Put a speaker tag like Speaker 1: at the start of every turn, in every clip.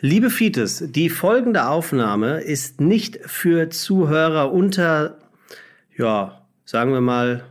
Speaker 1: Liebe Fites, die folgende Aufnahme ist nicht für Zuhörer unter, ja, sagen wir mal,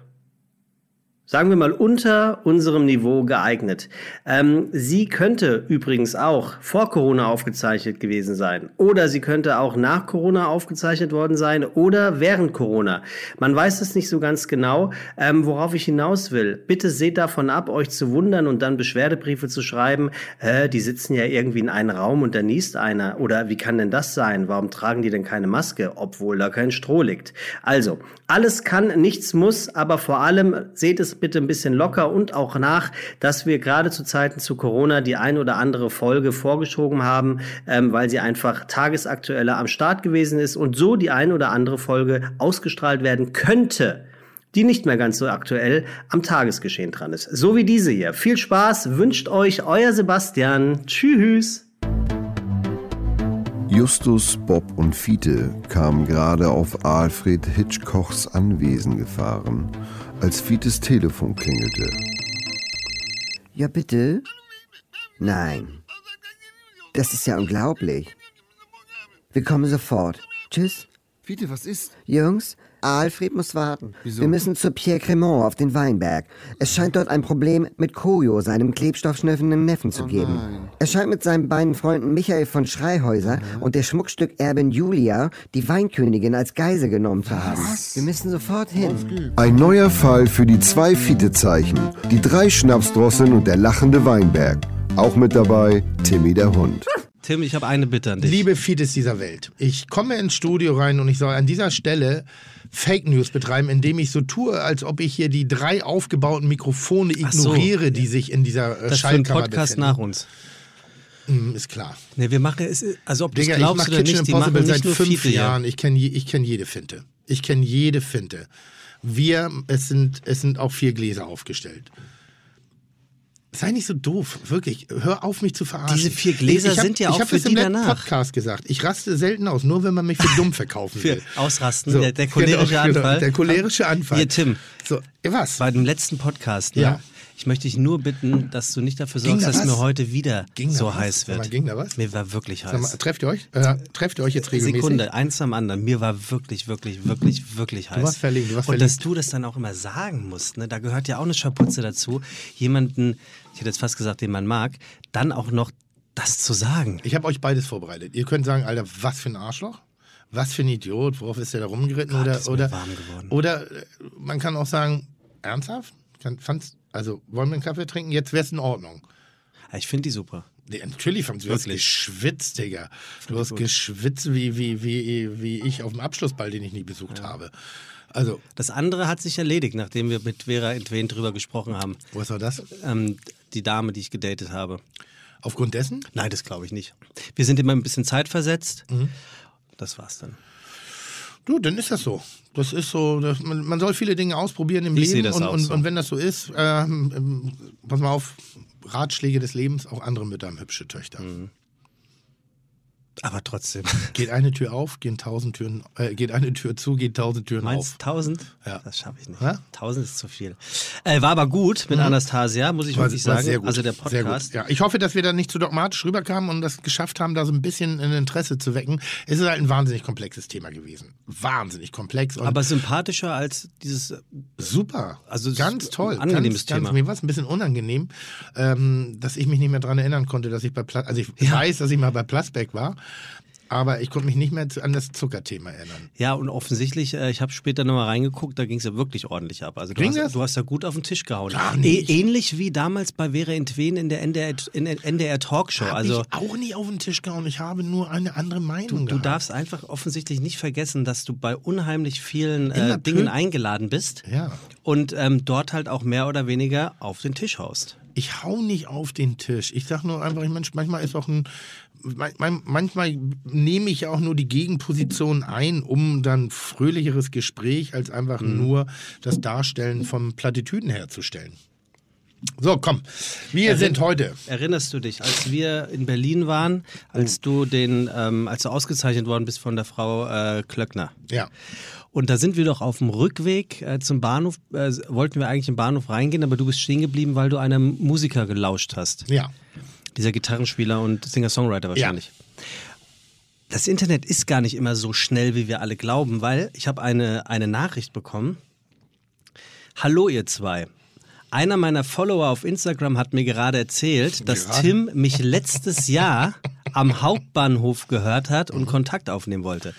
Speaker 1: sagen wir mal unter unserem Niveau geeignet. Ähm, sie könnte übrigens auch vor Corona aufgezeichnet gewesen sein oder sie könnte auch nach Corona aufgezeichnet worden sein oder während Corona. Man weiß es nicht so ganz genau, ähm, worauf ich hinaus will. Bitte seht davon ab, euch zu wundern und dann Beschwerdebriefe zu schreiben. Äh, die sitzen ja irgendwie in einem Raum und da niest einer oder wie kann denn das sein? Warum tragen die denn keine Maske, obwohl da kein Stroh liegt? Also, alles kann, nichts muss, aber vor allem seht es bitte ein bisschen locker und auch nach, dass wir gerade zu Zeiten zu Corona die ein oder andere Folge vorgeschoben haben, ähm, weil sie einfach tagesaktueller am Start gewesen ist und so die ein oder andere Folge ausgestrahlt werden könnte, die nicht mehr ganz so aktuell am Tagesgeschehen dran ist. So wie diese hier. Viel Spaß, wünscht euch euer Sebastian. Tschüss.
Speaker 2: Justus, Bob und Fiete kamen gerade auf Alfred Hitchcochs Anwesen gefahren, als Fietes Telefon klingelte.
Speaker 3: Ja, bitte? Nein. Das ist ja unglaublich. Wir kommen sofort. Tschüss.
Speaker 4: Fiete, was ist?
Speaker 3: Jungs, Alfred muss warten.
Speaker 4: Wieso?
Speaker 3: Wir müssen zu Pierre Cremont auf den Weinberg. Es scheint dort ein Problem mit Kojo, seinem klebstoffschnüffenden Neffen, zu geben.
Speaker 4: nein.
Speaker 3: Er scheint mit seinen beiden Freunden Michael von Schreihäuser und der Schmuckstückerbin Julia die Weinkönigin als Geise genommen zu haben. Wir müssen sofort hin.
Speaker 2: Ein neuer Fall für die zwei Fietezeichen, die drei Schnapsdrosseln und der lachende Weinberg. Auch mit dabei Timmy der Hund.
Speaker 5: Tim, ich habe eine Bitte an dich.
Speaker 6: Liebe Fides dieser Welt, ich komme ins Studio rein und ich soll an dieser Stelle Fake News betreiben, indem ich so tue, als ob ich hier die drei aufgebauten Mikrofone
Speaker 5: Ach so.
Speaker 6: ignoriere, die sich in dieser äh,
Speaker 5: das ist für einen
Speaker 6: Schallkammer
Speaker 5: Podcast
Speaker 6: befinden.
Speaker 5: nach uns.
Speaker 6: Mm, Ist klar.
Speaker 5: Ne, wir machen es, also ob du es
Speaker 6: Digga, ich
Speaker 5: glaubst
Speaker 6: mache
Speaker 5: oder
Speaker 6: Kitchen
Speaker 5: nicht, die machen
Speaker 6: Impossible
Speaker 5: nicht
Speaker 6: seit
Speaker 5: nur
Speaker 6: fünf
Speaker 5: Fiete.
Speaker 6: Jahren. Ich kenne je- ich kenn jede Finte. Ich kenne jede Finte. Wir, es sind, es sind auch vier Gläser aufgestellt. Sei nicht so doof, wirklich. Hör auf, mich zu verarschen.
Speaker 5: Diese vier Gläser sind ja auch
Speaker 6: ich hab
Speaker 5: für
Speaker 6: das im
Speaker 5: die
Speaker 6: letzten
Speaker 5: danach.
Speaker 6: Podcast gesagt. Ich raste selten aus, nur wenn man mich für dumm verkaufen
Speaker 5: Für
Speaker 6: will.
Speaker 5: Ausrasten,
Speaker 6: So,
Speaker 5: der, der cholerische
Speaker 6: genau, genau,
Speaker 5: Anfall.
Speaker 6: Der cholerische Anfall.
Speaker 5: Hier, Tim,
Speaker 6: So, ja, was?
Speaker 5: bei dem letzten Podcast, ne,
Speaker 6: Ja.
Speaker 5: ich möchte dich nur bitten, dass du nicht dafür
Speaker 6: Ging
Speaker 5: sorgst,
Speaker 6: da
Speaker 5: dass
Speaker 6: was?
Speaker 5: mir heute wieder
Speaker 6: Ging da
Speaker 5: so
Speaker 6: was?
Speaker 5: heiß
Speaker 6: Sag
Speaker 5: wird.
Speaker 6: mal, ging da was?
Speaker 5: Mir war wirklich heiß.
Speaker 6: Sag mal, trefft ihr euch? Äh, trefft ihr euch jetzt regelmäßig?
Speaker 5: Sekunde, eins am anderen. Mir war wirklich, wirklich, wirklich, wirklich heiß.
Speaker 6: warst verliebt, du warst
Speaker 5: Und dass du das dann auch immer sagen musst, ne? da gehört ja auch eine Schaputze dazu, jemanden, ich hätte jetzt fast gesagt, den man mag, dann auch noch das zu sagen.
Speaker 6: Ich habe euch beides vorbereitet. Ihr könnt sagen, Alter, was für ein Arschloch, was für ein Idiot, worauf ist der da rumgeritten
Speaker 5: Gott,
Speaker 6: oder
Speaker 5: ist mir
Speaker 6: oder
Speaker 5: warm geworden.
Speaker 6: oder äh, man kann auch sagen, ernsthaft? Kann, fand's, also wollen wir einen Kaffee trinken? Jetzt wär's in Ordnung.
Speaker 5: Ich finde die super.
Speaker 6: Nee, natürlich, Franz, du hast
Speaker 5: Wirklich.
Speaker 6: geschwitzt, Digga. Du hast geschwitzt wie, wie, wie, wie ich auf dem Abschlussball, den ich nie besucht habe. Also,
Speaker 5: Das andere hat sich erledigt, nachdem wir mit Vera Entwen drüber gesprochen haben.
Speaker 6: was war das?
Speaker 5: Ähm, die Dame, die ich gedatet habe.
Speaker 6: Aufgrund dessen?
Speaker 5: Nein, das glaube ich nicht. Wir sind immer ein bisschen zeitversetzt.
Speaker 6: Mhm.
Speaker 5: Das war's dann.
Speaker 6: Du, dann ist das so. Das ist so, das, man, man soll viele Dinge ausprobieren im
Speaker 5: Ich sehe
Speaker 6: Leben.
Speaker 5: das
Speaker 6: und,
Speaker 5: auch
Speaker 6: und,
Speaker 5: so.
Speaker 6: und wenn das so ist, ähm, ähm, pass mal auf, Ratschläge des Lebens, auch andere Mütter haben hübsche Töchter.
Speaker 5: Mhm. Aber trotzdem.
Speaker 6: Geht eine Tür auf, gehen tausend Türen, äh, geht eine Tür zu, gehen tausend Türen
Speaker 5: Meinst
Speaker 6: auf.
Speaker 5: du 1000?
Speaker 6: Ja.
Speaker 5: Das schaffe ich nicht.
Speaker 6: Ja? Mhm.
Speaker 5: 1000 ist zu viel. Äh, war aber gut mit Anastasia, muss ich wirklich sagen. Also der
Speaker 6: sehr gut.
Speaker 5: Podcast.
Speaker 6: Ja, ich hoffe, dass wir da nicht zu dogmatisch rüberkamen und das geschafft haben, da so ein bisschen ein Interesse zu wecken. Es ist halt ein wahnsinnig komplexes Thema gewesen. Wahnsinnig komplex. Und
Speaker 5: Aber sympathischer als dieses. äh,
Speaker 6: Super.
Speaker 5: Also
Speaker 6: Also
Speaker 5: es
Speaker 6: ganz
Speaker 5: ist ein
Speaker 6: toll.
Speaker 5: angenehmes
Speaker 6: ganz, ganz,
Speaker 5: Thema.
Speaker 6: Mir war es ein bisschen unangenehm, ähm, dass ich mich nicht mehr daran erinnern konnte, dass ich bei Pla also ich weiß, dass ich mal bei Plasbeck war, aber ich konnte mich nicht mehr zu, an das Zuckerthema erinnern.
Speaker 5: Ja, und offensichtlich, äh, ich habe später nochmal reingeguckt, da ging es ja wirklich ordentlich ab. Also du
Speaker 6: Ging
Speaker 5: hast,
Speaker 6: das?
Speaker 5: du hast ja gut auf den Tisch gehauen.
Speaker 6: Gar
Speaker 5: Ä
Speaker 6: nicht.
Speaker 5: ähnlich wie damals bei Vera Entwen in der NDR, in der NDR Talkshow.
Speaker 6: Hab
Speaker 5: also
Speaker 6: ich auch nie auf den Tisch gehauen. Ich habe nur eine andere
Speaker 5: Du
Speaker 6: Meinung. gehabt.
Speaker 5: darfst einfach offensichtlich nicht vergessen, dass du bei unheimlich vielen äh,
Speaker 6: Immer
Speaker 5: Dingen
Speaker 6: blöd.
Speaker 5: eingeladen bist
Speaker 6: Ja.
Speaker 5: und ähm, dort halt auch mehr oder weniger auf den Tisch haust.
Speaker 6: Ich hau nicht auf den Tisch. Ich sag nur einfach, ich Mensch, manchmal ist auch ein. man- man- Manchmal nehme ich ja auch nur die Gegenposition ein, um dann fröhlicheres Gespräch als einfach nur das Darstellen von Plattitüden herzustellen. So, komm. Wir sind heute.
Speaker 5: Erinnerst du dich, als wir in Berlin waren, als du
Speaker 6: Oh.
Speaker 5: den, ähm, als du ausgezeichnet worden bist von der Frau äh, Klöckner?
Speaker 6: Ja.
Speaker 5: Und da sind wir doch auf dem Rückweg äh, zum Bahnhof, äh, wollten wir eigentlich im Bahnhof reingehen, aber du bist stehen geblieben, weil du einem Musiker gelauscht hast.
Speaker 6: Ja.
Speaker 5: Dieser Gitarrenspieler und Singer-Songwriter wahrscheinlich. Das Internet ist gar nicht immer so schnell, wie wir alle glauben, weil ich habe eine, eine Nachricht bekommen. Hallo ihr zwei. Einer meiner Follower auf Instagram hat mir gerade erzählt, dass Tim mich letztes Jahr am Hauptbahnhof gehört hat und Kontakt aufnehmen wollte.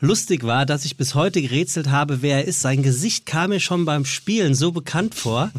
Speaker 5: Lustig war, dass ich bis heute gerätselt habe, wer er ist. Sein Gesicht kam mir schon beim Spielen so bekannt vor,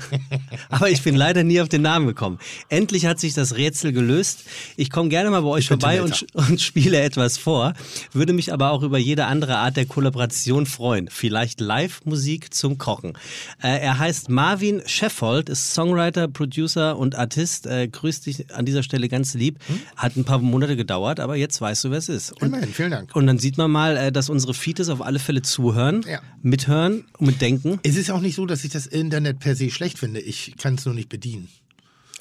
Speaker 5: aber ich bin leider nie auf den Namen gekommen. Endlich hat sich das Rätsel gelöst. Ich komme gerne mal bei euch vorbei und, und spiele etwas vor, würde mich aber auch über jede andere Art der Kollaboration freuen. Vielleicht Live-Musik zum Kochen. Äh, er heißt Marvin Scheffold, ist Songwriter, Producer und Artist. Äh, grüß dich an dieser Stelle ganz lieb. Hat ein paar Monate gedauert, aber jetzt weißt du, wer es ist. Und,
Speaker 6: Hm? Immerhin, vielen Dank.
Speaker 5: und dann sieht man mal, äh, dass unsere Feeds auf alle Fälle zuhören,
Speaker 6: Ja.
Speaker 5: mithören und mitdenken.
Speaker 6: Es ist auch nicht so, dass ich das Internet per se schlecht finde. Ich kann es nur nicht bedienen.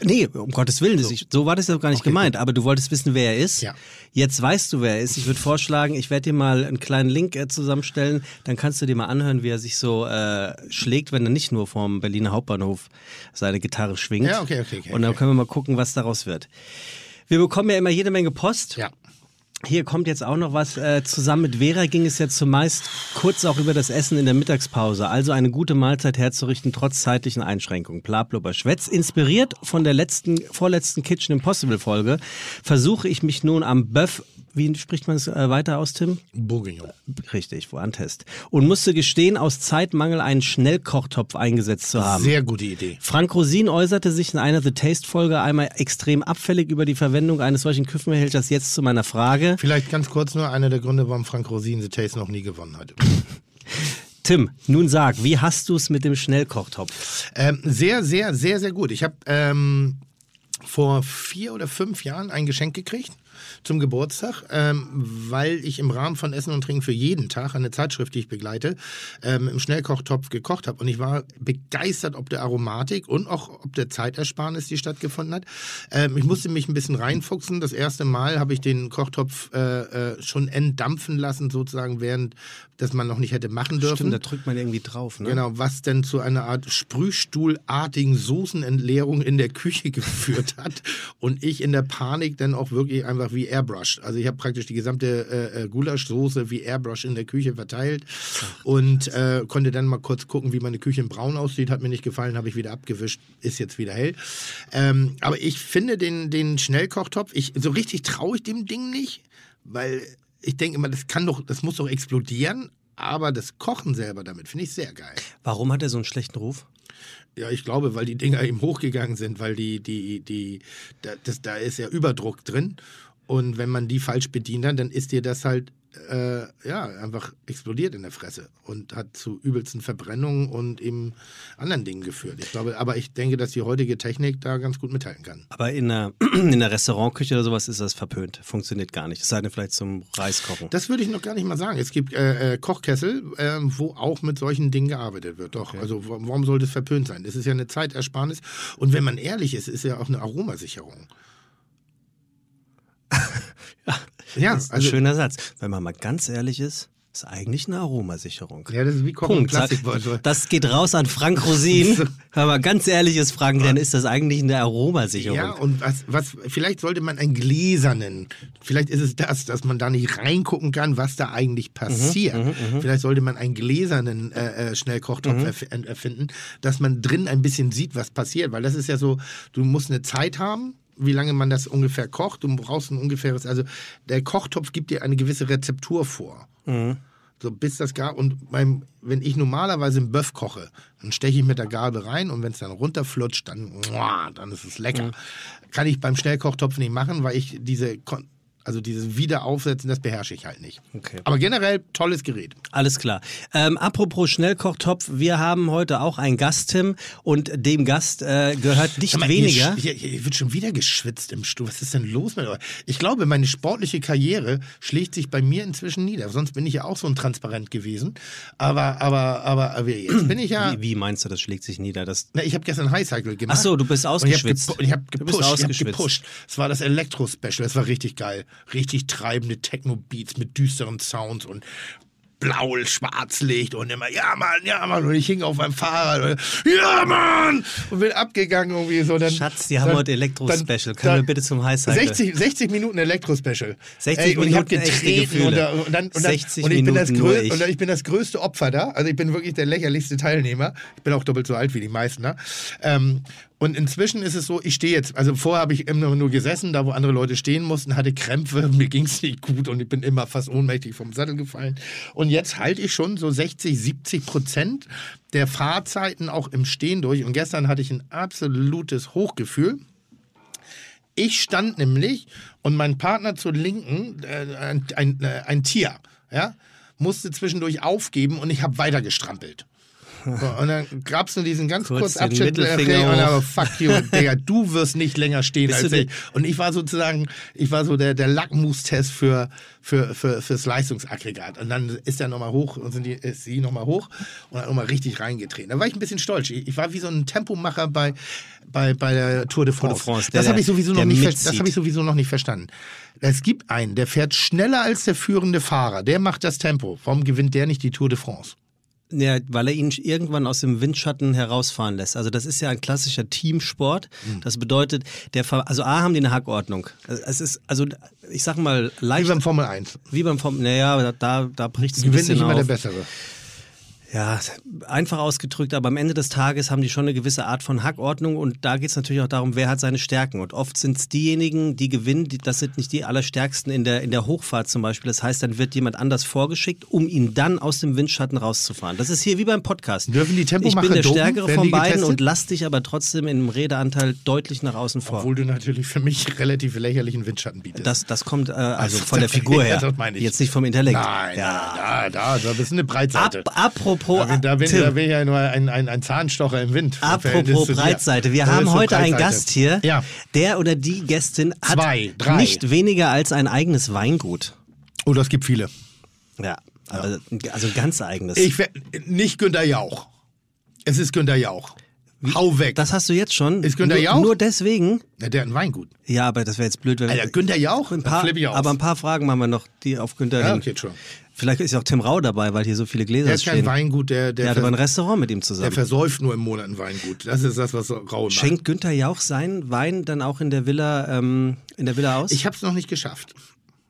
Speaker 5: Nee, um Gottes Willen, so, ich, so war das ja auch gar nicht gemeint, aber du wolltest wissen, wer er ist.
Speaker 6: Ja.
Speaker 5: Jetzt weißt du, wer er ist. Ich würde vorschlagen, ich werde dir mal einen kleinen Link äh, zusammenstellen, dann kannst du dir mal anhören, wie er sich so äh, schlägt, wenn er nicht nur vorm Berliner Hauptbahnhof seine Gitarre schwingt.
Speaker 6: Ja, okay, okay, okay,
Speaker 5: Und dann
Speaker 6: okay.
Speaker 5: können wir mal gucken, was daraus wird. Wir bekommen ja immer jede Menge Post.
Speaker 6: Ja.
Speaker 5: Hier kommt jetzt auch noch was. Äh, zusammen mit Vera ging es ja zumeist kurz auch über das Essen in der Mittagspause. Also eine gute Mahlzeit herzurichten, trotz zeitlichen Einschränkungen. Blablubber Schwätz. Inspiriert von der letzten, vorletzten Kitchen Impossible Folge versuche ich mich nun am Böff, wie spricht man es äh, weiter aus, Tim?
Speaker 6: Bourguignon.
Speaker 5: Richtig, Vorantest. Und musste gestehen, aus Zeitmangel einen Schnellkochtopf eingesetzt zu haben.
Speaker 6: Sehr gute Idee.
Speaker 5: Frank Rosin äußerte sich in einer The Taste-Folge einmal extrem abfällig über die Verwendung eines solchen Küchenbehälters. Jetzt zu meiner Frage.
Speaker 6: Vielleicht ganz kurz nur einer der Gründe, warum Frank Rosin The Taste noch nie gewonnen hat.
Speaker 5: Tim, nun sag, wie hast du es mit dem Schnellkochtopf?
Speaker 6: Ähm, sehr, sehr, sehr, sehr gut. Ich habe ähm, vor vier oder fünf Jahren ein Geschenk gekriegt zum Geburtstag, ähm, weil ich im Rahmen von Essen und Trinken für jeden Tag eine Zeitschrift, die ich begleite, ähm, im Schnellkochtopf gekocht habe. Und ich war begeistert, ob der Aromatik und auch ob der Zeitersparnis, die stattgefunden hat. Ähm, ich musste mich ein bisschen reinfuchsen. Das erste Mal habe ich den Kochtopf äh, äh, schon entdampfen lassen, sozusagen, während das man noch nicht hätte machen dürfen.
Speaker 5: drückt man irgendwie drauf, ne?
Speaker 6: Genau, was denn zu einer Art sprühstuhlartigen Soßenentleerung in der Küche geführt hat und ich in der Panik dann auch wirklich einfach wie Airbrush. Also ich habe praktisch die gesamte äh, äh, Gulaschsoße wie Airbrush in der Küche verteilt und äh, konnte dann mal kurz gucken, wie meine Küche in braun aussieht. Hat mir nicht gefallen, habe ich wieder abgewischt, ist jetzt wieder hell. Ähm, aber ich finde den, den Schnellkochtopf, ich, so richtig traue ich dem Ding nicht, weil ich denke immer, das kann doch, das muss doch explodieren. Aber das Kochen selber damit finde ich sehr geil.
Speaker 5: Warum hat er so einen schlechten Ruf?
Speaker 6: Ja, ich glaube, weil die Dinger eben hochgegangen sind, weil die, die, die, da, das, da ist ja Überdruck drin. Und wenn man die falsch bedient hat, dann ist dir das halt, äh, ja, einfach explodiert in der Fresse und hat zu übelsten Verbrennungen und eben anderen Dingen geführt. Ich glaube, aber ich denke, dass die heutige Technik da ganz gut mithalten kann.
Speaker 5: Aber in der, in der Restaurantküche oder sowas ist das verpönt. Funktioniert gar nicht. Es sei denn, vielleicht zum Reiskochen.
Speaker 6: Das würde ich noch gar nicht mal sagen. Es gibt äh, äh, Kochkessel, ähm, wo auch mit solchen Dingen gearbeitet wird. Doch, also wa- warum sollte es verpönt sein? Das ist ja eine Zeitersparnis. Und wenn man ehrlich ist, ist ja auch eine Aromasicherung. ja, also,
Speaker 5: das ist ein schöner Satz. Wenn man mal ganz ehrlich ist, ist eigentlich eine Aromasicherung.
Speaker 6: Ja, das ist wie Kochen mit
Speaker 5: Punkt.
Speaker 6: Plastikbeutel.
Speaker 5: Das geht raus an Frank Rosin. Wenn man ganz ehrlich ist, Frank, dann ist das eigentlich eine Aromasicherung.
Speaker 6: Ja, und was, was, vielleicht sollte man einen gläsernen, vielleicht ist es das, dass man da nicht reingucken kann, was da eigentlich passiert. vielleicht sollte man einen gläsernen äh, äh, Schnellkochtopf erf en- erfinden, dass man drin ein bisschen sieht, was passiert. Weil das ist ja so, du musst eine Zeit haben, wie lange man das ungefähr kocht. Du brauchst ein ungefähres, also der Kochtopf gibt dir eine gewisse Rezeptur vor. So bis das gar und beim, wenn ich normalerweise einen Böff koche, dann steche ich mit der Gabel rein und wenn es dann runterflutscht, dann, muah, dann ist es lecker. Kann ich beim Schnellkochtopf nicht machen, weil ich diese Kon- also dieses Wiederaufsetzen, das beherrsche ich halt nicht.
Speaker 5: Okay.
Speaker 6: Aber generell tolles Gerät.
Speaker 5: Alles klar. Ähm, apropos Schnellkochtopf, wir haben heute auch einen Gast, Tim, und dem Gast äh, gehört nicht
Speaker 6: Sag mal,
Speaker 5: weniger.
Speaker 6: Hier, sch- hier, hier wird schon wieder geschwitzt im Stuhl. Was ist denn los mit euch? Ich glaube, meine sportliche Karriere schlägt sich bei mir inzwischen nieder. Sonst bin ich ja auch so ein Transparent gewesen. Aber, aber, aber, aber jetzt bin ich ja.
Speaker 5: Wie, wie meinst du, das schlägt sich nieder? Das,
Speaker 6: Na, ich habe gestern Highcycle gemacht.
Speaker 5: Ach so, du bist ausgeschwitzt.
Speaker 6: Und ich habe
Speaker 5: Du bist
Speaker 6: gepu ich hab gepusht, ich
Speaker 5: ausgeschwitzt.
Speaker 6: hab gepusht. Es war das Elektro-Special, das war richtig geil. Richtig treibende Techno-Beats mit düsteren Sounds und blau Schwarzlicht und immer, ja Mann, ja Mann. Und ich hing auf meinem Fahrrad, und, ja Mann! Und bin abgegangen irgendwie so. Dann,
Speaker 5: Schatz, die haben
Speaker 6: dann-
Speaker 5: heute Elektro-Special. Können
Speaker 6: dann-
Speaker 5: wir
Speaker 6: dann-
Speaker 5: bitte zum Highside?
Speaker 6: 60, 60 Minuten Elektro-Special.
Speaker 5: 60
Speaker 6: Ey, und ich hab
Speaker 5: Minuten echte
Speaker 6: getreten und,
Speaker 5: Gefühle.
Speaker 6: da- und dann, und, dann,
Speaker 5: 60
Speaker 6: und ich bin das
Speaker 5: Minuten nur
Speaker 6: grö-
Speaker 5: ich.
Speaker 6: und ich bin das größte Opfer da. Also ich bin wirklich der lächerlichste Teilnehmer. Ich bin auch doppelt so alt wie die meisten. Ne? Ähm, und inzwischen ist es so, ich stehe jetzt, also vorher habe ich immer nur gesessen, da wo andere Leute stehen mussten, hatte Krämpfe, mir ging es nicht gut und ich bin immer fast ohnmächtig vom Sattel gefallen. Und jetzt halte ich schon so 60, 70 Prozent der Fahrzeiten auch im Stehen durch. Und gestern hatte ich ein absolutes Hochgefühl. Ich stand nämlich und mein Partner zur Linken, äh, ein, ein, äh, ein Tier, ja, musste zwischendurch aufgeben und ich habe weiter gestrampelt. So, Und dann gab es nur diesen ganz
Speaker 5: Kurz
Speaker 6: kurz, kurz
Speaker 5: den
Speaker 6: Abschnitt äh, und
Speaker 5: Mittelfinger
Speaker 6: dann
Speaker 5: hoch.
Speaker 6: aber fuck you, Digga, du wirst nicht länger stehen
Speaker 5: Bist
Speaker 6: als
Speaker 5: du
Speaker 6: ich.
Speaker 5: denn-
Speaker 6: Und ich war sozusagen, ich war so der, der Lackmustest für, für, für, fürs Leistungsaggregat. Und dann ist er nochmal hoch und sind die, ist sie nochmal hoch und hat nochmal richtig reingetreten. Da war ich ein bisschen stolz. Ich, ich war wie so ein Tempomacher bei, bei, bei der Tour de France.
Speaker 5: de France, der-
Speaker 6: das habe ich, sowieso noch
Speaker 5: der
Speaker 6: nicht ver-
Speaker 5: mitzieht.
Speaker 6: das hab ich sowieso noch nicht verstanden. Es gibt einen, der fährt schneller als der führende Fahrer. Der macht das Tempo. Warum gewinnt der nicht die Tour de France?
Speaker 5: Ja, weil er ihn irgendwann aus dem Windschatten herausfahren lässt. Also das ist ja ein klassischer Teamsport.
Speaker 6: Mhm.
Speaker 5: Das bedeutet, der Ver also A haben die eine Hackordnung. Es ist also ich sag mal
Speaker 6: Wie
Speaker 5: leicht
Speaker 6: beim Formel 1.
Speaker 5: wie beim Form naja, da da bricht es ein
Speaker 6: Gewinnt
Speaker 5: bisschen
Speaker 6: nicht immer der
Speaker 5: auf.
Speaker 6: Bessere.
Speaker 5: Ja, einfach ausgedrückt, aber am Ende des Tages haben die schon eine gewisse Art von Hackordnung und da geht es natürlich auch darum, wer hat seine Stärken. Und oft sind es diejenigen, die gewinnen, die, das sind nicht die allerstärksten in der, in der Hochfahrt zum Beispiel. Das heißt, dann wird jemand anders vorgeschickt, um ihn dann aus dem Windschatten rauszufahren. Das ist hier wie beim Podcast.
Speaker 6: Dürfen die
Speaker 5: Ich
Speaker 6: Tempomacher
Speaker 5: bin der
Speaker 6: dopen?
Speaker 5: Stärkere
Speaker 6: Werden
Speaker 5: von
Speaker 6: die
Speaker 5: beiden
Speaker 6: getestet?
Speaker 5: und lass dich aber trotzdem im Redeanteil deutlich nach außen vor.
Speaker 6: Obwohl du natürlich für mich relativ lächerlichen Windschatten bietest.
Speaker 5: das, das kommt äh, also
Speaker 6: Also,
Speaker 5: von der Figur her,
Speaker 6: das meine ich.
Speaker 5: jetzt nicht vom Intellekt.
Speaker 6: Nein,
Speaker 5: ja.
Speaker 6: nein, da, da, da bist du eine Breitseite.
Speaker 5: Ab, apropos,
Speaker 6: da bin, da bin,
Speaker 5: Tim.
Speaker 6: da bin ich ja nur ein, ein, ein Zahnstocher im Wind. im Verhältnis
Speaker 5: Apropos
Speaker 6: zu dir.
Speaker 5: Breitseite, wir
Speaker 6: Da
Speaker 5: haben
Speaker 6: bist du
Speaker 5: heute einen
Speaker 6: Breitseite.
Speaker 5: Gast hier,
Speaker 6: Ja.
Speaker 5: der oder die Gästin hat
Speaker 6: Zwei, drei.
Speaker 5: nicht weniger als ein eigenes Weingut.
Speaker 6: Oh, das gibt viele.
Speaker 5: Ja, aber, also ein ganz eigenes.
Speaker 6: Ich wär, nicht Günter Jauch. Es ist Günter Jauch. Hau weg.
Speaker 5: das hast du jetzt schon.
Speaker 6: Ist Günther
Speaker 5: nur,
Speaker 6: Jauch?
Speaker 5: Nur deswegen.
Speaker 6: Na, der hat ein Weingut.
Speaker 5: Ja, aber das wäre jetzt blöd, wenn
Speaker 6: Alter, Günter Jauch?
Speaker 5: ein
Speaker 6: Da
Speaker 5: paar,
Speaker 6: flippe ich aus.
Speaker 5: Aber ein paar Fragen machen wir noch, die auf Günther
Speaker 6: Ja,
Speaker 5: hin.
Speaker 6: okay, Entschuldigung.
Speaker 5: Vielleicht ist ja auch Tim Rau dabei, weil hier so viele Gläser
Speaker 6: Der ist kein
Speaker 5: stehen.
Speaker 6: Weingut,
Speaker 5: der
Speaker 6: der, der,
Speaker 5: hat aber ein
Speaker 6: vers
Speaker 5: Restaurant mit ihm
Speaker 6: der
Speaker 5: zusammen.
Speaker 6: versäuft nur im Monat ein Weingut. Das ist das, was so rau macht.
Speaker 5: Schenkt Günther Jauch seinen Wein dann auch in der Villa, ähm, in der Villa aus?
Speaker 6: Ich hab's noch nicht geschafft.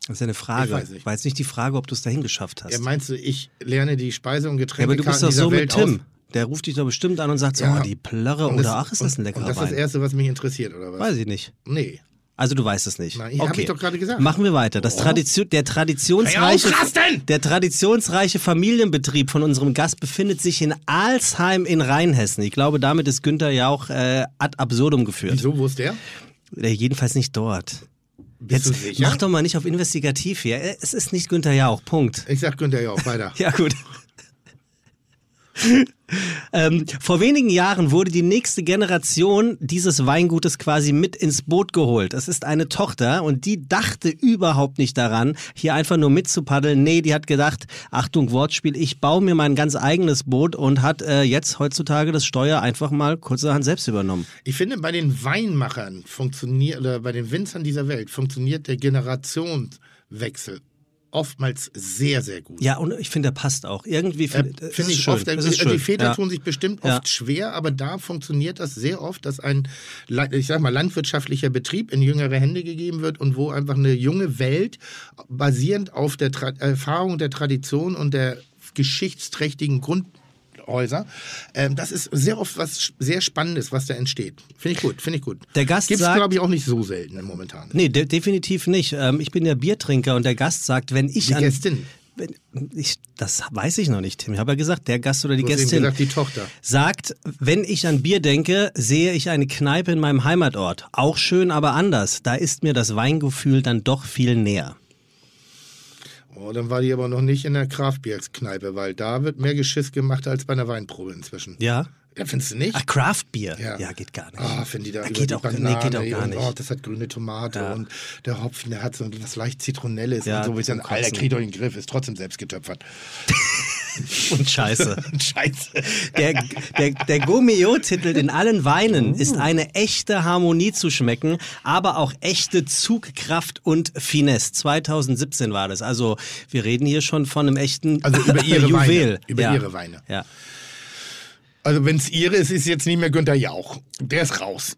Speaker 5: das ist ja eine Frage.
Speaker 6: Ich weiß nicht.
Speaker 5: War jetzt nicht die Frage, ob du es dahin geschafft hast.
Speaker 6: Ja, meinst du, ich lerne die Speise- und
Speaker 5: Ja, aber du
Speaker 6: Getränkekarten
Speaker 5: bist doch
Speaker 6: dieser
Speaker 5: so
Speaker 6: Welt
Speaker 5: mit Tim.
Speaker 6: aus?
Speaker 5: Der ruft dich doch bestimmt an und sagt so,
Speaker 6: Ja.
Speaker 5: oh, die Plörre
Speaker 6: Und
Speaker 5: oder ach, ist das ein leckerer
Speaker 6: Und das ist
Speaker 5: Wein?
Speaker 6: das Erste, was mich interessiert, oder was?
Speaker 5: Weiß ich nicht.
Speaker 6: Nee.
Speaker 5: Also du weißt es nicht.
Speaker 6: Nein, ich-
Speaker 5: okay.
Speaker 6: hab ich doch gerade gesagt. Oh.
Speaker 5: Machen wir weiter. Das Tradition, der traditionsreiche,
Speaker 6: Hey, ausrasten!
Speaker 5: der traditionsreiche Familienbetrieb von unserem Gast befindet sich in Alsheim in Rheinhessen. Ich glaube, damit ist Günther ja auch äh, ad absurdum geführt.
Speaker 6: Wieso, wo ist der?
Speaker 5: Äh, jedenfalls nicht dort.
Speaker 6: Bist
Speaker 5: Jetzt
Speaker 6: du sicher?
Speaker 5: mach doch mal nicht auf investigativ hier. Äh, Es ist nicht Günther Jauch. Punkt.
Speaker 6: Ich sag Günther Jauch, weiter.
Speaker 5: Ja, gut. ähm, vor wenigen Jahren wurde die nächste Generation dieses Weingutes quasi mit ins Boot geholt. Es ist eine Tochter und die dachte überhaupt nicht daran, hier einfach nur mitzupaddeln. Nee, die hat gedacht, Achtung, Wortspiel, ich baue mir mein ganz eigenes Boot und hat äh, jetzt heutzutage das Steuer einfach mal kurzerhand selbst übernommen.
Speaker 6: Ich finde, bei den Weinmachern funktioniert, oder bei den Winzern dieser Welt funktioniert der Generationswechsel oftmals sehr, sehr gut.
Speaker 5: Ja, und ich finde, der passt auch. Irgendwie
Speaker 6: Äh,
Speaker 5: finde
Speaker 6: Finde ich
Speaker 5: schön.
Speaker 6: oft.
Speaker 5: Es
Speaker 6: Also
Speaker 5: ist schön.
Speaker 6: Die Väter
Speaker 5: ja.
Speaker 6: tun sich bestimmt
Speaker 5: Ja.
Speaker 6: oft schwer, aber da funktioniert das sehr oft, dass ein, la- ich sag mal, landwirtschaftlicher Betrieb in jüngere Hände gegeben wird und wo einfach eine junge Welt basierend auf der Tra Erfahrung der Tradition und der geschichtsträchtigen Grundhäuser. Ähm, das ist sehr oft was sch- sehr Spannendes, was da entsteht. Finde ich gut, finde ich gut.
Speaker 5: Der Gast
Speaker 6: Gibt's,
Speaker 5: sagt-
Speaker 6: glaube ich, auch nicht so selten momentan.
Speaker 5: Nee, de definitiv nicht. Ähm, ich bin ja Biertrinker und der Gast sagt, wenn ich
Speaker 6: Die
Speaker 5: an.
Speaker 6: Gästin.
Speaker 5: Wenn, ich, das weiß ich noch nicht, Tim. Ich habe ja gesagt, der Gast oder die
Speaker 6: Du hast eben
Speaker 5: Gästin
Speaker 6: gesagt, die Tochter.
Speaker 5: sagt, wenn ich an Bier denke, sehe ich eine Kneipe in meinem Heimatort. Auch schön, aber anders. Da ist mir das Weingefühl dann doch viel näher.
Speaker 6: Oh, dann war die aber noch nicht in der Kraftbierskneipe, weil da wird mehr Geschiss gemacht als bei einer Weinprobe inzwischen.
Speaker 5: Ja?
Speaker 6: Ja, findest du nicht?
Speaker 5: Ach, Craft Beer. Ja.
Speaker 6: Ja.
Speaker 5: geht gar nicht.
Speaker 6: Ah, wenn die da, über
Speaker 5: geht
Speaker 6: die
Speaker 5: auch,
Speaker 6: Banane,
Speaker 5: nee, geht auch gar
Speaker 6: und,
Speaker 5: nicht.
Speaker 6: Oh, das hat grüne Tomate
Speaker 5: Ja.
Speaker 6: und der Hopfen, der hat so was leicht Zitronelles
Speaker 5: Ja,
Speaker 6: und so. wo Ich
Speaker 5: zum
Speaker 6: dann, Alter,
Speaker 5: Kotzen.
Speaker 6: krieg doch in den Griff, ist trotzdem selbst getöpfert.
Speaker 5: und Scheiße.
Speaker 6: Scheiße.
Speaker 5: Der, der, der Gourmet titelt in allen Weinen
Speaker 6: Oh.
Speaker 5: ist eine echte Harmonie zu schmecken, aber auch echte Zugkraft und Finesse. 2017 war das. Also wir reden hier schon von einem echten
Speaker 6: Also über ihre
Speaker 5: Juwel.
Speaker 6: Weine. Über
Speaker 5: ja.
Speaker 6: ihre Weine.
Speaker 5: Ja.
Speaker 6: Also wenn es ihre ist, ist jetzt nicht mehr Günther Jauch. Der ist raus.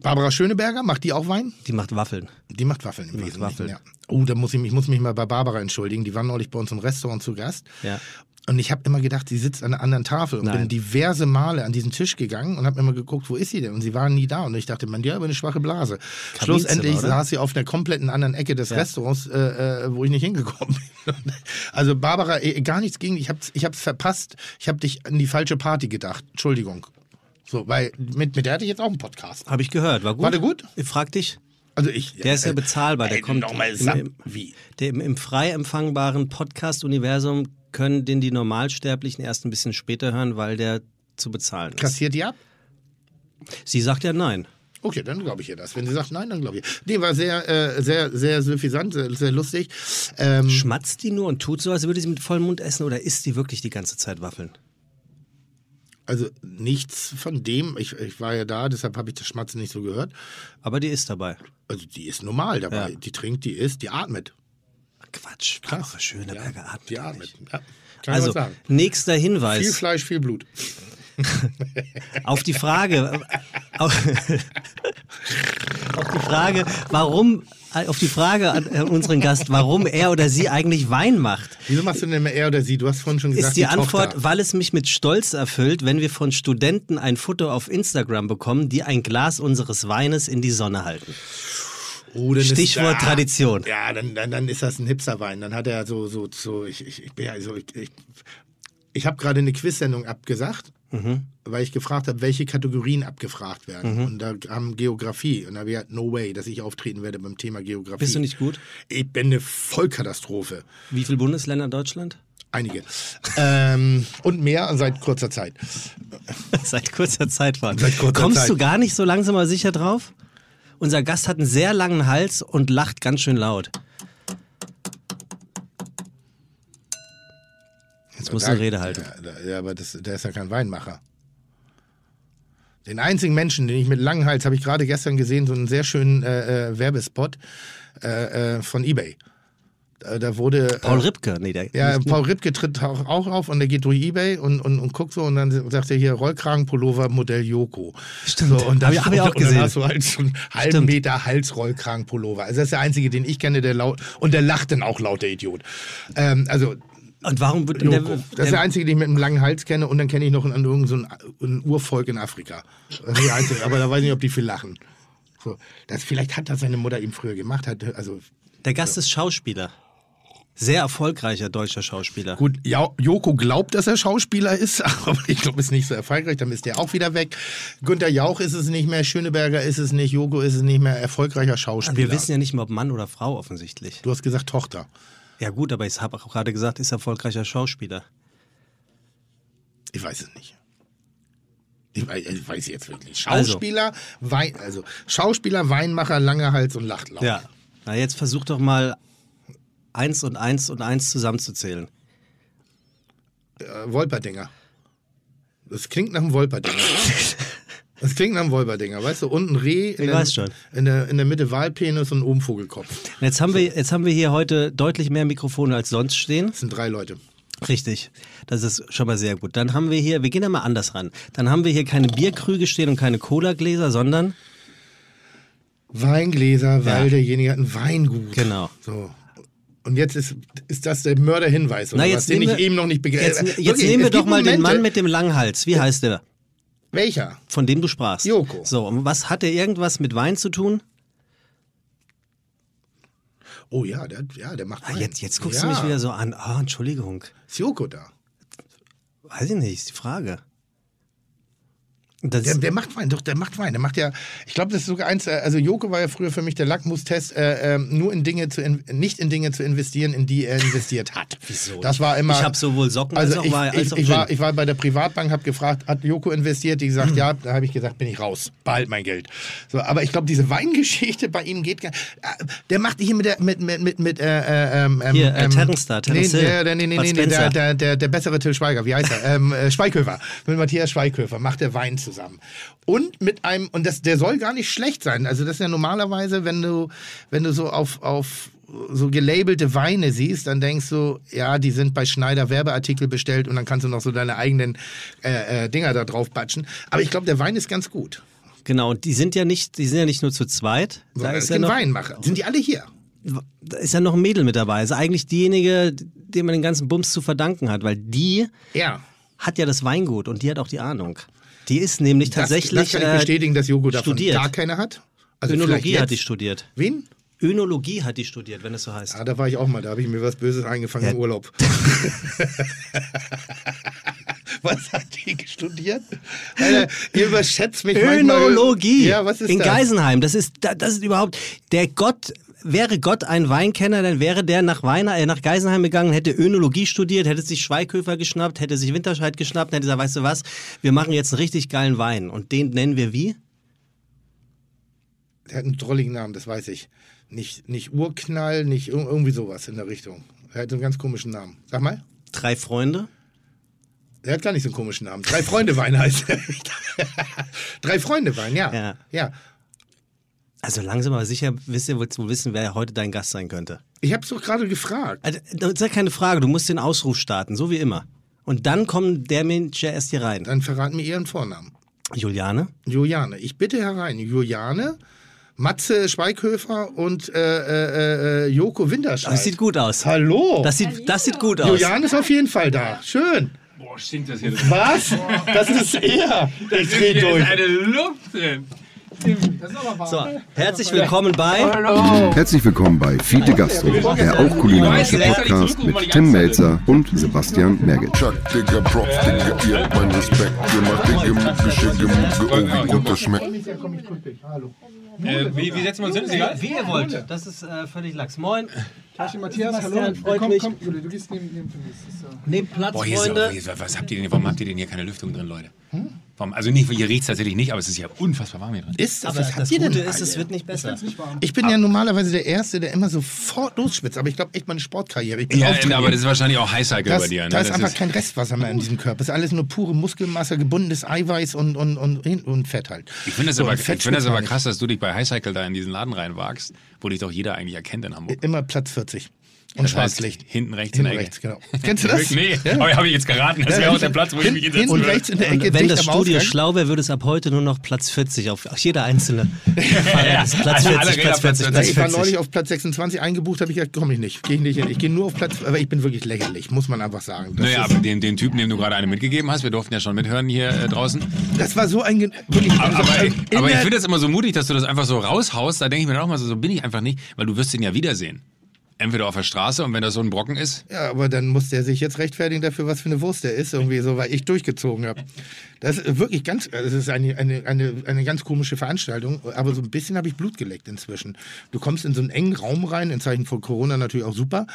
Speaker 6: Barbara Schöneberger, macht die auch Wein?
Speaker 5: Die macht Waffeln.
Speaker 6: Die macht Waffeln im Wesentlichen.
Speaker 5: Waffeln.
Speaker 6: Ja. Oh, da muss ich, mich- ich muss mich mal bei Barbara entschuldigen. Die war neulich bei uns im Restaurant zu Gast.
Speaker 5: Ja.
Speaker 6: Und ich habe immer gedacht, sie sitzt an einer anderen Tafel und
Speaker 5: Nein.
Speaker 6: bin diverse Male an diesen Tisch gegangen und habe immer geguckt, wo ist sie denn? Und sie war nie da. Und ich dachte, man, die hat aber eine schwache Blase. Schlussendlich
Speaker 5: oder?
Speaker 6: saß sie auf einer kompletten anderen Ecke des Restaurants, äh, äh, wo ich nicht hingekommen bin. Also Barbara, eh, gar nichts gegen dich. Ich hab's, ich hab's verpasst. Ich habe dich an die falsche Party gedacht. Entschuldigung. So, weil mit, mit der hatte ich jetzt auch einen Podcast.
Speaker 5: Habe ich gehört. War gut.
Speaker 6: War der gut?
Speaker 5: Ich frag dich.
Speaker 6: Also ich. äh,
Speaker 5: Der ist ja bezahlbar. Der
Speaker 6: Ey,
Speaker 5: kommt
Speaker 6: nochmal
Speaker 5: im-
Speaker 6: Sam- wie?
Speaker 5: Der im, im frei empfangbaren Podcast-Universum können den die Normalsterblichen erst ein bisschen später hören, weil der zu bezahlen ist.
Speaker 6: Kassiert die ab?
Speaker 5: Sie sagt ja nein.
Speaker 6: Okay, dann glaube ich ihr das. Wenn sie sagt nein, dann glaube ich. Nee, war sehr, äh, sehr, sehr suffisant, sehr, sehr lustig. Ähm,
Speaker 5: Schmatzt die nur und tut so, als würde sie mit vollem Mund essen oder isst sie wirklich die ganze Zeit Waffeln?
Speaker 6: also nichts von dem. Ich, ich war ja da, deshalb habe ich das Schmatzen nicht so gehört.
Speaker 5: Aber die ist dabei.
Speaker 6: Also die ist normal dabei.
Speaker 5: Ja.
Speaker 6: Die trinkt, die isst, die atmet.
Speaker 5: Quatsch. Krass. Schöneberger
Speaker 6: ja,
Speaker 5: atmet.
Speaker 6: Die
Speaker 5: gar
Speaker 6: atmet.
Speaker 5: nicht.
Speaker 6: Ja. Kann also,
Speaker 5: Also,
Speaker 6: ich was sagen.
Speaker 5: nächster
Speaker 6: Viel
Speaker 5: Hinweis
Speaker 6: Fleisch, viel Blut.
Speaker 5: auf die Frage, auf, auf die Frage, warum, auf die Frage an äh, unseren Gast, warum er oder sie eigentlich Wein macht.
Speaker 6: Wieso machst du denn immer er oder sie? Du hast vorhin schon gesagt,
Speaker 5: ist die,
Speaker 6: die
Speaker 5: Antwort,
Speaker 6: Tochter.
Speaker 5: weil es mich mit Stolz erfüllt, wenn wir von Studenten ein Foto auf Instagram bekommen, die ein Glas unseres Weines in die Sonne halten.
Speaker 6: Oh, dann ist-
Speaker 5: Stichwort Tradition.
Speaker 6: Ja, dann, dann, dann ist das ein Hipsterwein. Dann hat er so, so, so, ich, ich, ich bin ja so, ich, ich, ich habe gerade eine Quiz-Sendung abgesagt,
Speaker 5: Mhm.
Speaker 6: weil ich gefragt habe, welche Kategorien abgefragt werden. Und da kam Geografie. Und da habe ich gesagt, no way, dass ich auftreten werde beim Thema Geografie.
Speaker 5: Bist du nicht gut?
Speaker 6: Ich bin eine Vollkatastrophe.
Speaker 5: Wie viele Bundesländer Deutschland?
Speaker 6: Einige. ähm, und mehr seit kurzer Zeit.
Speaker 5: Seit kurzer Zeit war.
Speaker 6: Seit kurzer
Speaker 5: Kommst
Speaker 6: Zeit.
Speaker 5: du gar nicht so langsam aber sicher drauf? Unser Gast hat einen sehr langen Hals und lacht ganz schön laut. Jetzt muss eine Rede halten.
Speaker 6: Ja, da, ja aber das, der ist ja kein Weinmacher. Den einzigen Menschen, den ich mit langem Hals, habe ich gerade gestern gesehen, so einen sehr schönen äh, äh, Werbespot äh, äh, von eBay. Äh, da wurde.
Speaker 5: Paul
Speaker 6: äh,
Speaker 5: Ripke, nee, der
Speaker 6: ja, Paul Ripke tritt auch, auch auf und der geht durch Ebay und, und, und guckt so und dann sagt er hier Rollkragenpullover Modell Joko.
Speaker 5: Stimmt.
Speaker 6: So, und dann,
Speaker 5: Hab ich- hab ich auch
Speaker 6: und
Speaker 5: gesehen.
Speaker 6: Dann hast du halt schon einen halben
Speaker 5: Stimmt.
Speaker 6: Meter Hals Rollkragenpullover. Also das ist der einzige, den ich kenne, der laut und der lacht dann auch laut, der Idiot. Ähm, also
Speaker 5: Und warum wird der,
Speaker 6: Joko. das ist der einzige, den ich mit einem langen Hals kenne und dann kenne ich noch einen, irgendein so ein, ein Urvolk in Afrika. Das ist der einzige, aber da weiß ich nicht, ob die viel lachen. So, das, vielleicht hat das seine Mutter ihm früher gemacht. Hat, also
Speaker 5: der Gast ist Schauspieler. Sehr erfolgreicher deutscher Schauspieler.
Speaker 6: gut, ja, Joko glaubt, dass er Schauspieler ist, aber ich glaube, ist nicht so erfolgreich. Dann ist der auch wieder weg. Günter Jauch ist es nicht mehr, Schöneberger ist es nicht, Joko ist es nicht mehr, erfolgreicher Schauspieler.
Speaker 5: Also Wir wissen ja nicht mal, ob Mann oder Frau offensichtlich.
Speaker 6: du hast gesagt Tochter.
Speaker 5: Ja gut, aber ich habe auch gerade gesagt, ist erfolgreicher Schauspieler.
Speaker 6: Ich weiß es nicht. Ich weiß, ich weiß jetzt wirklich. nicht.
Speaker 5: Also
Speaker 6: Schauspieler, Wein, also Schauspieler, Weinmacher, langer Hals und lacht laut.
Speaker 5: Ja. Na jetzt versuch doch mal eins und eins und eins zusammenzuzählen.
Speaker 6: äh, Wolperdinger. Das klingt nach einem Wolperdinger. Das klingt nach einem Wolperdinger, weißt du? Unten Reh, in, der,
Speaker 5: weiß schon.
Speaker 6: in, der, in der Mitte Walpenis und oben Vogelkopf.
Speaker 5: Und jetzt haben wir jetzt haben wir hier heute deutlich mehr Mikrofone als sonst stehen.
Speaker 6: Das sind drei Leute.
Speaker 5: Richtig. Das ist schon mal sehr gut. Dann haben wir hier, wir gehen da mal anders ran. Dann haben wir hier keine Bierkrüge stehen und keine Cola-Gläser, sondern
Speaker 6: Weingläser, weil
Speaker 5: Ja.
Speaker 6: derjenige hat ein Weingut.
Speaker 5: Genau.
Speaker 6: So. Und jetzt ist, ist das der Mörderhinweis, oder
Speaker 5: Na, jetzt
Speaker 6: was? Den
Speaker 5: nehmen
Speaker 6: ich
Speaker 5: wir-
Speaker 6: eben noch nicht
Speaker 5: jetzt,
Speaker 6: begreife.
Speaker 5: jetzt nehmen wir doch mal den Mann mit dem langen Hals. Wie heißt der?
Speaker 6: Welcher?
Speaker 5: Von dem du sprachst.
Speaker 6: Äh, Joko.
Speaker 5: So, und was hat der irgendwas mit Wein zu tun?
Speaker 6: Oh ja, der, ja, der macht
Speaker 5: Ah,
Speaker 6: Wein.
Speaker 5: jetzt, jetzt guckst
Speaker 6: ja.
Speaker 5: du mich wieder so an. Ah, Entschuldigung.
Speaker 6: Ist Joko da?
Speaker 5: Weiß ich nicht, ist die Frage. Das
Speaker 6: Der,
Speaker 5: ist-
Speaker 6: der macht Wein, doch, der macht Wein. Der macht ja, ich glaube, das ist sogar eins, äh, also Joko war ja früher für mich der Lackmustest, äh, ähm, nur in Dinge zu, in, nicht in Dinge zu investieren, in die er investiert hat.
Speaker 5: Wieso?
Speaker 6: Das war immer.
Speaker 5: Ich habe sowohl Socken
Speaker 6: also
Speaker 5: als auch
Speaker 6: ich,
Speaker 5: mal. Als
Speaker 6: ich,
Speaker 5: auch
Speaker 6: ich,
Speaker 5: Gin.
Speaker 6: war, ich war bei der Privatbank, habe gefragt, hat Joko investiert? Die
Speaker 5: Hm.
Speaker 6: gesagt, ja. Da habe ich gesagt, bin ich raus, behalt mein Geld. So, aber ich glaube, diese Weingeschichte bei ihm geht gar äh, Der macht hier mit der mit mit mit mit äh, äh, ähm,
Speaker 5: Hier, äh,
Speaker 6: ähm,
Speaker 5: Terrence da, Terrence
Speaker 6: nee,
Speaker 5: Hill.
Speaker 6: nee, nee, nee,
Speaker 5: Bud
Speaker 6: nee, nee der,
Speaker 5: Spencer.
Speaker 6: der, der, der bessere Till Schweiger, wie heißt er? ähm, äh, Schweighöfer. Mit Matthias Schweighöfer macht er Wein zusammen. Und mit einem, und das, der soll gar nicht schlecht sein. Also das ist ja normalerweise, wenn du, wenn du so auf, auf so gelabelte Weine siehst, dann denkst du, ja, die sind bei Schneider Werbeartikel bestellt und dann kannst du noch so deine eigenen äh, äh, Dinger da drauf batschen. Aber ich glaube, der Wein ist ganz gut.
Speaker 5: Genau, und die sind ja nicht, die sind ja nicht nur zu zweit. Da
Speaker 6: Sondern es
Speaker 5: ist ja,
Speaker 6: gibt
Speaker 5: noch,
Speaker 6: Weinmacher. Sind die alle hier?
Speaker 5: da ist ja noch ein Mädel mit dabei. Ist eigentlich diejenige, dem man den ganzen Bums zu verdanken hat, weil die
Speaker 6: Ja.
Speaker 5: hat ja das Weingut und die hat auch die Ahnung. Die ist nämlich
Speaker 6: Das-
Speaker 5: tatsächlich. äh,
Speaker 6: Das kann ich bestätigen, dass Joko davon
Speaker 5: studiert.
Speaker 6: gar keine hat.
Speaker 5: äh,
Speaker 6: Also vielleicht
Speaker 5: Önologie
Speaker 6: jetzt.
Speaker 5: hat die studiert.
Speaker 6: Wen?
Speaker 5: Önologie hat die studiert, wenn es so heißt.
Speaker 6: Ah, da war ich auch mal, da habe ich mir was Böses eingefangen im Urlaub. was hat die studiert? Alter, ihr überschätzt mich manchmal.
Speaker 5: Önologie
Speaker 6: Ja, was ist
Speaker 5: in
Speaker 6: das?
Speaker 5: Geisenheim. Das ist, da- das ist überhaupt der Gott. Wäre Gott ein Weinkenner, dann wäre der nach, Wein, äh, nach Geisenheim gegangen, hätte Önologie studiert, hätte sich Schweighöfer geschnappt, hätte sich Winterscheid geschnappt, und hätte gesagt, weißt du was, wir machen jetzt einen richtig geilen Wein. Und den nennen wir wie?
Speaker 6: Der hat einen drolligen Namen, das weiß ich. Nicht, nicht Urknall, nicht ir- irgendwie sowas in der Richtung. Er hat so einen ganz komischen Namen. Sag mal.
Speaker 5: Drei Freunde?
Speaker 6: Er hat gar nicht so einen komischen Namen. Drei Freunde Wein heißt er. Drei Freunde Wein, ja.
Speaker 5: Ja.
Speaker 6: ja.
Speaker 5: Also langsam aber sicher wisst ihr, willst du wissen, wer heute dein Gast sein könnte.
Speaker 6: Ich habe es doch gerade gefragt.
Speaker 5: Also, das ist ja keine Frage, du musst den Ausruf starten, so wie immer. Und dann kommt der Mensch ja erst hier rein.
Speaker 6: Dann verraten mir Ihren Vornamen.
Speaker 5: Juliane?
Speaker 6: Juliane. Ich bitte herein. Juliane, Matze Schweighöfer und äh, äh, äh, Joko Winterscheid.
Speaker 5: Das sieht gut aus.
Speaker 6: Hallo.
Speaker 5: Das sieht, das sieht gut aus.
Speaker 6: Juliane ist auf jeden Fall da. Schön.
Speaker 4: Boah, stinkt das hier.
Speaker 6: Was? Das ist er. Ich dreh durch.
Speaker 4: eine Luft drin. Das ist aber wahr.
Speaker 5: So, herzlich willkommen bei.
Speaker 2: Herzlich willkommen bei Fiete Gastro, der auch kulinarische Podcast mit Tim Melzer und Sebastian Merget.
Speaker 7: Chuck, Digga, Props, Digga, ihr habt meinen Respekt. Ihr macht Digga, Mucke, schicke Mucke, oh wie gut das schmeckt.
Speaker 4: Äh, wie, wie setzen wir uns hin? Ist egal.
Speaker 5: Wie ihr wollt. Das ist äh, völlig lax. Moin.
Speaker 8: Tasche Matthias,
Speaker 5: Sebastian,
Speaker 8: hallo.
Speaker 5: freut
Speaker 8: komm,
Speaker 5: mich.
Speaker 8: komm, Jule, du gehst neben, neben Tobias. Das ist, äh,
Speaker 5: Nehmt Platz,
Speaker 4: Boah, hier ist, aber- hier
Speaker 5: Freunde.
Speaker 4: ist, was habt ihr denn hier? Warum habt ihr denn hier keine Lüftung drin, Leute? Warum, also nicht, hier riecht es tatsächlich nicht, aber es ist ja unfassbar warm hier drin.
Speaker 6: Ist
Speaker 5: Aber das Gute ist, es wird nicht besser.
Speaker 6: Ich bin ja normalerweise der Erste, der immer sofort losschwitzt. Aber ich glaube echt meine Sportkarriere. Ich bin
Speaker 4: Ja,
Speaker 6: auftrainiert.
Speaker 4: aber das ist wahrscheinlich auch Heißhacke
Speaker 6: Das-
Speaker 4: bei dir. Ne?
Speaker 6: Da ist
Speaker 4: Das
Speaker 6: einfach
Speaker 4: ist-
Speaker 6: kein Restwasser mehr in diesem Körper. Es ist alles nur pure Muskelmasse, gebundenes Eiweiß und, und, und, und Fett halt.
Speaker 4: ich finde das,
Speaker 6: So,
Speaker 4: aber,
Speaker 6: und
Speaker 4: ich
Speaker 6: Fett
Speaker 4: find das
Speaker 6: schwitzt
Speaker 4: aber
Speaker 6: man
Speaker 4: krass, dass du dich bei Highcycle da in diesen Laden reinwagst, wo dich doch jeder eigentlich erkennt in Hamburg.
Speaker 6: nicht. Immer Platz 40. Und
Speaker 4: Das heißt,
Speaker 6: Äh, Schwarzlicht.
Speaker 4: Hinten rechts in
Speaker 6: Hinten
Speaker 4: der Ecke.
Speaker 6: rechts, genau. Kennst du das?
Speaker 4: Nee, aber habe ich jetzt geraten. Das wäre auch der Platz, wo ich mich
Speaker 6: Hinten
Speaker 4: hinsetzen
Speaker 6: und
Speaker 4: würde.
Speaker 6: rechts in der Ecke.
Speaker 5: Wenn
Speaker 6: dicht
Speaker 5: das
Speaker 6: am
Speaker 5: Studio
Speaker 6: Ausgang.
Speaker 5: schlau wäre, würde es ab heute nur noch Platz 40 auf, auf jeder einzelne. Fahrer ist
Speaker 6: Also
Speaker 5: Platz
Speaker 4: Alle
Speaker 5: 40,
Speaker 4: Räder
Speaker 5: Platz 40,
Speaker 4: Platz
Speaker 5: Platz
Speaker 6: Ich war
Speaker 5: 40.
Speaker 6: neulich auf Platz 26 eingebucht, habe ich gesagt, komm ich nicht, gehe ich nicht hin. Ich gehe nur auf Platz, aber ich bin wirklich lächerlich, muss man einfach sagen. Das,
Speaker 4: Naja, aber den, den Typen, dem du gerade eine mitgegeben hast, wir durften ja schon mithören hier äh, draußen.
Speaker 6: das war so ein... Ge- Wirklich, also
Speaker 4: Aber, aber,
Speaker 6: in
Speaker 4: aber ich
Speaker 6: der-
Speaker 4: finde das immer so mutig, dass du das einfach so raushaust. Da denke ich mir dann auch mal so, so bin ich einfach nicht, weil du wirst ihn ja wiedersehen. Entweder auf der Straße und wenn das so ein Brocken ist.
Speaker 6: Ja, aber dann muss der sich jetzt rechtfertigen dafür, was für eine Wurst der ist, irgendwie so, weil ich durchgezogen habe. Das ist wirklich ganz, das ist eine, eine, eine, eine ganz komische Veranstaltung, aber so ein bisschen habe ich Blut geleckt inzwischen. Du kommst in so einen engen Raum rein, in Zeichen von Corona natürlich auch super.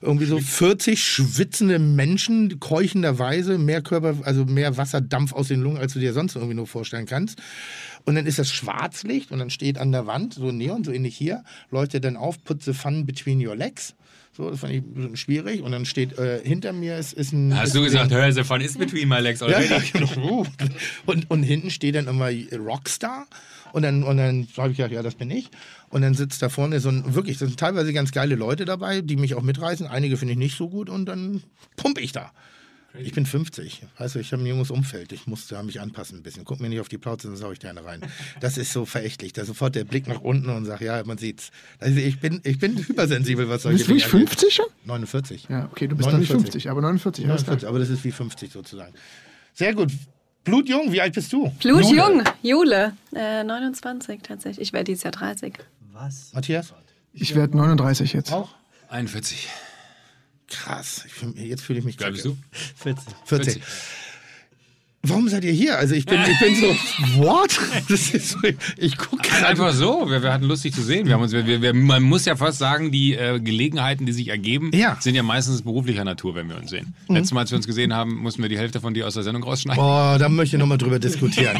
Speaker 6: Irgendwie so 40 schwitzende Menschen, keuchenderweise, mehr Körper, also mehr Wasserdampf aus den Lungen, als du dir sonst irgendwie nur vorstellen kannst. Und dann ist das Schwarzlicht und dann steht an der Wand so Neon, so ähnlich hier, leuchtet dann auf, put the fun between your legs. So, das fand ich ein bisschen schwierig. Und dann steht äh, hinter mir ist, ist ein.
Speaker 4: Hast
Speaker 6: ist
Speaker 4: du
Speaker 6: ein-
Speaker 4: gesagt, hör, the fun is between my legs
Speaker 6: Ja,
Speaker 4: already.
Speaker 6: ja, genau. und, und hinten steht dann immer Rockstar. Und dann, und dann habe ich gedacht, ja, das bin ich. Und dann sitzt da vorne so ein, wirklich, das sind teilweise ganz geile Leute dabei, die mich auch mitreißen. Einige finde ich nicht so gut und dann pump ich da. Ich bin 50. Also ich habe ein junges Umfeld. Ich muss da mich anpassen ein bisschen. Guck mir nicht auf die Plauze, sonst hau ich dir eine rein. Das ist so verächtlich. Da sofort der Blick nach unten und sagt, ja, man sieht's. Also ich bin, ich bin hypersensibel, was solche
Speaker 8: bist du nicht
Speaker 6: Dinge angeht.
Speaker 8: 50er?
Speaker 6: 49.
Speaker 8: Ja, okay, du bist dann 50, aber 49, alles klar.
Speaker 6: 49, aber das ist wie 50 sozusagen. Sehr gut. Blutjung, wie alt bist du?
Speaker 9: Blutjung, Jule, äh, 29 tatsächlich. Ich werde dieses Jahr 30.
Speaker 6: Matthias?
Speaker 8: Ich werde 39 jetzt.
Speaker 6: Auch?
Speaker 4: 41.
Speaker 6: Krass. Ich fühl, jetzt fühle ich mich
Speaker 4: Wie alt bist du?
Speaker 5: 40.
Speaker 6: 40. warum seid ihr hier? Also ich bin, ich bin so, what? Das ist so, ich gucke gerade.
Speaker 4: Einfach so, wir, wir hatten lustig zu sehen. Wir haben uns, wir, wir, man muss ja fast sagen, die äh, Gelegenheiten, die sich ergeben,
Speaker 6: Ja. Mhm.
Speaker 4: sind ja meistens beruflicher Natur, wenn wir uns sehen. Letztes Mal, als wir uns gesehen haben, mussten wir die Hälfte von dir aus der Sendung rausschneiden.
Speaker 6: Boah, da möchte ich nochmal drüber diskutieren.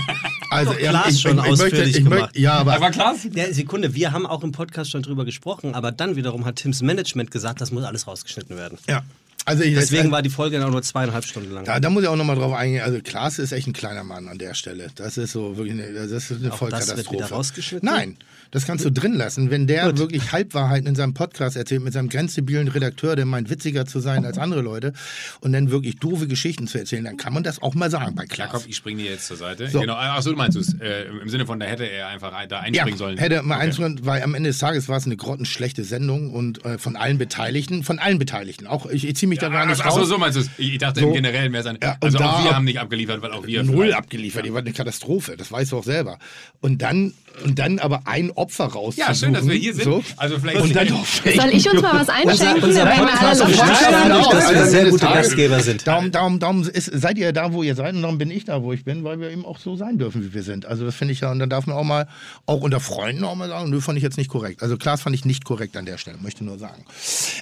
Speaker 6: Also,
Speaker 5: Doch, Klaas schon ausführlich gemacht.
Speaker 6: ja, aber,
Speaker 4: Klaas?
Speaker 5: Ja, Sekunde, wir haben auch im Podcast schon drüber gesprochen, aber dann wiederum hat Tims Management gesagt, das muss alles rausgeschnitten werden.
Speaker 6: ja. Also ich,
Speaker 5: Deswegen war die Folge dann auch nur zweieinhalb Stunden lang.
Speaker 6: da, da muss ich auch nochmal drauf eingehen. Also Klaas ist echt ein kleiner Mann an der Stelle. Das ist so wirklich eine, das
Speaker 5: Auch das
Speaker 6: ist eine
Speaker 5: wird
Speaker 6: Vollkatastrophe.
Speaker 5: wieder rausgeschnitten?
Speaker 6: Nein, das kannst du drin lassen. Wenn der wirklich Halbwahrheiten in seinem Podcast erzählt, mit seinem grenzdebilen Redakteur, der meint, witziger zu sein als andere Leute und dann wirklich doofe Geschichten zu erzählen, dann kann man das auch mal sagen bei Klaas.
Speaker 4: Komm, ich springe dir jetzt zur Seite.
Speaker 6: So.
Speaker 4: Genau, achso, du meinst es. Äh, Im Sinne von, da hätte er einfach ein- da einspringen sollen.
Speaker 6: Hätte mal einspringen, weil am Ende des Tages war es eine grottenschlechte Sendung und äh, von allen Beteiligten, von allen Beteiligten, auch ich, ich ziehe mich da gar nicht
Speaker 4: Achso,
Speaker 6: raus.
Speaker 4: also so meinst du es. Ich ich dachte
Speaker 6: So.
Speaker 4: im Generellen wäre es ein.
Speaker 6: Ja, und
Speaker 4: also auch
Speaker 6: da-
Speaker 4: wir haben nicht abgeliefert, weil auch wir.
Speaker 6: Null
Speaker 4: vielleicht-
Speaker 6: abgeliefert, die war eine Katastrophe, das weißt du auch selber. Und dann, und dann aber ein Opfer raus.
Speaker 4: Ja, schön, dass wir hier sind.
Speaker 6: So.
Speaker 4: Also vielleicht-
Speaker 6: und dann doch
Speaker 9: Soll ich uns mal was einschenken? Dann werden wir
Speaker 6: Also
Speaker 9: alle
Speaker 5: Podcast-
Speaker 9: lustig.
Speaker 5: Nein, nein, dass wir sehr
Speaker 6: am Ende des
Speaker 5: gute
Speaker 6: Tages-
Speaker 5: Gastgeber sind.
Speaker 6: Darum, darum, darum ist, seid ihr da, wo ihr seid, und darum bin ich da, wo ich bin, weil wir eben auch so sein dürfen, wie wir sind. Also das finde ich ja, und dann darf man auch mal, auch unter Freunden auch mal sagen, nö, fand ich jetzt nicht korrekt. Also Klaas fand ich nicht korrekt an der Stelle, möchte nur sagen.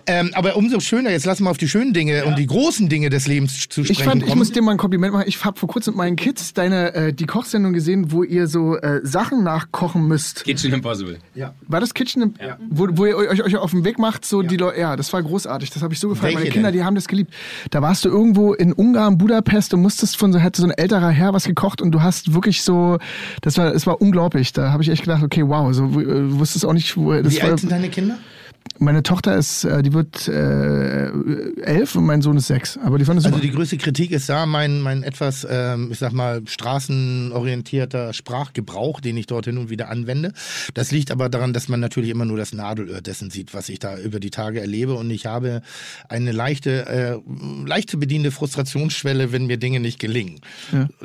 Speaker 6: Ähm, aber umso schöner, jetzt lassen wir auf die schönen Dinge und die großen Dinge des Lebens zu sprechen
Speaker 8: Ich fand,
Speaker 6: kommen.
Speaker 8: ich muss dir mal ein Kompliment machen. Ich habe vor kurzem mit meinen Kids deine äh, die Kochsendung gesehen, wo ihr so äh, Sachen nachkochen müsst.
Speaker 4: Kitchen Impossible.
Speaker 8: War das Kitchen, wo, wo ihr euch, euch auf den Weg macht? So die Leute, ja, das war großartig. Das habe ich so gefallen.
Speaker 6: Welche
Speaker 8: Meine Kinder,
Speaker 6: denn?
Speaker 8: die haben das geliebt. Da warst du irgendwo in Ungarn, Budapest und musstest von so hatte so ein älterer Herr was gekocht und du hast wirklich so, das war, es war unglaublich. Da habe ich echt gedacht, okay, wow, so äh, wusstest auch nicht, wo das
Speaker 6: wie
Speaker 8: war,
Speaker 6: alt sind deine Kinder?
Speaker 8: Meine Tochter ist, äh, die wird äh, elf und mein Sohn ist sechs. Aber die fanden es
Speaker 6: Also
Speaker 8: super.
Speaker 6: die größte Kritik ist da mein, mein etwas, ähm, ich sag mal, straßenorientierter Sprachgebrauch, den ich dort hin und wieder anwende. Das liegt aber daran, dass man natürlich immer nur das Nadelöhr dessen sieht, was ich da über die Tage erlebe. Und ich habe eine leichte, äh, leicht zu bedienende Frustrationsschwelle, wenn mir Dinge nicht gelingen.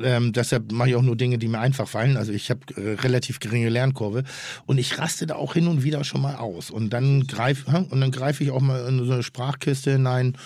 Speaker 6: Ähm, deshalb mache ich auch nur Dinge, die mir einfach fallen. Also ich habe äh, relativ geringe Lernkurve. Und ich raste da auch hin und wieder schon mal aus. Und dann greife und dann greife ich auch mal in so eine Sprachkiste hinein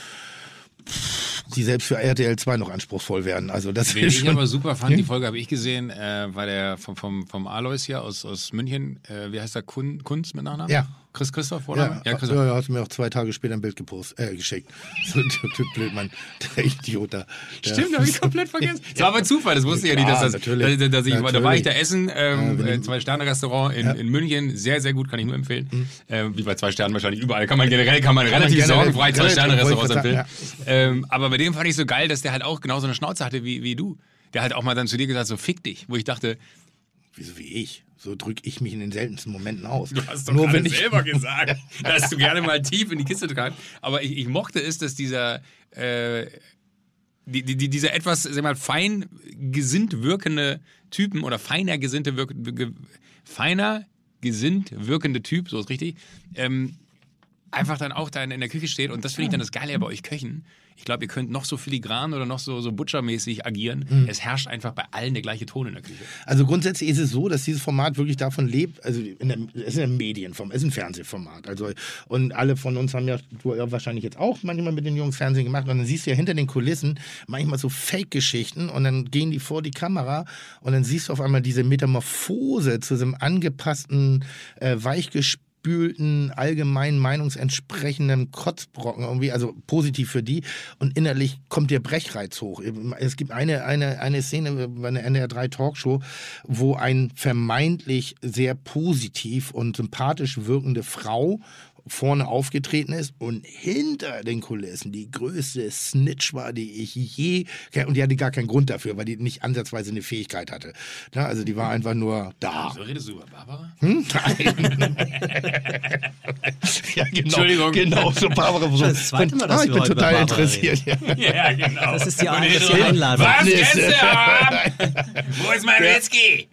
Speaker 6: die selbst für RTL 2 noch anspruchsvoll werden. Also das
Speaker 4: Wen
Speaker 6: ist
Speaker 4: ich
Speaker 6: schon
Speaker 4: aber super fand, die Folge habe ich gesehen, äh, war der vom, vom, vom Alois hier aus, aus München. Äh, wie heißt der? Kun, Kunz mit Nachnamen?
Speaker 6: Ja.
Speaker 4: Chris
Speaker 6: ja,
Speaker 4: Christoph, oder?
Speaker 6: ja,
Speaker 4: Christoph.
Speaker 6: ja, hast du mir auch zwei Tage später ein Bild gepostet, äh, geschickt. So ein Typ, Typ Blödmann, der Idiot da. Der-
Speaker 4: Stimmt, habe ich komplett vergessen. Das war aber Zufall, das wusste ich ja nicht,
Speaker 6: Ja,
Speaker 4: dass das.
Speaker 6: natürlich.
Speaker 4: dass, dass ich, Da war
Speaker 6: Natürlich.
Speaker 4: ich da essen, ähm, äh, Zwei-Sterne-Restaurant in, in München, sehr, sehr gut, kann ich nur empfehlen.
Speaker 6: Mhm.
Speaker 4: Ähm, wie bei zwei Sternen wahrscheinlich überall. Kann man generell, kann man relativ
Speaker 6: generell-
Speaker 4: sorgenfrei
Speaker 6: generell-
Speaker 4: Zwei-Sterne-Restaurants
Speaker 6: wollte ich
Speaker 4: empfehlen. Ähm, aber bei dem fand ich so geil, dass der halt auch genauso eine Schnauze hatte wie, wie du. Der hat auch mal dann zu dir gesagt, so fick dich, wo ich dachte,
Speaker 6: Wieso wie ich? So drücke ich mich in den seltensten Momenten aus.
Speaker 4: Du hast doch gerade selber gesagt, dass du gerne mal tief in die Kiste treibst. Aber ich, ich mochte es, dass dieser, äh, die, die, die- dieser etwas, sag mal, fein gesinnt wirkende Typen oder feiner gesinnte wirk ge feiner gesinnt wirkende Typ, so ist richtig, ähm, einfach dann auch dann in der Küche steht. Und das finde ich dann das Geile bei euch Köchen. Ich glaube, ihr könnt noch so filigran oder noch so, so butchermäßig agieren. Es herrscht einfach bei allen der gleiche Ton in der Küche.
Speaker 6: Also grundsätzlich ist es so, dass dieses Format wirklich davon lebt, also in der, es ist ein Medienformat, es ist ein Fernsehformat. Also, und alle von uns haben ja, du ja wahrscheinlich jetzt auch manchmal mit den Jungs Fernsehen gemacht und dann siehst du ja hinter den Kulissen manchmal so Fake-Geschichten und dann gehen die vor die Kamera und dann siehst du auf einmal diese Metamorphose zu diesem angepassten, äh, weichgespielten gespülten, allgemeinen Meinungsentsprechenden Kotzbrocken irgendwie, also positiv für die. Und innerlich kommt der Brechreiz hoch. Es gibt eine, eine, eine Szene bei einer NR3 Talkshow, wo ein vermeintlich sehr positiv und sympathisch wirkende Frau vorne aufgetreten ist und hinter den Kulissen die größte Snitch war, die ich je und die hatte gar keinen Grund dafür, weil die nicht ansatzweise eine Fähigkeit hatte. Na, also die war einfach nur da.
Speaker 4: So redest du über Barbara?
Speaker 6: Hm? Nein. ja, genau.
Speaker 4: Entschuldigung.
Speaker 6: Genau, so Barbara so.
Speaker 5: Das zweite Mal, dass
Speaker 6: Ah,
Speaker 5: wir
Speaker 6: ich bin
Speaker 5: heute über
Speaker 6: total
Speaker 5: Barbara
Speaker 6: interessiert. Ja.
Speaker 4: Ja, genau.
Speaker 5: Das ist die
Speaker 4: Und
Speaker 5: Ein- das ist die
Speaker 4: hinterher-
Speaker 5: Einladung.
Speaker 4: Was
Speaker 6: Nee,
Speaker 4: kannst
Speaker 6: nee.
Speaker 4: du haben? Wo ist mein Whisky?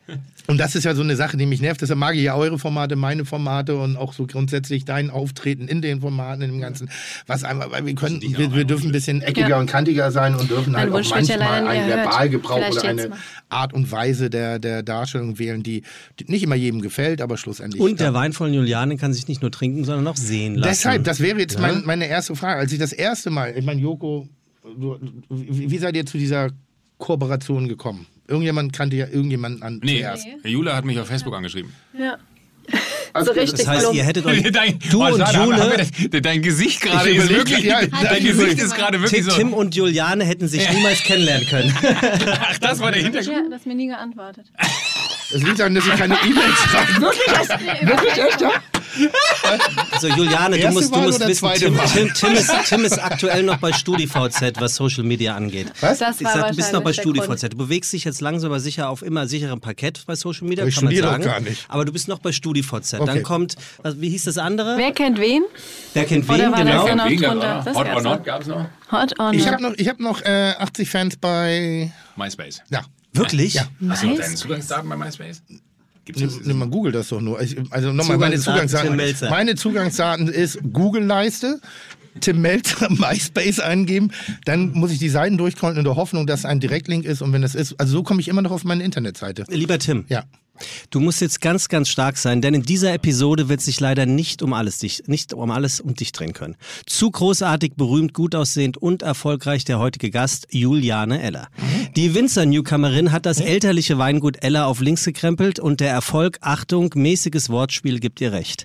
Speaker 6: Und das ist ja so eine Sache, die mich nervt. Deshalb mag ich ja eure Formate, meine Formate und auch so grundsätzlich dein Auftreten in den Formaten, in dem Ganzen. Was einmal, weil wir können, wir, wir dürfen ein bisschen eckiger
Speaker 9: Ja.
Speaker 6: und kantiger sein und dürfen
Speaker 9: Mein
Speaker 6: halt auch
Speaker 9: Wunsch wird ja
Speaker 6: manchmal
Speaker 9: leider nie
Speaker 6: einen
Speaker 9: erhört.
Speaker 6: Verbalgebrauch
Speaker 9: Vielleicht
Speaker 6: oder
Speaker 9: jetzt
Speaker 6: eine
Speaker 9: mal.
Speaker 6: Art und Weise der, der Darstellung wählen, die, die nicht immer jedem gefällt, aber schlussendlich.
Speaker 5: Und
Speaker 6: dann-
Speaker 5: der Wein von Juliane kann sich nicht nur trinken, sondern auch sehen lassen.
Speaker 6: Deshalb, das wäre jetzt mein, meine erste Frage. Als ich das erste Mal, ich meine, Joko, du, wie wie seid ihr zu dieser Kooperationen gekommen? Irgendjemand kannte ja irgendjemanden an.
Speaker 4: Nee,
Speaker 6: zuerst.
Speaker 4: Jule hat mich auf Facebook angeschrieben.
Speaker 9: Ja. so richtig
Speaker 1: Das heißt,
Speaker 9: plump.
Speaker 1: ihr hättet euch.
Speaker 4: Dein,
Speaker 1: Du und
Speaker 4: schade, haben wir
Speaker 1: Jule-
Speaker 4: das- de- dein Gesicht gerade
Speaker 6: Ich
Speaker 4: ist
Speaker 6: überleg-
Speaker 4: wirklich.
Speaker 6: ja,
Speaker 4: dein
Speaker 6: nein,
Speaker 4: Gesicht
Speaker 9: ich-
Speaker 4: ist gerade wirklich
Speaker 1: Tim,
Speaker 4: so.
Speaker 1: Tim und Juliane hätten sich niemals kennenlernen können.
Speaker 4: Ach, das war der Hintergrund.
Speaker 9: Ja, das mir nie geantwortet.
Speaker 6: Es liegt daran, dass ich keine E-Mails schreibe.
Speaker 9: Wirklich echt, ja?
Speaker 1: Also Juliane, du
Speaker 6: Erste
Speaker 1: musst, du
Speaker 6: Wahl
Speaker 1: musst
Speaker 6: oder
Speaker 1: wissen,
Speaker 6: zweite
Speaker 1: Tim,
Speaker 6: Wahl?
Speaker 1: Tim, Tim, ist, Tim ist aktuell noch bei StudiVZ, was Social Media angeht.
Speaker 9: Das war
Speaker 1: Ich sag, du
Speaker 9: wahrscheinlich
Speaker 1: bist noch bei
Speaker 9: der
Speaker 1: StudiVZ.
Speaker 9: Grund.
Speaker 1: Du bewegst dich jetzt langsam aber sicher auf immer sicherem Parkett bei Social Media,
Speaker 6: Aber ich
Speaker 1: kann man
Speaker 6: studiere
Speaker 1: sagen.
Speaker 6: doch gar nicht.
Speaker 1: Aber du bist noch bei StudiVZ.
Speaker 6: Okay.
Speaker 1: Dann kommt, was, wie hieß das andere?
Speaker 9: Wer kennt wen?
Speaker 1: Wer kennt
Speaker 9: Oder
Speaker 1: wen,
Speaker 9: war
Speaker 1: genau.
Speaker 9: das- noch
Speaker 4: Wegen gab's
Speaker 9: drunter.
Speaker 4: auch noch.
Speaker 9: Das
Speaker 4: Hot or
Speaker 9: gab's
Speaker 4: not
Speaker 9: noch.
Speaker 4: gab's noch.
Speaker 9: Hot on.
Speaker 6: Ich habe noch, ich hab noch äh, 80 Fans bei.
Speaker 4: MySpace.
Speaker 6: Ja.
Speaker 1: Wirklich?
Speaker 6: Ja.
Speaker 4: Hast du noch deine Zugangsdaten bei MySpace? Gibt's das?
Speaker 6: Nimm mal Google das doch nur. Ich, also nochmal, meine
Speaker 1: Zugangsdaten, Tim
Speaker 6: Zugangsdaten.
Speaker 1: Melzer.
Speaker 6: Meine Zugangsdaten ist Google-Leiste, Tim Melzer MySpace eingeben. Dann muss ich die Seiten durchkreuzen in der Hoffnung, dass ein Direktlink ist. Und wenn das ist, also so komme ich immer noch auf meine Internetseite.
Speaker 1: Lieber Tim,
Speaker 6: Ja.
Speaker 1: du musst jetzt ganz, ganz stark sein, denn in dieser Episode wird sich leider nicht um alles dich, nicht um alles um dich drehen können. Zu großartig, berühmt, gut aussehend und erfolgreich der heutige Gast Juliane Eller. Die Winzer-Newcomerin hat das elterliche Weingut Eller auf links gekrempelt und der Erfolg, Achtung, mäßiges Wortspiel gibt ihr recht.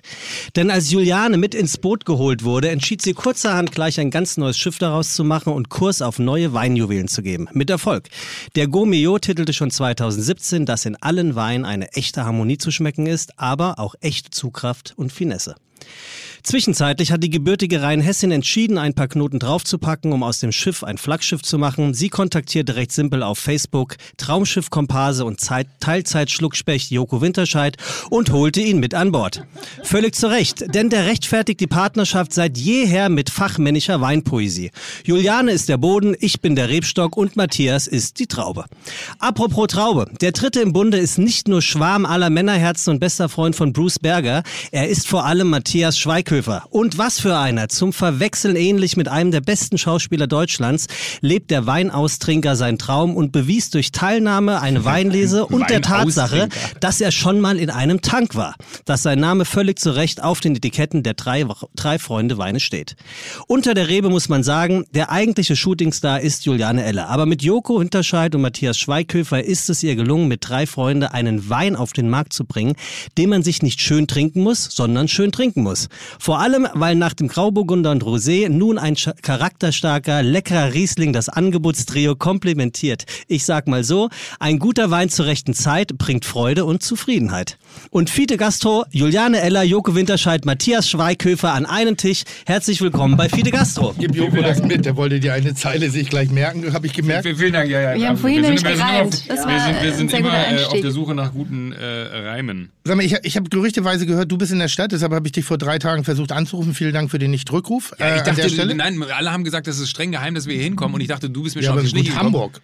Speaker 1: Denn als Juliane mit ins Boot geholt wurde, entschied sie kurzerhand gleich ein ganz neues Schiff daraus zu machen und Kurs auf neue Weinjuwelen zu geben. Mit Erfolg. Der Gourmillot titelte schon 2017, dass in allen Weinen eine echte Harmonie zu schmecken ist, aber auch echte Zugkraft und Finesse. Zwischenzeitlich hat die gebürtige Rheinhessin entschieden, ein paar Knoten draufzupacken, um aus dem Schiff ein Flaggschiff zu machen. Sie kontaktierte recht simpel auf Facebook Traumschiff-Komparse und Zeit Teilzeitschluckspecht Joko Winterscheid und holte ihn mit an Bord. Völlig zu Recht, denn der rechtfertigt die Partnerschaft seit jeher mit fachmännischer Weinpoesie. Juliane ist der Boden, ich bin der Rebstock und Matthias ist die Traube. Apropos Traube, der Dritte im Bunde ist nicht nur Schwarm aller Männerherzen und bester Freund von Bruce Berger, er ist vor allem Matthias Schweighöfer. Und was für einer, zum Verwechseln ähnlich mit einem der besten Schauspieler Deutschlands, lebt der Weinaustrinker seinen Traum und bewies durch Teilnahme, eine Weinlese und der Tatsache, dass er schon mal in einem Tank war, dass sein Name völlig zu Recht auf den Etiketten der drei, drei Freunde Weine steht. Unter der Rebe muss man sagen, der eigentliche Shootingstar ist Juliane Elle. Aber mit Joko Winterscheid und Matthias Schweighöfer ist es ihr gelungen, mit drei Freunde einen Wein auf den Markt zu bringen, den man sich nicht schön trinken muss, sondern schön trinken muss. Vor allem, weil nach dem Grauburgunder und Rosé nun ein scha- charakterstarker, leckerer Riesling das Angebotstrio komplementiert. Ich sag mal so, ein guter Wein zur rechten Zeit bringt Freude und Zufriedenheit. Und Fiete Gastro, Juliane Eller, Joko Winterscheid, Matthias Schweighöfer an einem Tisch. Herzlich willkommen bei Fiete Gastro.
Speaker 6: Gib Joko das mit, der wollte dir eine Zeile sich gleich merken, habe ich gemerkt.
Speaker 4: Vielen Dank, ja, ja.
Speaker 9: Wir haben vorhin nämlich gereimt. Das
Speaker 4: wir
Speaker 9: war
Speaker 4: sind, wir
Speaker 9: ein
Speaker 4: sind
Speaker 9: sehr
Speaker 4: immer
Speaker 9: guter
Speaker 4: äh, auf
Speaker 9: Einstieg.
Speaker 4: der Suche nach guten äh, Reimen.
Speaker 6: Sag mal, ich, ich habe gerüchteweise gehört, du bist in der Stadt, deshalb habe ich dich vor drei Tagen versucht anzurufen. Vielen Dank für den Nicht-Rückruf
Speaker 4: Ja,
Speaker 6: äh,
Speaker 4: ich
Speaker 6: an der
Speaker 4: dachte,
Speaker 6: Stelle.
Speaker 4: nein, alle haben gesagt, es ist streng geheim, dass wir hier hinkommen und ich dachte, du bist mir
Speaker 6: ja,
Speaker 4: schon
Speaker 6: aber
Speaker 4: auf die Schliche
Speaker 6: gut,
Speaker 4: gekommen.
Speaker 6: Hamburg.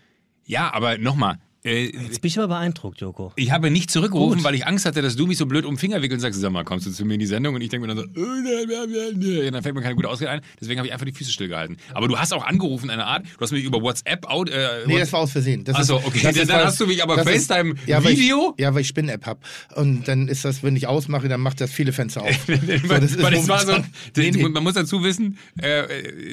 Speaker 4: Ja, aber nochmal. Äh,
Speaker 1: Jetzt bin ich aber beeindruckt, Joko.
Speaker 4: ich habe nicht zurückgerufen, weil ich Angst hatte, dass du mich so blöd um den Finger wickeln sagst, sag mal, kommst du zu mir in die Sendung? Und ich denke mir dann so, äh, ne, ne, ne, ne. und dann fällt mir keine gute Ausrede ein. Deswegen habe ich einfach die Füße stillgehalten. Aber du hast auch angerufen, eine Art. Du hast mich über WhatsApp out. Äh,
Speaker 6: Nee,
Speaker 4: What-
Speaker 6: das war aus Versehen. Das
Speaker 4: Ach
Speaker 6: ist-
Speaker 4: so, okay.
Speaker 6: das
Speaker 4: Dann-
Speaker 6: ist,
Speaker 4: dann
Speaker 6: weil-
Speaker 4: hast du mich aber
Speaker 6: das ist-
Speaker 4: FaceTime
Speaker 6: ja, weil
Speaker 4: Video?
Speaker 6: Ich, ja, weil ich Spin-App habe. Und dann ist das, wenn ich ausmache, dann macht das viele Fenster auf. so,
Speaker 4: Weil das, war so,
Speaker 6: momentan- Nee, nee.
Speaker 4: Man muss dazu wissen, äh,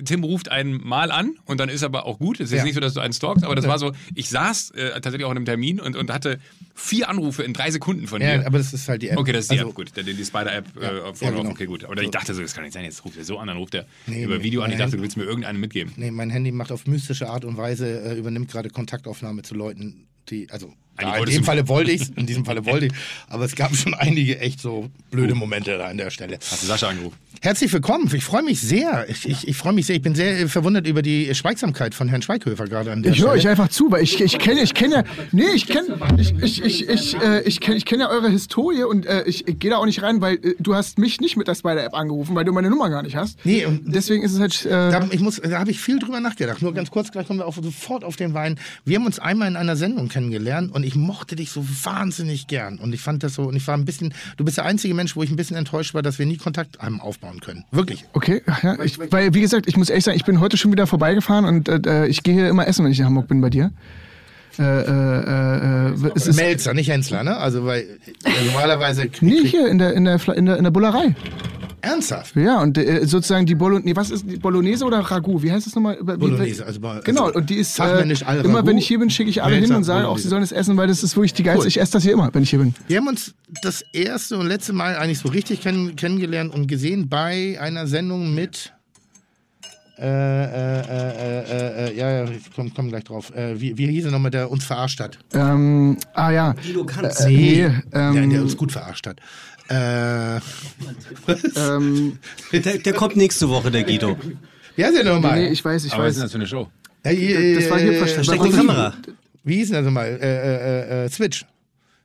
Speaker 4: Tim ruft einen mal an und dann ist aber auch gut. Es ist jetzt
Speaker 6: Ja.
Speaker 4: nicht so, dass du einen stalkst, aber das war so, ich saß äh, tatsächlich auch in einem Termin und, und hatte vier Anrufe in drei Sekunden von dir.
Speaker 6: Ja, aber das ist halt die App.
Speaker 4: Okay, das ist die
Speaker 6: Also,
Speaker 4: App, gut. Die, die Spider-App
Speaker 6: Ja,
Speaker 4: äh,
Speaker 6: ja,
Speaker 4: vorne
Speaker 6: genau.
Speaker 4: auf. Okay, gut. Aber ich dachte so, das kann nicht sein. Jetzt ruft er so an, dann ruft er
Speaker 6: Nee,
Speaker 4: über
Speaker 6: nee.
Speaker 4: Video an. Ich
Speaker 6: Nein.
Speaker 4: dachte, du willst mir irgendeinen mitgeben.
Speaker 6: Nee, mein Handy macht auf mystische Art und Weise, äh, übernimmt gerade Kontaktaufnahme zu Leuten, die, also ja, in
Speaker 4: wolltest
Speaker 6: dem
Speaker 4: du-
Speaker 6: Falle wollte ich in diesem Falle wollte ich aber es gab schon einige echt so blöde Momente da an der Stelle.
Speaker 4: Oh. Hast du Sascha angerufen?
Speaker 6: Herzlich willkommen, ich freue mich sehr, ich, ich, ich freue mich sehr, ich bin sehr äh, verwundert über die Schweigsamkeit von Herrn Schweighöfer gerade an der
Speaker 8: Ich höre
Speaker 6: Stelle.
Speaker 8: euch einfach zu, weil ich, ich kenne ich kenne ja nee ich kenne ich ich ich ich, äh, ich kenne ich kenne ja eure Historie und äh, ich, ich gehe da auch nicht rein, weil äh, du hast mich nicht mit der Spider App angerufen, weil du meine Nummer gar nicht hast.
Speaker 6: Nee, und-
Speaker 8: deswegen ist es halt äh,
Speaker 6: Da, ich muss, da habe ich viel drüber nachgedacht. Nur ganz kurz, gleich kommen wir auch sofort auf den Wein. Wir haben uns einmal in einer Sendung kennengelernt und ich mochte dich so wahnsinnig gern. Und ich fand das so, und ich war ein bisschen, du bist der einzige Mensch, wo ich ein bisschen enttäuscht war, dass wir nie Kontakt haben aufbauen können. Wirklich.
Speaker 8: Okay, ach ja, ich, weil wie gesagt, ich muss ehrlich sagen, ich bin heute schon wieder vorbeigefahren und äh, ich gehe hier immer essen, wenn ich in Hamburg bin bei dir. Äh, äh, äh, äh, es ist
Speaker 6: Melzer, nicht Hensler, ne? Also, weil äh, normalerweise.
Speaker 8: nee, hier in der in der Fla- in der, in der Bullerei.
Speaker 6: Ernsthaft?
Speaker 8: Ja, und äh, sozusagen die Bolognese, was ist die Bolognese oder Ragout? Wie heißt das nochmal? Wie-
Speaker 6: Bolognese, also Bo- also
Speaker 8: genau, und die ist, äh,
Speaker 6: fachmännisch alle
Speaker 8: immer
Speaker 6: Ragout.
Speaker 8: wenn ich hier bin, schicke ich alle
Speaker 6: Ja, ich
Speaker 8: hin
Speaker 6: sag
Speaker 8: und sage auch,
Speaker 6: Bolognese.
Speaker 8: sie sollen es essen, weil das ist wirklich die geilste.
Speaker 6: Cool.
Speaker 8: Ich esse das hier immer, wenn ich hier bin.
Speaker 6: Wir haben uns das erste und letzte Mal eigentlich so richtig kenn kennengelernt und gesehen bei einer Sendung mit. Äh, äh, äh, äh, äh, ja, ja, ich komm, komm gleich drauf. Äh, wie, wie hieß er nochmal, der uns verarscht hat?
Speaker 8: Ähm, ah ja,
Speaker 5: Guido Kanz.
Speaker 8: nee, ähm,
Speaker 6: Äh, der, der uns gut verarscht hat. Äh,
Speaker 8: ähm,
Speaker 5: Der, der kommt nächste Woche, der Guido.
Speaker 6: wie heißt der nochmal?
Speaker 8: nee, ich weiß, ich
Speaker 4: Aber was ist
Speaker 8: weiß.
Speaker 4: denn das für eine Show?
Speaker 6: Äh,
Speaker 8: Das war hier versteckt.
Speaker 5: Versteckte
Speaker 8: Warum-
Speaker 5: Kamera.
Speaker 6: Wie hieß denn das nochmal? Äh, äh, äh, äh, Switch.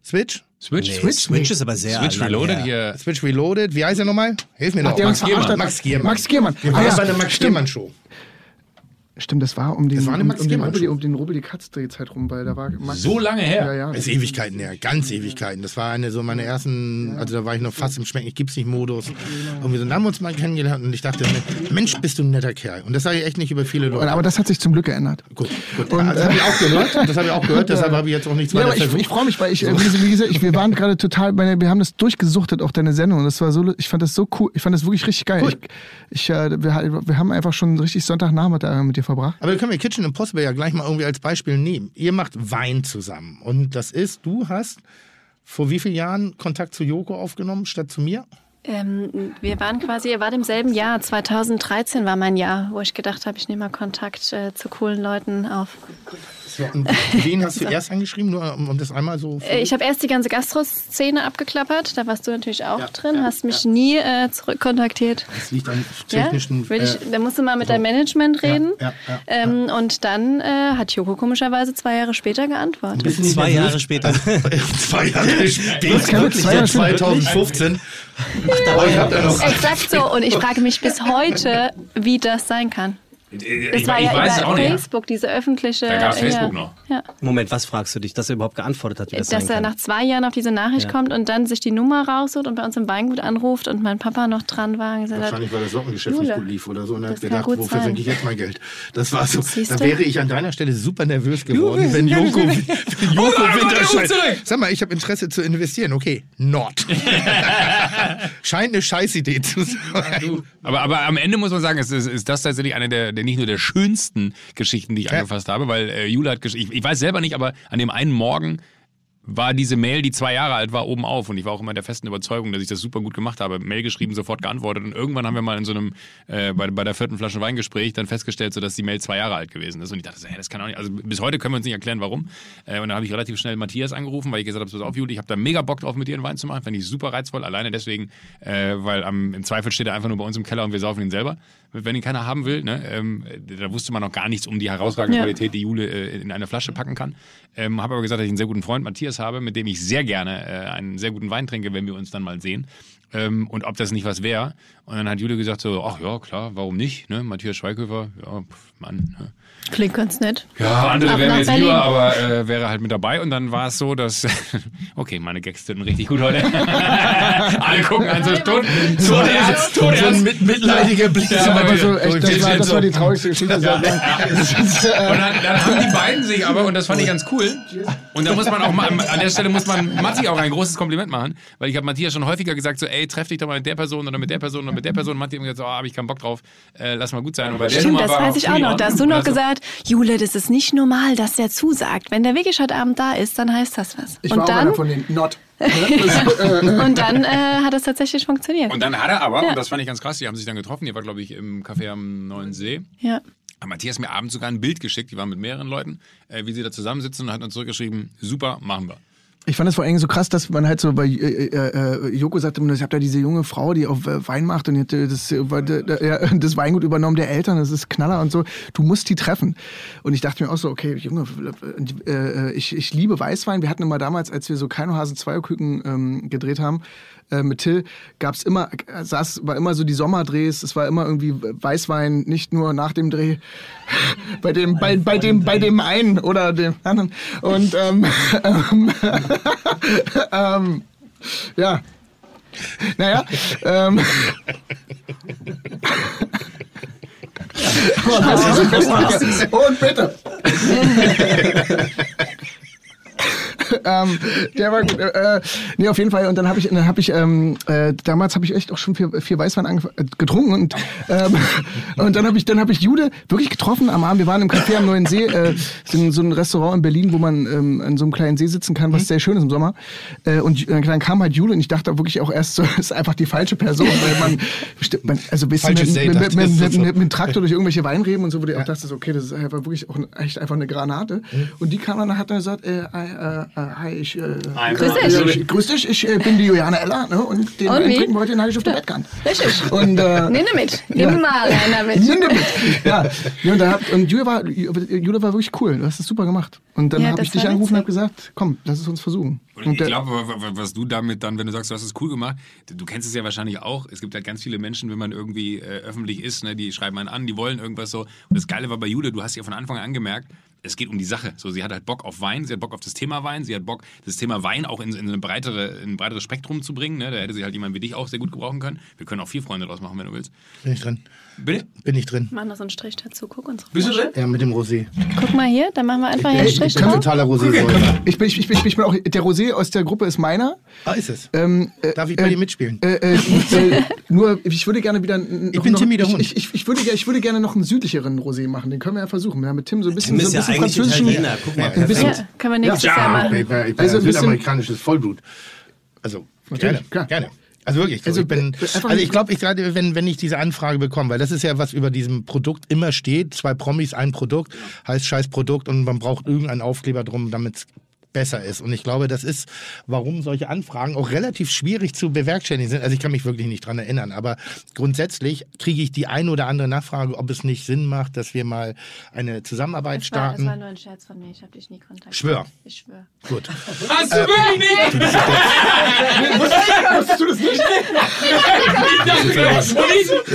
Speaker 6: Switch?
Speaker 4: Switch?
Speaker 5: Nee,
Speaker 4: Switch?
Speaker 5: Switch ist aber sehr
Speaker 4: Switch
Speaker 5: lang
Speaker 4: Reloaded
Speaker 5: her.
Speaker 4: hier.
Speaker 6: Switch Reloaded. Wie heißt er nochmal? Hilf mir
Speaker 8: Ach,
Speaker 6: doch.
Speaker 8: der uns verarscht hat.
Speaker 6: Max Giermann.
Speaker 8: Max Giermann.
Speaker 6: Wir
Speaker 8: Ah,
Speaker 6: waren
Speaker 8: ja.
Speaker 6: bei einer Max Giermann Show.
Speaker 8: Stimmt, das war um den,
Speaker 6: Das war eine
Speaker 8: um,
Speaker 6: Max
Speaker 8: um den,
Speaker 6: Giermann
Speaker 8: Rubbel,
Speaker 6: Show.
Speaker 8: um den Rubbel die Katz Drehzeit rum, weil da war Max.
Speaker 4: So lange her.
Speaker 8: Ja, ja.
Speaker 6: Das ist Ewigkeiten her, ganz Ewigkeiten. Das war eine so meine ersten, also da war ich noch fast im Schmecken, ich gib's nicht Modus. Und wir so, dann haben wir uns mal kennengelernt und ich dachte, mir, Mensch, bist du ein netter Kerl. Und das sage ich echt nicht über viele Leute.
Speaker 8: Aber das hat sich zum Glück geändert.
Speaker 6: gut, gut. das habe ich auch gehört. Das habe ich auch gehört, deshalb habe äh, ich jetzt auch nichts
Speaker 8: Ja,
Speaker 6: weiter
Speaker 8: aber ich,
Speaker 6: versucht.
Speaker 8: ich freue mich, weil ich, äh, wie wie gesagt, ich, wir waren gerade total, meine, wir haben das durchgesuchtet, auch deine Sendung. Und das war so, lu- ich fand das so cool, ich fand das wirklich richtig geil. Ich, ich, äh, wir, wir haben einfach schon richtig Sonntagnachmittag mit dir verbracht.
Speaker 6: Aber dann können wir Kitchen Impossible ja gleich mal irgendwie als Beispiel nehmen. Ihr macht Wein zusammen. Und das ist, du hast vor wie vielen Jahren Kontakt zu Joko aufgenommen statt zu mir?
Speaker 9: Ähm, wir waren quasi, er war im selben Jahr. 2013 war mein Jahr, wo ich gedacht habe, ich nehme mal Kontakt äh, zu coolen Leuten auf.
Speaker 6: So, und wen hast du erst angeschrieben, nur um um das einmal so.
Speaker 9: Äh, Ich habe erst die ganze Gastro-Szene abgeklappert. Da warst du natürlich auch drin, hast mich nie äh, zurückkontaktiert.
Speaker 6: Das liegt an
Speaker 9: Ja?
Speaker 6: technischen.
Speaker 9: Würde ich,
Speaker 6: äh,
Speaker 9: da musst du mal mit deinem Management reden.
Speaker 6: ja, ja,
Speaker 9: ähm, Und dann äh, hat Joko komischerweise zwei Jahre später geantwortet.
Speaker 5: Zwei Jahre später.
Speaker 6: Zwei Jahre später,
Speaker 8: Wirklich? Zwei Jahre später?
Speaker 6: 2015. Aber ich hab da noch.
Speaker 9: Exakt so. Und ich frage mich bis heute, wie das sein kann. Das
Speaker 4: Ich,
Speaker 9: war
Speaker 4: ich
Speaker 9: ja
Speaker 4: weiß es
Speaker 9: über
Speaker 4: auch nicht.
Speaker 9: Facebook, diese öffentliche.
Speaker 4: Da gab's Facebook
Speaker 9: ja,
Speaker 4: noch.
Speaker 9: Ja.
Speaker 5: Moment, was fragst du dich, dass er überhaupt geantwortet hat, wie das
Speaker 9: Äh, dass
Speaker 5: sein
Speaker 9: er
Speaker 5: kann?
Speaker 9: nach zwei Jahren auf diese Nachricht kommt und dann sich die Nummer raussucht und bei uns im Weingut anruft und mein Papa noch dran war und gesagt hat,
Speaker 6: Wahrscheinlich, weil das Sockengeschäft
Speaker 9: Jule,
Speaker 6: nicht gut lief oder so. Und er hat
Speaker 9: das kann
Speaker 6: gedacht,
Speaker 9: gut
Speaker 6: wofür
Speaker 9: sein.
Speaker 6: senke ich jetzt mein Geld? Das war so.
Speaker 9: Siehst
Speaker 6: Da
Speaker 9: du?
Speaker 6: wäre ich an deiner Stelle super nervös geworden, wenn Joko, wenn Joko Winterscheid. Sag mal, ich habe Interesse zu investieren. Okay, not. Scheint eine Scheißidee zu sein.
Speaker 4: Aber, aber am Ende muss man sagen, es ist, ist das tatsächlich eine der, der nicht nur der schönsten Geschichten, die ich angefasst habe, weil äh, Jule hat gesch- ich, ich weiß selber nicht, aber an dem einen Morgen war diese Mail, die zwei Jahre alt war, oben auf und ich war auch immer der festen Überzeugung, dass ich das super gut gemacht habe. Mail geschrieben, sofort geantwortet und irgendwann haben wir mal in so einem äh, bei, bei der vierten Flasche Weingespräch dann festgestellt, so dass die Mail zwei Jahre alt gewesen ist und ich dachte, so, hä, das kann auch nicht. Also bis heute können wir uns nicht erklären, warum. Äh, und dann habe ich relativ schnell Matthias angerufen, weil ich gesagt habe, pass auf, Juli, ich habe da mega Bock drauf, mit dir einen Wein zu machen, fände ich super reizvoll, alleine deswegen, äh, weil am, im Zweifel steht er einfach nur bei uns im Keller und wir saufen ihn selber, wenn ihn keiner haben will. Ne? Ähm, da wusste man noch gar nichts um die herausragende
Speaker 9: Ja.
Speaker 4: Qualität. Qualität, die Jule äh, in eine Flasche packen kann. Ähm, habe aber gesagt, dass ich einen sehr guten Freund Matthias habe, mit dem ich sehr gerne äh, einen sehr guten Wein trinke, wenn wir uns dann mal sehen. Ähm, und ob das nicht was wäre. Und dann hat Jule gesagt so, ach ja, klar, warum nicht? Ne? Matthias Schweighöfer, ja, pf, Mann. Ne?
Speaker 9: klingt ganz nett.
Speaker 4: Ja, andere
Speaker 9: Ab
Speaker 4: wären
Speaker 9: nach
Speaker 4: mir jetzt
Speaker 9: Berlin.
Speaker 4: lieber, aber äh, wäre halt mit dabei. Und dann war es so, dass, okay, meine Gags sind richtig gut heute. Alle gucken an so tot, tot ernst, tot
Speaker 6: So ein
Speaker 4: ernst.
Speaker 6: mit, mitleidiger Blick.
Speaker 4: Ja,
Speaker 6: aber
Speaker 4: aber
Speaker 6: so,
Speaker 8: So, echt, das, war, das war die traurigste Geschichte.
Speaker 4: Und dann, dann haben die beiden sich aber, und das fand ich ganz cool, und da muss man auch mal, an der Stelle muss man Matti auch ein großes Kompliment machen, weil ich habe Matthias schon häufiger gesagt, so, ey, treff dich doch mal mit der Person oder mit der Person oder mit der Person. Und Matti hat gesagt, so, ah, hab ich keinen Bock drauf, äh, lass mal gut sein. Und bei der
Speaker 9: Stimmt,
Speaker 4: Nummer
Speaker 9: das
Speaker 4: war
Speaker 9: weiß ich auch noch. Da hast du noch gesagt, Jule, das ist nicht normal, dass der zusagt. Wenn der wirklich heute Abend da ist, dann heißt das was.
Speaker 8: Ich war
Speaker 9: und,
Speaker 8: auch
Speaker 9: dann,
Speaker 8: einer von den Not.
Speaker 9: und dann äh, hat es tatsächlich funktioniert.
Speaker 4: Und dann hat er aber,
Speaker 9: Ja.
Speaker 4: und das fand ich ganz krass, die haben sich dann getroffen, die war, glaube ich, im Café am Neuen See.
Speaker 9: ja.
Speaker 4: Hat Matthias mir abends sogar ein Bild geschickt, die waren mit mehreren Leuten, äh, wie sie da zusammensitzen und hat uns zurückgeschrieben, super, machen wir.
Speaker 8: Ich fand das vor allem so krass, dass man halt so bei äh, äh, äh, Joko sagte, man, ich habe da diese junge Frau, die auf äh, Wein macht und die hat äh, das, äh, war- äh, ja, das Weingut übernommen der Eltern, das ist Knaller und so. Du musst die treffen. Und ich dachte mir auch so, okay, Junge, äh, äh, ich, ich liebe Weißwein. Wir hatten immer damals, als wir so Keinohasen Zweierküken ähm, gedreht haben, äh, mit Till, gab's immer, äh, saß, war immer so die Sommerdrehs, es war immer irgendwie Weißwein, nicht nur nach dem Dreh, bei dem, bei, bei dem, bei dem einen oder dem anderen. Und ähm, ähm, ähm, ja. Naja, ähm,
Speaker 9: Also,
Speaker 8: und bitte. ähm, der war gut. Äh, nee, auf jeden Fall. Und dann habe ich, dann habe ich, ähm, äh, damals habe ich echt auch schon viel, viel Weißwein angef- äh, getrunken und ähm, und dann habe ich, dann habe ich Jude wirklich getroffen am Abend. Wir waren im Café am Neuen See, äh, so, ein- so ein Restaurant in Berlin, wo man ähm, an so einem kleinen See sitzen kann, was
Speaker 6: Mhm.
Speaker 8: sehr schön ist im Sommer. Äh, und Ju- dann kam halt Jude und ich dachte wirklich auch erst, so, das ist einfach die falsche Person, weil man, bestimmt- man also bist du mit,
Speaker 6: Falsches Date,
Speaker 8: mit, mit,
Speaker 6: dachte
Speaker 8: mit,
Speaker 6: ich.
Speaker 8: mit, mit, mit dem Traktor durch irgendwelche Weinreben und so, wo du auch dachtest, okay, das ist einfach wirklich auch ein, echt einfach eine Granate. Und die kam dann und hat dann gesagt, äh, äh, äh, hi, ich, äh,
Speaker 9: Grüß
Speaker 8: äh,
Speaker 9: dich.
Speaker 8: ich- grüß dich, ich äh, bin die Juliane Eller ne, und den
Speaker 9: Und
Speaker 8: einen
Speaker 9: wie?
Speaker 8: trinken wir heute, den habe ich auf der Bettkant.
Speaker 9: Richtig.
Speaker 8: Und, äh,
Speaker 9: Nimm mit. Nimm
Speaker 8: Ja.
Speaker 9: mal einer mit.
Speaker 8: Nimm den mit. Ja. ja, und, da hab, und Julia, war, Julia war wirklich cool. Du hast es super gemacht. Und dann
Speaker 9: Ja,
Speaker 8: habe
Speaker 9: das
Speaker 8: ich dich
Speaker 9: war
Speaker 8: angerufen und habe
Speaker 9: witzig.
Speaker 8: gesagt, komm, lass es uns versuchen.
Speaker 4: Und
Speaker 8: Und
Speaker 4: ich
Speaker 8: der-
Speaker 4: glaube, wa- wa- was du damit dann, wenn du sagst, du hast es cool gemacht, du- du kennst es ja wahrscheinlich auch. Es gibt halt ganz viele Menschen, wenn man irgendwie äh, öffentlich ist, ne, die schreiben einen an, die wollen irgendwas so. Und das Geile war bei Jude, du hast ja von Anfang an gemerkt, es geht um die Sache. So, sie hat halt Bock auf Wein, sie hat Bock auf das Thema Wein, sie hat Bock, das Thema Wein auch in, in, eine breitere, in ein breiteres Spektrum zu bringen. Ne? Da hätte sie halt jemand wie dich auch sehr gut gebrauchen können. Wir können auch vier Freunde draus machen, wenn du willst.
Speaker 6: Bin ich drin.
Speaker 4: Bitte?
Speaker 6: Bin ich drin.
Speaker 9: Mach noch so einen Strich dazu. Guck uns
Speaker 4: Bist du
Speaker 9: Flasche.
Speaker 4: drin?
Speaker 6: Ja, mit dem Rosé. Äh,
Speaker 9: Guck mal hier, dann machen wir einfach hier einen
Speaker 6: Ich, ich
Speaker 9: Strich
Speaker 6: bin
Speaker 9: drauf.
Speaker 6: totaler rosé
Speaker 8: ich, bin, ich, ich, bin, ich bin auch, der Rosé aus der Gruppe ist meiner.
Speaker 6: Ah, ist es.
Speaker 8: Ähm, äh,
Speaker 6: Darf ich bei dir mitspielen?
Speaker 8: Äh, äh, äh, nur, ich würde gerne wieder. n-
Speaker 6: Ich bin
Speaker 8: noch,
Speaker 6: Timmy der Hund.
Speaker 8: Ich, ich, ich, würde, ge- ich würde gerne noch einen südlicheren Rosé machen. Den können wir ja versuchen. Wir haben mit Tim so ein bisschen,
Speaker 5: Tim
Speaker 8: so
Speaker 5: ist
Speaker 8: ein
Speaker 5: ja
Speaker 8: bisschen
Speaker 5: eigentlich
Speaker 8: französischen.
Speaker 5: Italiener. Guck mal,
Speaker 8: ein bisschen,
Speaker 9: Ja, können wir nächstes Jahr machen.
Speaker 6: ich bin, ich bin
Speaker 8: Also
Speaker 6: also
Speaker 8: ein
Speaker 6: ein
Speaker 8: bisschen-
Speaker 6: südamerikanisches Vollblut. Also, gerne,
Speaker 8: Natürlich, klar.
Speaker 6: gerne. Also wirklich, so,
Speaker 8: Also,
Speaker 6: ich bin,
Speaker 8: äh, einfach-
Speaker 6: also ich glaube, ich gerade, wenn, wenn ich diese Anfrage bekomme, weil das ist ja, was über diesem Produkt immer steht, zwei Promis, ein Produkt, heißt scheiß Produkt und man braucht irgendeinen Aufkleber drum, damit es besser ist. Und ich glaube, das ist, warum solche Anfragen auch relativ schwierig zu bewerkstelligen sind. Also ich kann mich wirklich nicht dran erinnern, aber grundsätzlich kriege ich die ein oder andere Nachfrage, ob es nicht Sinn macht, dass wir mal eine Zusammenarbeit
Speaker 9: Das war, das
Speaker 6: starten.
Speaker 9: war nur ein Scherz von mir, ich habe dich nie kontaktiert.
Speaker 6: Schwör.
Speaker 9: Ich schwör.
Speaker 6: Gut.
Speaker 4: Hast Äh, du wirklich nicht?
Speaker 8: Wusstest du das nicht?
Speaker 4: Ich dachte,
Speaker 6: Das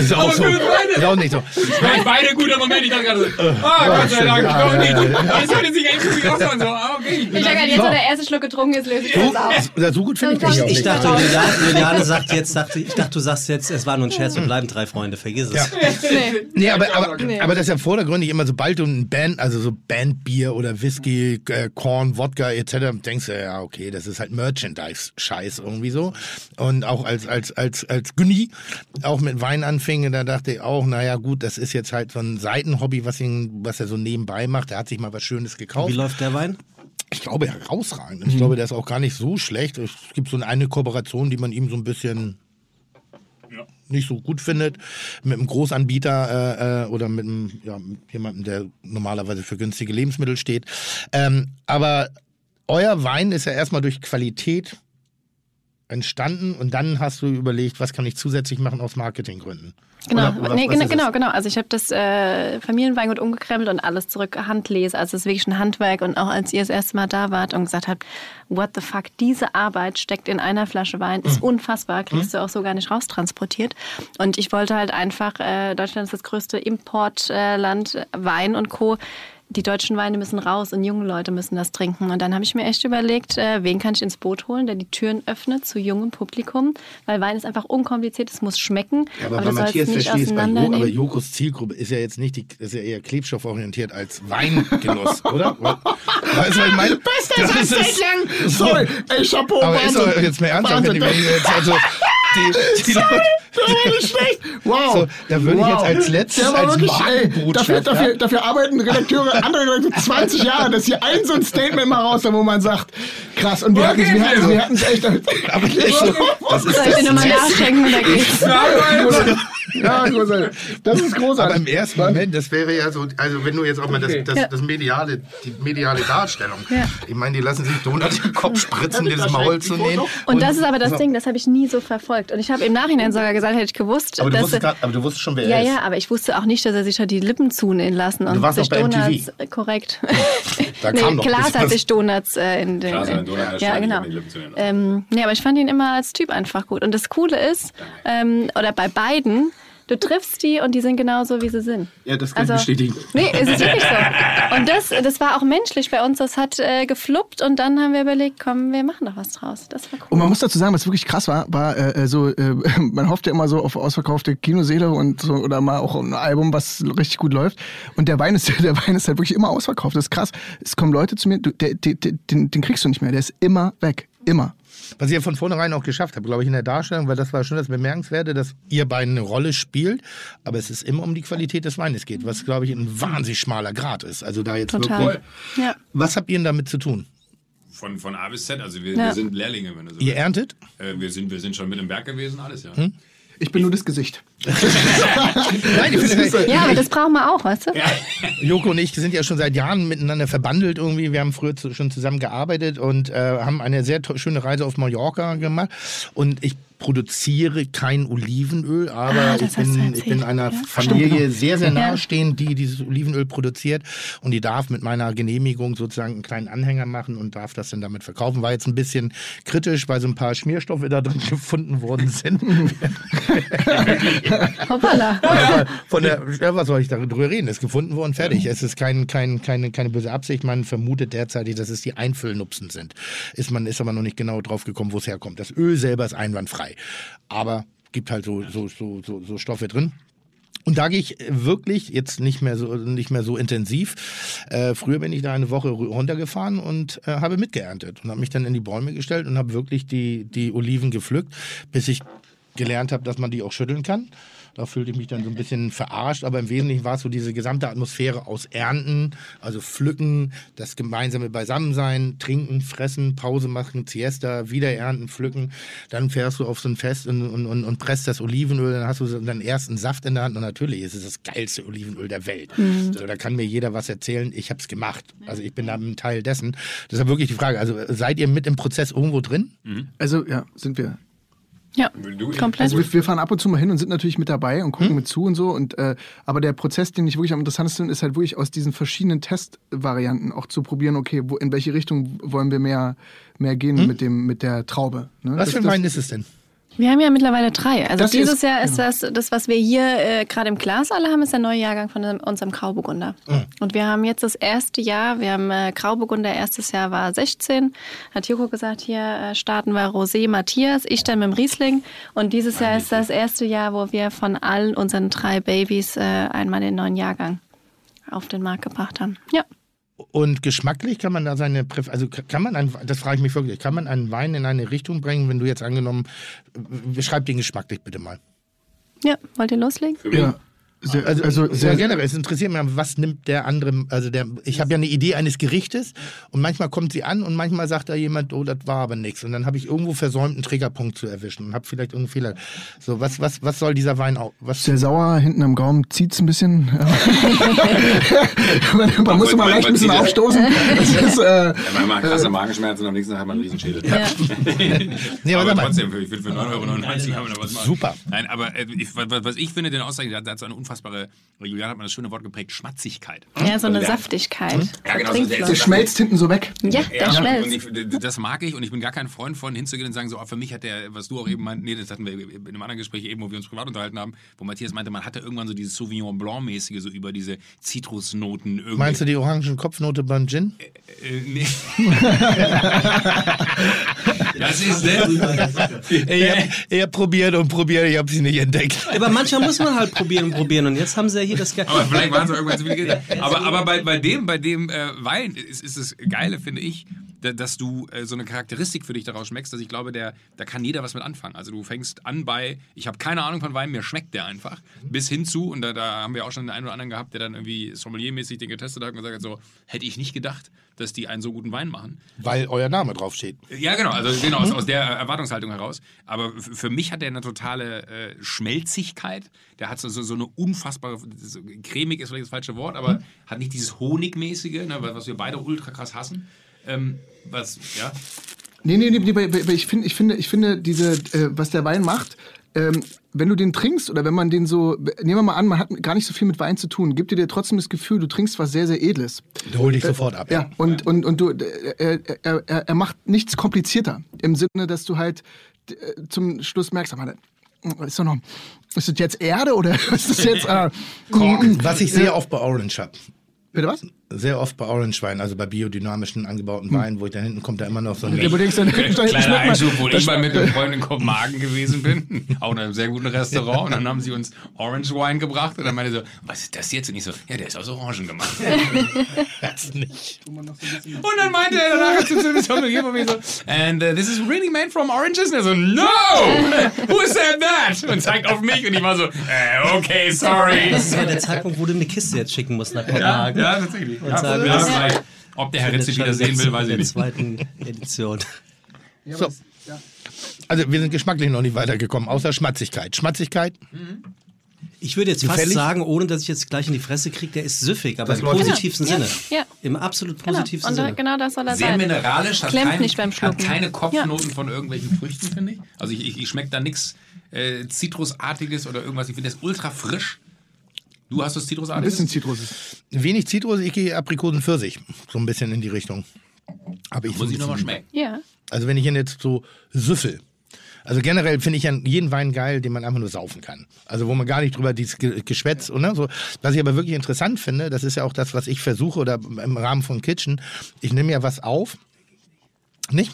Speaker 6: ist auch so. Das ist auch nicht so.
Speaker 4: Nein, beide gute Momente. Ich dachte gerade so, ah, Gott sei Dank, doch nicht. Das hätte sich eigentlich auch sagen so, ah, okay.
Speaker 9: Ich sag halt, jetzt, wo der erste Schluck getrunken ist, löse ich das auf.
Speaker 6: So, so gut finde ich
Speaker 9: Ich-
Speaker 6: dich auch
Speaker 5: Ich
Speaker 6: nicht.
Speaker 5: dachte, Juliane, Juliane sagt jetzt, dachte, ich dachte, du sagst jetzt, es war nur ein Scherz, wir bleiben drei Freunde, vergiss es.
Speaker 9: Nee.
Speaker 6: Nee, aber, aber, aber das ist ja vordergründig immer, sobald du ein Band, also so Bandbier oder Whisky, äh, Korn, Wodka etc., denkst du, ja, okay, das ist halt Merchandise-Scheiß irgendwie so. Und auch als, als, als, als Günni auch mit Wein anfing, da dachte ich auch, naja, gut, das ist jetzt halt so ein Seitenhobby, was, ihn, was er so nebenbei macht. Er hat sich mal was Schönes gekauft.
Speaker 5: Wie läuft der Wein?
Speaker 6: Ich glaube, herausragend. Ich glaube, der ist auch gar nicht so schlecht. Es gibt so eine Kooperation, die man ihm so ein bisschen nicht so gut findet. Mit einem Großanbieter äh, äh, oder mit, einem, ja, mit jemandem, der normalerweise für günstige Lebensmittel steht. Ähm, aber euer Wein ist ja erstmal durch Qualität entstanden und dann hast du überlegt, was kann ich zusätzlich machen aus Marketinggründen.
Speaker 9: Genau,
Speaker 6: Oder- oder
Speaker 9: nee,
Speaker 6: was
Speaker 9: genau,
Speaker 6: ist es?
Speaker 9: genau, genau. Also ich habe das äh, Familienweingut umgekrempelt und alles zurück Handlese. Also es ist wirklich ein Handwerk. Und auch als ihr das erste Mal da wart und gesagt habt, what the fuck, diese Arbeit steckt in einer Flasche Wein, ist
Speaker 6: Mhm.
Speaker 9: unfassbar, kriegst du auch so gar nicht raustransportiert. Und ich wollte halt einfach, äh, Deutschland ist das größte Importland äh, Wein und Co., die deutschen Weine müssen raus und junge Leute müssen das trinken. Und dann habe ich mir echt überlegt, äh, wen kann ich ins Boot holen, der die Türen öffnet zu jungem Publikum, weil Wein ist einfach unkompliziert, es muss schmecken.
Speaker 6: Ja,
Speaker 9: aber du sollst nicht
Speaker 6: verstehe ich's bei Jo- aber
Speaker 9: auseinandernehmen.
Speaker 6: Jokos Zielgruppe ist ja jetzt nicht, die, ist ja eher klebstofforientiert als Weingenuss, oder? Weißt du, was ich meine? Das ist-
Speaker 8: Sorry, ey, Chapeau,
Speaker 6: Aber ist doch jetzt mehr ernsthaft, wenn die, wenn die jetzt also die, die Leute,
Speaker 8: schlecht. Wow.
Speaker 6: So, da würde ich jetzt als letztes
Speaker 8: Der war
Speaker 6: als
Speaker 8: wirklich, ey, dafür,
Speaker 6: Markenbotschafter-
Speaker 8: dafür, dafür arbeiten Redakteure, andere Redakteure 20 Jahre, dass hier ein so ein Statement mal raus, wo man sagt, krass, und wir hatten es wir hatten's- wir hatten's echt.
Speaker 6: aber nicht so. Das ist
Speaker 9: Soll ich dir nochmal nachschenken? Da geht's.
Speaker 8: Ja, großartig. Das ist
Speaker 6: aber
Speaker 8: großartig.
Speaker 6: im ersten Moment, das wäre ja so, also wenn du jetzt auch mal das, das, das mediale, die mediale Darstellung, ich meine, die lassen sich Donut im Kopf spritzen, dieses Maul zu nehmen.
Speaker 9: Und das ist aber
Speaker 6: Also
Speaker 9: das Ding, das habe ich nie so verfolgt. Und ich habe im Nachhinein sogar gesagt, hätte ich gewusst,
Speaker 6: aber, du
Speaker 9: dass.
Speaker 6: wusstest grad, aber du wusstest schon, wer
Speaker 9: ja,
Speaker 6: er ist.
Speaker 9: ja, aber ich wusste auch nicht, dass er sich hat die Lippen zunähen lassen und
Speaker 6: warst
Speaker 9: sich
Speaker 6: noch bei
Speaker 9: Donuts.
Speaker 6: MTV.
Speaker 9: äh, Korrekt.
Speaker 6: Da
Speaker 9: nee,
Speaker 6: kam noch
Speaker 9: Klaas
Speaker 6: bisschen
Speaker 9: hat
Speaker 6: was.
Speaker 9: sich Donuts äh, in den.
Speaker 4: Klaas hat
Speaker 9: in-
Speaker 4: einen Donut erschlagen,
Speaker 9: ja,
Speaker 4: die
Speaker 9: genau.
Speaker 4: haben die Lippen zunähen lassen.
Speaker 9: Ähm, nee, aber ich fand ihn immer als Typ einfach gut. Und das Coole ist, ähm, oder bei beiden, Du triffst die und die sind genauso, wie sie sind.
Speaker 10: Ja, das kann ich bestätigen.
Speaker 9: Also, Nee, es ist wirklich so. Und das, das war auch menschlich bei uns. Das hat äh, gefluppt und dann haben wir überlegt, komm, wir machen doch was draus. Das war cool.
Speaker 8: Und man muss dazu sagen, was wirklich krass war, war äh, so, äh, man hofft ja immer so auf ausverkaufte Kinoseele und so oder mal auch ein Album, was richtig gut läuft. Und der Wein ist, der Wein ist halt wirklich immer ausverkauft. Das ist krass. Es kommen Leute zu mir, du, der, der, der, den, den kriegst du nicht mehr. Der ist immer weg. Immer.
Speaker 6: Was ich ja von vornherein auch geschafft habe, glaube ich, in der Darstellung, weil das war schon das Bemerkenswerte, dass ihr beiden eine Rolle spielt, aber es ist immer um die Qualität des Weines geht, was, glaube ich, ein wahnsinnig schmaler Grad ist. Also da jetzt
Speaker 9: Total.
Speaker 6: wirklich.
Speaker 9: Ja.
Speaker 6: Was habt ihr denn damit zu tun?
Speaker 4: Von, von A bis Z, also wir,
Speaker 9: Ja.
Speaker 4: wir sind Lehrlinge, wenn du so
Speaker 6: Ihr
Speaker 4: willst.
Speaker 6: erntet?
Speaker 4: Äh, wir, sind, wir sind schon mit im Berg gewesen, alles, ja.
Speaker 8: Ich bin nur das Gesicht.
Speaker 6: Nein, ich finde,
Speaker 9: Ja, aber das brauchen wir auch, weißt du?
Speaker 6: Joko und ich sind ja schon seit Jahren miteinander verbandelt irgendwie. Wir haben früher zu, schon zusammen gearbeitet und äh, haben eine sehr to- schöne Reise auf Mallorca gemacht. Und ich produziere kein Olivenöl, aber
Speaker 9: Ah, das
Speaker 6: ich,
Speaker 9: hast du
Speaker 6: bin, ich
Speaker 9: erzählt,
Speaker 6: bin einer
Speaker 9: ja.
Speaker 6: Familie sehr, sehr
Speaker 9: Ja.
Speaker 6: nahestehend, die dieses Olivenöl produziert. Und die darf mit meiner Genehmigung sozusagen einen kleinen Anhänger machen und darf das dann damit verkaufen. War jetzt ein bisschen kritisch, weil so ein paar Schmierstoffe da drin gefunden worden sind.
Speaker 9: Hoppala.
Speaker 6: Aber von der, ja, was soll ich darüber reden? Ist gefunden worden, fertig. Es ist kein, kein, keine, keine böse Absicht. Man vermutet derzeitig, dass es die Einfüllnupsen sind. Ist man ist aber noch nicht genau drauf gekommen, wo es herkommt. Das Öl selber ist einwandfrei. Aber gibt halt so, so, so, so, so Stoffe drin. Und da gehe ich äh, wirklich jetzt nicht mehr so nicht mehr so intensiv. Äh, früher bin ich da eine Woche ru- runtergefahren und äh, habe mitgeerntet und habe mich dann in die Bäume gestellt und habe wirklich die die Oliven gepflückt, bis ich gelernt habe, dass man die auch schütteln kann. Da fühlte ich mich dann so ein bisschen verarscht, aber im Wesentlichen war es so diese gesamte Atmosphäre aus Ernten, also Pflücken, das gemeinsame Beisammensein, Trinken, Fressen, Pause machen, Siesta, wieder ernten, pflücken. Dann fährst du auf so ein Fest und, und, und, und presst das Olivenöl, dann hast du so deinen ersten Saft in der Hand und natürlich ist es das geilste Olivenöl der Welt. Also, da kann mir jeder was erzählen, ich habe es gemacht. Also ich bin da ein Teil dessen. Deshalb wirklich die Frage, also seid ihr mit im Prozess irgendwo drin?
Speaker 8: Also, ja, sind wir.
Speaker 9: Ja,
Speaker 4: Du-
Speaker 9: komplett.
Speaker 8: Also wir, wir fahren ab und zu mal hin und sind natürlich mit dabei
Speaker 6: Hm?
Speaker 8: und gucken mit zu und so. Und, äh, aber der Prozess, den ich wirklich am interessantesten finde, ist halt wirklich aus diesen verschiedenen Testvarianten auch zu probieren, okay, wo, in welche Richtung wollen wir mehr, mehr gehen mit, dem, mit der Traube. Ne?
Speaker 6: Hm? Was
Speaker 8: Das-
Speaker 6: für ein
Speaker 8: das-
Speaker 6: Wein ist es denn?
Speaker 9: Wir haben ja mittlerweile drei. Also
Speaker 8: Das
Speaker 9: dieses
Speaker 8: ist-
Speaker 9: Jahr ist das, das, was wir hier äh, gerade im Glas alle haben, ist der neue Jahrgang von unserem Grauburgunder. Und wir haben jetzt das erste Jahr, wir haben äh, Grauburgunder, erstes Jahr war 16, hat Joko gesagt, hier äh, starten wir Rosé Matthias, ich dann mit dem Riesling. Und dieses Jahr ist das erste Jahr, wo wir von allen unseren drei Babys äh, einmal den neuen Jahrgang auf den Markt gebracht haben. Ja.
Speaker 6: Und geschmacklich kann man da seine Präf also k- kann man einen, das frage ich mich wirklich, kann man einen Wein in eine Richtung bringen, wenn du jetzt angenommen, äh, beschreib den geschmacklich bitte mal.
Speaker 9: Ja, wollt ihr loslegen?
Speaker 8: Ja, sehr, also,
Speaker 6: Also sehr
Speaker 8: sehr,
Speaker 6: generell, es interessiert mich, was nimmt der andere, also der ich habe ja eine Idee eines Gerichtes und manchmal kommt sie an und manchmal sagt da jemand, oh, das war aber nichts und dann habe ich irgendwo versäumt einen Triggerpunkt zu erwischen und habe vielleicht irgendeinen Fehler. So, was was was soll dieser Wein auch was
Speaker 8: sehr sauer hinten am Gaumen, zieht es ein bisschen. man man muss immer
Speaker 4: man-
Speaker 8: leicht
Speaker 4: man
Speaker 8: ein bisschen
Speaker 4: zieht es.
Speaker 8: aufstoßen. Das ist, äh,
Speaker 4: Wenn man krasse Magenschmerzen am nächsten Tag hat man einen Riesenschädel.
Speaker 9: Ja.
Speaker 6: Nee, aber
Speaker 4: aber
Speaker 6: sag mal.
Speaker 4: trotzdem, ich würde für 9,99 Euro haben wir da was machen.
Speaker 6: Super.
Speaker 4: Nein, aber äh, ich, was, was ich finde, den Auszeichnung, da- da hat so eine unfassbare, Julian hat mal das schöne Wort geprägt, Schmatzigkeit.
Speaker 9: Ja, so eine
Speaker 4: Ja.
Speaker 9: Saftigkeit.
Speaker 4: Ja, genau, so
Speaker 9: Trinkfluss.
Speaker 4: sehr-
Speaker 8: der schmelzt hinten so weg.
Speaker 9: ja, der schmelzt.
Speaker 4: Und ich, d- das mag ich und ich bin gar kein Freund von hinzugehen und sagen, so, ah, für mich hat der, was du auch eben meint, nee, das hatten wir in einem anderen Gespräch eben, wo wir uns privat unterhalten haben, wo Matthias meinte, man hatte irgendwann so dieses Sauvignon Blanc-mäßige, so über diese Zitrusnoten irgendwie.
Speaker 6: meinst du die orangen Kopfnote beim Gin?
Speaker 4: Äh, nee. das ist ne?
Speaker 6: Ich hab, ich hab probiert und probiert, ich habe sie nicht entdeckt.
Speaker 5: Aber manchmal muss man halt probieren und probieren. Und jetzt haben sie ja hier das Ge
Speaker 4: Aber vielleicht waren es auch irgendwann zu viele Gläser. Aber, aber bei, bei dem, bei dem äh, Wein ist, ist das Geile, finde ich, da, dass du äh, so eine Charakteristik für dich daraus schmeckst, dass ich glaube, der, da kann jeder was mit anfangen. Also du fängst an bei, ich habe keine Ahnung von Wein, mir schmeckt der einfach, bis hin zu, und da, da haben wir auch schon den einen oder anderen gehabt, der dann irgendwie sommeliermäßig den getestet hat und gesagt hat, so, hätte ich nicht gedacht, dass die einen so guten Wein machen.
Speaker 6: Weil euer Name draufsteht.
Speaker 4: Ja, genau, also genau, aus, aus der Erwartungshaltung heraus. Aber f- für mich hat der eine totale äh, Schmelzigkeit. Der hat so, so, so eine unfassbare, so, cremig ist vielleicht das falsche Wort, aber hat nicht dieses Honigmäßige, ne, was was wir beide ultra krass hassen. Ähm, was, ja.
Speaker 8: Nee, nee, nee, nee weil- weil- weil ich finde, ich finde, ich finde diese, äh, was der Wein macht, ähm, wenn du den trinkst oder wenn man den so, nehmen wir mal an, man hat gar nicht so viel mit Wein zu tun, gibt dir der trotzdem das Gefühl, du trinkst was sehr, sehr Edles.
Speaker 6: Hol dich sofort ab.
Speaker 8: Ja, und, und, und du, äh, er, er, er macht nichts komplizierter. Im Sinne, dass du halt äh, zum Schluss merkst, sag mal, ist doch noch, ist das jetzt Erde oder ist das jetzt äh,
Speaker 6: Was ich sehr oft bei Orange habe.
Speaker 8: Bitte was?
Speaker 6: Sehr oft bei Orange-Wein, also bei biodynamischen
Speaker 8: Hm.
Speaker 6: angebauten Weinen, wo ich da hinten kommt da immer noch so ein.
Speaker 8: Der Bodix, dann, dann schmeckt
Speaker 4: Kleiner
Speaker 8: man.
Speaker 4: Einschub, wo ich mal mit einem Freund in Kopenhagen gewesen bin, auch in einem sehr guten Restaurant. Und dann haben sie uns Orange Wine gebracht. Und dann meinte er so, was ist das jetzt? Und ich so, ja, der ist aus Orangen gemacht.
Speaker 6: Das nicht.
Speaker 4: Und dann meinte er danach zu zu- zu mir von mir so, and uh, this is really made from oranges? Und er so, no! Who said that? Und zeigt auf mich. Und ich war so, äh, okay, sorry.
Speaker 5: Das ist ja der Zeitpunkt, wo du eine Kiste jetzt schicken musst nach Kopenhagen.
Speaker 4: Ja, tatsächlich. Ja,
Speaker 5: sagen,
Speaker 4: ja,
Speaker 5: das-
Speaker 4: vielleicht. Ob der Herr Ritze wieder sehen will, weiß
Speaker 5: In
Speaker 4: ich
Speaker 5: der
Speaker 4: nicht.
Speaker 5: zweiten Edition.
Speaker 6: So. Also wir sind geschmacklich noch nicht weitergekommen, außer Schmatzigkeit. Schmatzigkeit,
Speaker 5: Ich würde jetzt fast
Speaker 6: Gefällig?
Speaker 5: sagen, ohne dass ich jetzt gleich in die Fresse kriege, der ist süffig, aber
Speaker 6: Das
Speaker 5: im
Speaker 6: läuft.
Speaker 5: positivsten
Speaker 9: Ja,
Speaker 5: Sinne.
Speaker 9: ja.
Speaker 5: Im absolut
Speaker 9: Genau.
Speaker 5: positivsten
Speaker 9: Und da-
Speaker 5: Sinne.
Speaker 9: genau das soll er
Speaker 4: Sehr
Speaker 9: sein.
Speaker 4: mineralisch, hat,
Speaker 9: Klemmt
Speaker 4: kein,
Speaker 9: nicht beim
Speaker 4: hat
Speaker 9: Schlucken.
Speaker 4: keine Kopfnoten von irgendwelchen Früchten, finde ich. Also ich, ich, ich schmecke da nichts äh, Zitrusartiges oder irgendwas. Ich finde das ultra frisch. Du hast das
Speaker 8: Ein
Speaker 4: Zitrusartiges?
Speaker 8: bisschen Zitrus ist.
Speaker 6: wenig Zitrus, ich gehe Aprikosen, Pfirsich. So ein bisschen in die Richtung. Aber ich
Speaker 4: Muss ich
Speaker 6: so ein
Speaker 4: nochmal
Speaker 6: bisschen-
Speaker 4: schmecken.
Speaker 9: Ja.
Speaker 6: Also wenn ich ihn jetzt so süffel. Also generell finde ich ja jeden Wein geil, den man einfach nur saufen kann. Also wo man gar nicht drüber dieses Ge- Geschwätz und ne, so. Was ich aber wirklich interessant finde, das ist ja auch das, was ich versuche oder im Rahmen von Kitchen. Ich nehme ja was auf, nicht?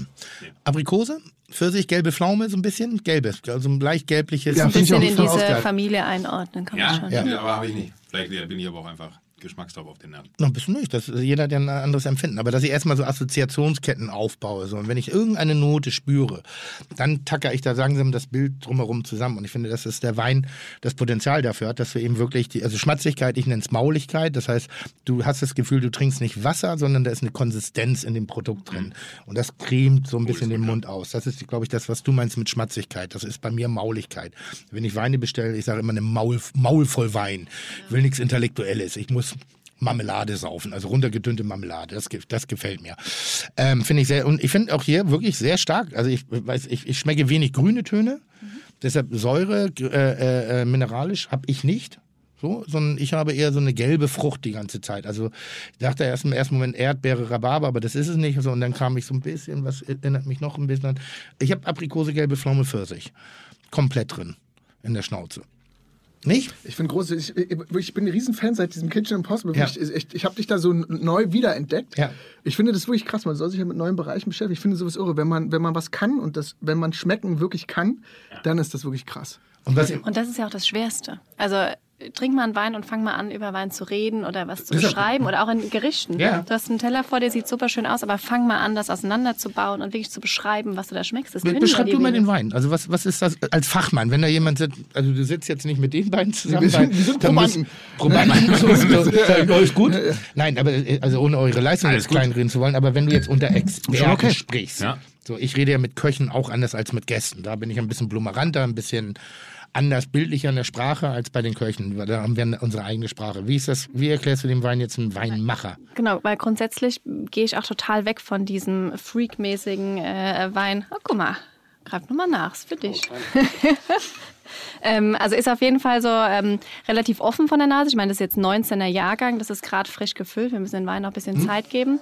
Speaker 6: Aprikose, Pfirsich, gelbe Pflaume so ein bisschen, gelbes, also ein leicht gelbliches.
Speaker 8: Ja,
Speaker 9: Ein
Speaker 8: Finde ich
Speaker 9: bisschen
Speaker 8: auch
Speaker 9: in
Speaker 6: voll
Speaker 9: diese
Speaker 6: ausgeil.
Speaker 9: Familie einordnen kann man schon.
Speaker 6: Ja.
Speaker 4: aber habe ich nicht. Vielleicht bin ich aber auch einfach geschmackstaub auf den Namen.
Speaker 6: Noch ein bisschen nicht, dass jeder hat ja ein anderes Empfinden, aber dass ich erstmal so Assoziationsketten aufbaue. So. Und wenn ich irgendeine Note spüre, dann tacker ich da langsam das Bild drumherum zusammen. Und ich finde, dass es der Wein das Potenzial dafür hat, dass du eben wirklich die, also Schmatzigkeit, ich nenne es Mauligkeit. Das heißt, du hast das Gefühl, du trinkst nicht Wasser, sondern da ist eine Konsistenz in dem Produkt drin. Und das cremt so ein bisschen den Mund aus. Das ist, glaube ich, das, was du meinst mit Schmatzigkeit. Das ist bei mir Mauligkeit. Wenn ich Weine bestelle, ich sage immer eine Maul, Maul voll Wein. Ich will nichts Intellektuelles. Ich muss Marmelade saufen, also runtergedünnte Marmelade. Das, ge- das gefällt mir. Ähm, finde ich sehr, und ich finde auch hier wirklich sehr stark. Also ich weiß, ich, ich schmecke wenig grüne Töne. Deshalb Säure, gr- äh, äh, mineralisch habe ich nicht. So, sondern ich habe eher so eine gelbe Frucht die ganze Zeit. Also ich dachte erst im ersten Moment Erdbeere, Rhabarber, aber das ist es nicht. So, und dann kam ich so ein bisschen, was e-, erinnert mich noch ein bisschen an. Ich habe Aprikose, gelbe Pflaume, Pfirsich. Komplett drin in der Schnauze. Nicht?
Speaker 8: Ich finde groß, ich, ich bin ein Riesenfan seit diesem Kitchen Impossible.
Speaker 6: Ja.
Speaker 8: Ich, ich, ich habe dich da so n- neu wiederentdeckt.
Speaker 6: Ja.
Speaker 8: Ich finde das wirklich krass. Man soll sich ja mit neuen Bereichen beschäftigen. Ich finde sowas irre. Wenn man, wenn man was kann und das, wenn man schmecken wirklich kann, dann ist das wirklich krass.
Speaker 6: Und was,
Speaker 9: Und das ist ja auch das Schwerste. Also äh, trink mal einen Wein und fang mal an, über Wein zu reden oder was zu beschreiben oder auch in Gerichten.
Speaker 6: Ja.
Speaker 9: Du hast einen Teller vor dir, sieht super schön aus, aber fang mal an, das auseinanderzubauen und wirklich zu beschreiben, was du da schmeckst. Das
Speaker 6: Be
Speaker 9: können
Speaker 6: beschreib
Speaker 9: ja
Speaker 6: du
Speaker 9: die
Speaker 6: mal den
Speaker 9: wenigsten.
Speaker 6: Wein. Also was, was ist das als Fachmann, wenn da jemand sitzt, also du sitzt jetzt nicht mit den beiden zusammen.
Speaker 8: Wir sind-
Speaker 6: weil
Speaker 8: wir sind
Speaker 6: da muss- Probanden. so, so, so, alles gut? Nein, aber äh, also ohne eure Leistung jetzt kleinreden zu wollen, aber wenn du jetzt unter Experten sprichst,
Speaker 4: Ja.
Speaker 6: so ich rede ja mit Köchen auch anders als mit Gästen. Da bin ich ein bisschen blummeranter, ein bisschen anders bildlicher in der Sprache als bei den Köchen. weil Da haben wir unsere eigene Sprache. Wie ist das, wie erklärst du dem Wein jetzt einen Weinmacher?
Speaker 9: Genau, weil grundsätzlich gehe ich auch total weg von diesem freakmäßigen äh, Wein. Oh, guck mal, greif nochmal nach, ist für dich. ähm, also ist auf jeden Fall so ähm, relativ offen von der Nase. Ich meine, das ist jetzt 19er Jahrgang, das ist gerade frisch gefüllt. Wir müssen den Wein noch ein bisschen Zeit geben.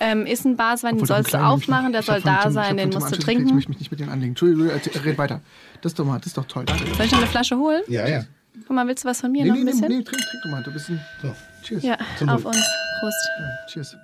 Speaker 9: Ähm, ist ein Baswein, den
Speaker 8: Mhm. Obwohl,
Speaker 9: sollst
Speaker 8: doch
Speaker 9: du
Speaker 8: einen kleinen Mensch
Speaker 9: aufmachen,
Speaker 8: noch.
Speaker 9: der
Speaker 8: Ich hab
Speaker 9: soll
Speaker 8: von Tim-
Speaker 9: da
Speaker 8: ich hab
Speaker 9: sein,
Speaker 8: von
Speaker 9: den
Speaker 8: Tim
Speaker 9: musst du
Speaker 8: Anschluss gekriegt. Ich
Speaker 9: trinken.
Speaker 8: möchte mich nicht mit denen anlegen. Entschuldigung, äh, red weiter. Das ist doch mal, das ist doch toll. Danke.
Speaker 9: Soll ich noch eine Flasche holen?
Speaker 6: Ja, ja.
Speaker 9: Guck mal, willst du was von mir
Speaker 8: Nee,
Speaker 9: noch
Speaker 8: nee,
Speaker 9: ein
Speaker 8: nee,
Speaker 9: bisschen?
Speaker 8: nee, trink, trink doch mal. Du bist ein,
Speaker 6: So.
Speaker 8: cheers.
Speaker 9: Ja, auf uns. Prost.
Speaker 8: Cheers.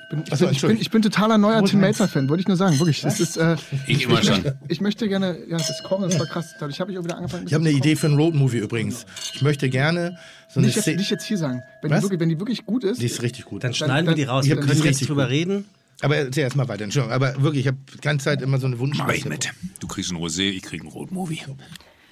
Speaker 8: Ich bin, ich,
Speaker 6: Achso,
Speaker 8: bin, ich, bin, ich bin totaler neuer Tim Melzer-Fan, wollte ich nur sagen. Wirklich, das ist, äh,
Speaker 4: Ich immer schon.
Speaker 8: ich möchte gerne, ja, das Kochen, das war krass. Dadurch habe ich auch wieder angefangen.
Speaker 6: Ich habe eine Idee für einen Roadmovie übrigens. Ich möchte gerne so eine
Speaker 8: Nicht jetzt,
Speaker 6: Szene.
Speaker 8: nicht jetzt hier sagen. Wenn
Speaker 6: Was?
Speaker 8: die, wirklich, wenn die wirklich gut ist,
Speaker 6: Die ist richtig gut.
Speaker 5: Dann schneiden wir die raus.
Speaker 6: Ja,
Speaker 5: Wir
Speaker 6: die
Speaker 5: können
Speaker 6: ist
Speaker 5: jetzt
Speaker 6: richtig
Speaker 5: drüber
Speaker 6: gut.
Speaker 5: reden.
Speaker 6: Aber erzähl erst mal weiter, Entschuldigung. Aber wirklich, ich habe die ganze Zeit immer so eine Wunsch.
Speaker 4: Mach ich mit. Du kriegst einen Rosé, ich krieg einen Rotmovie.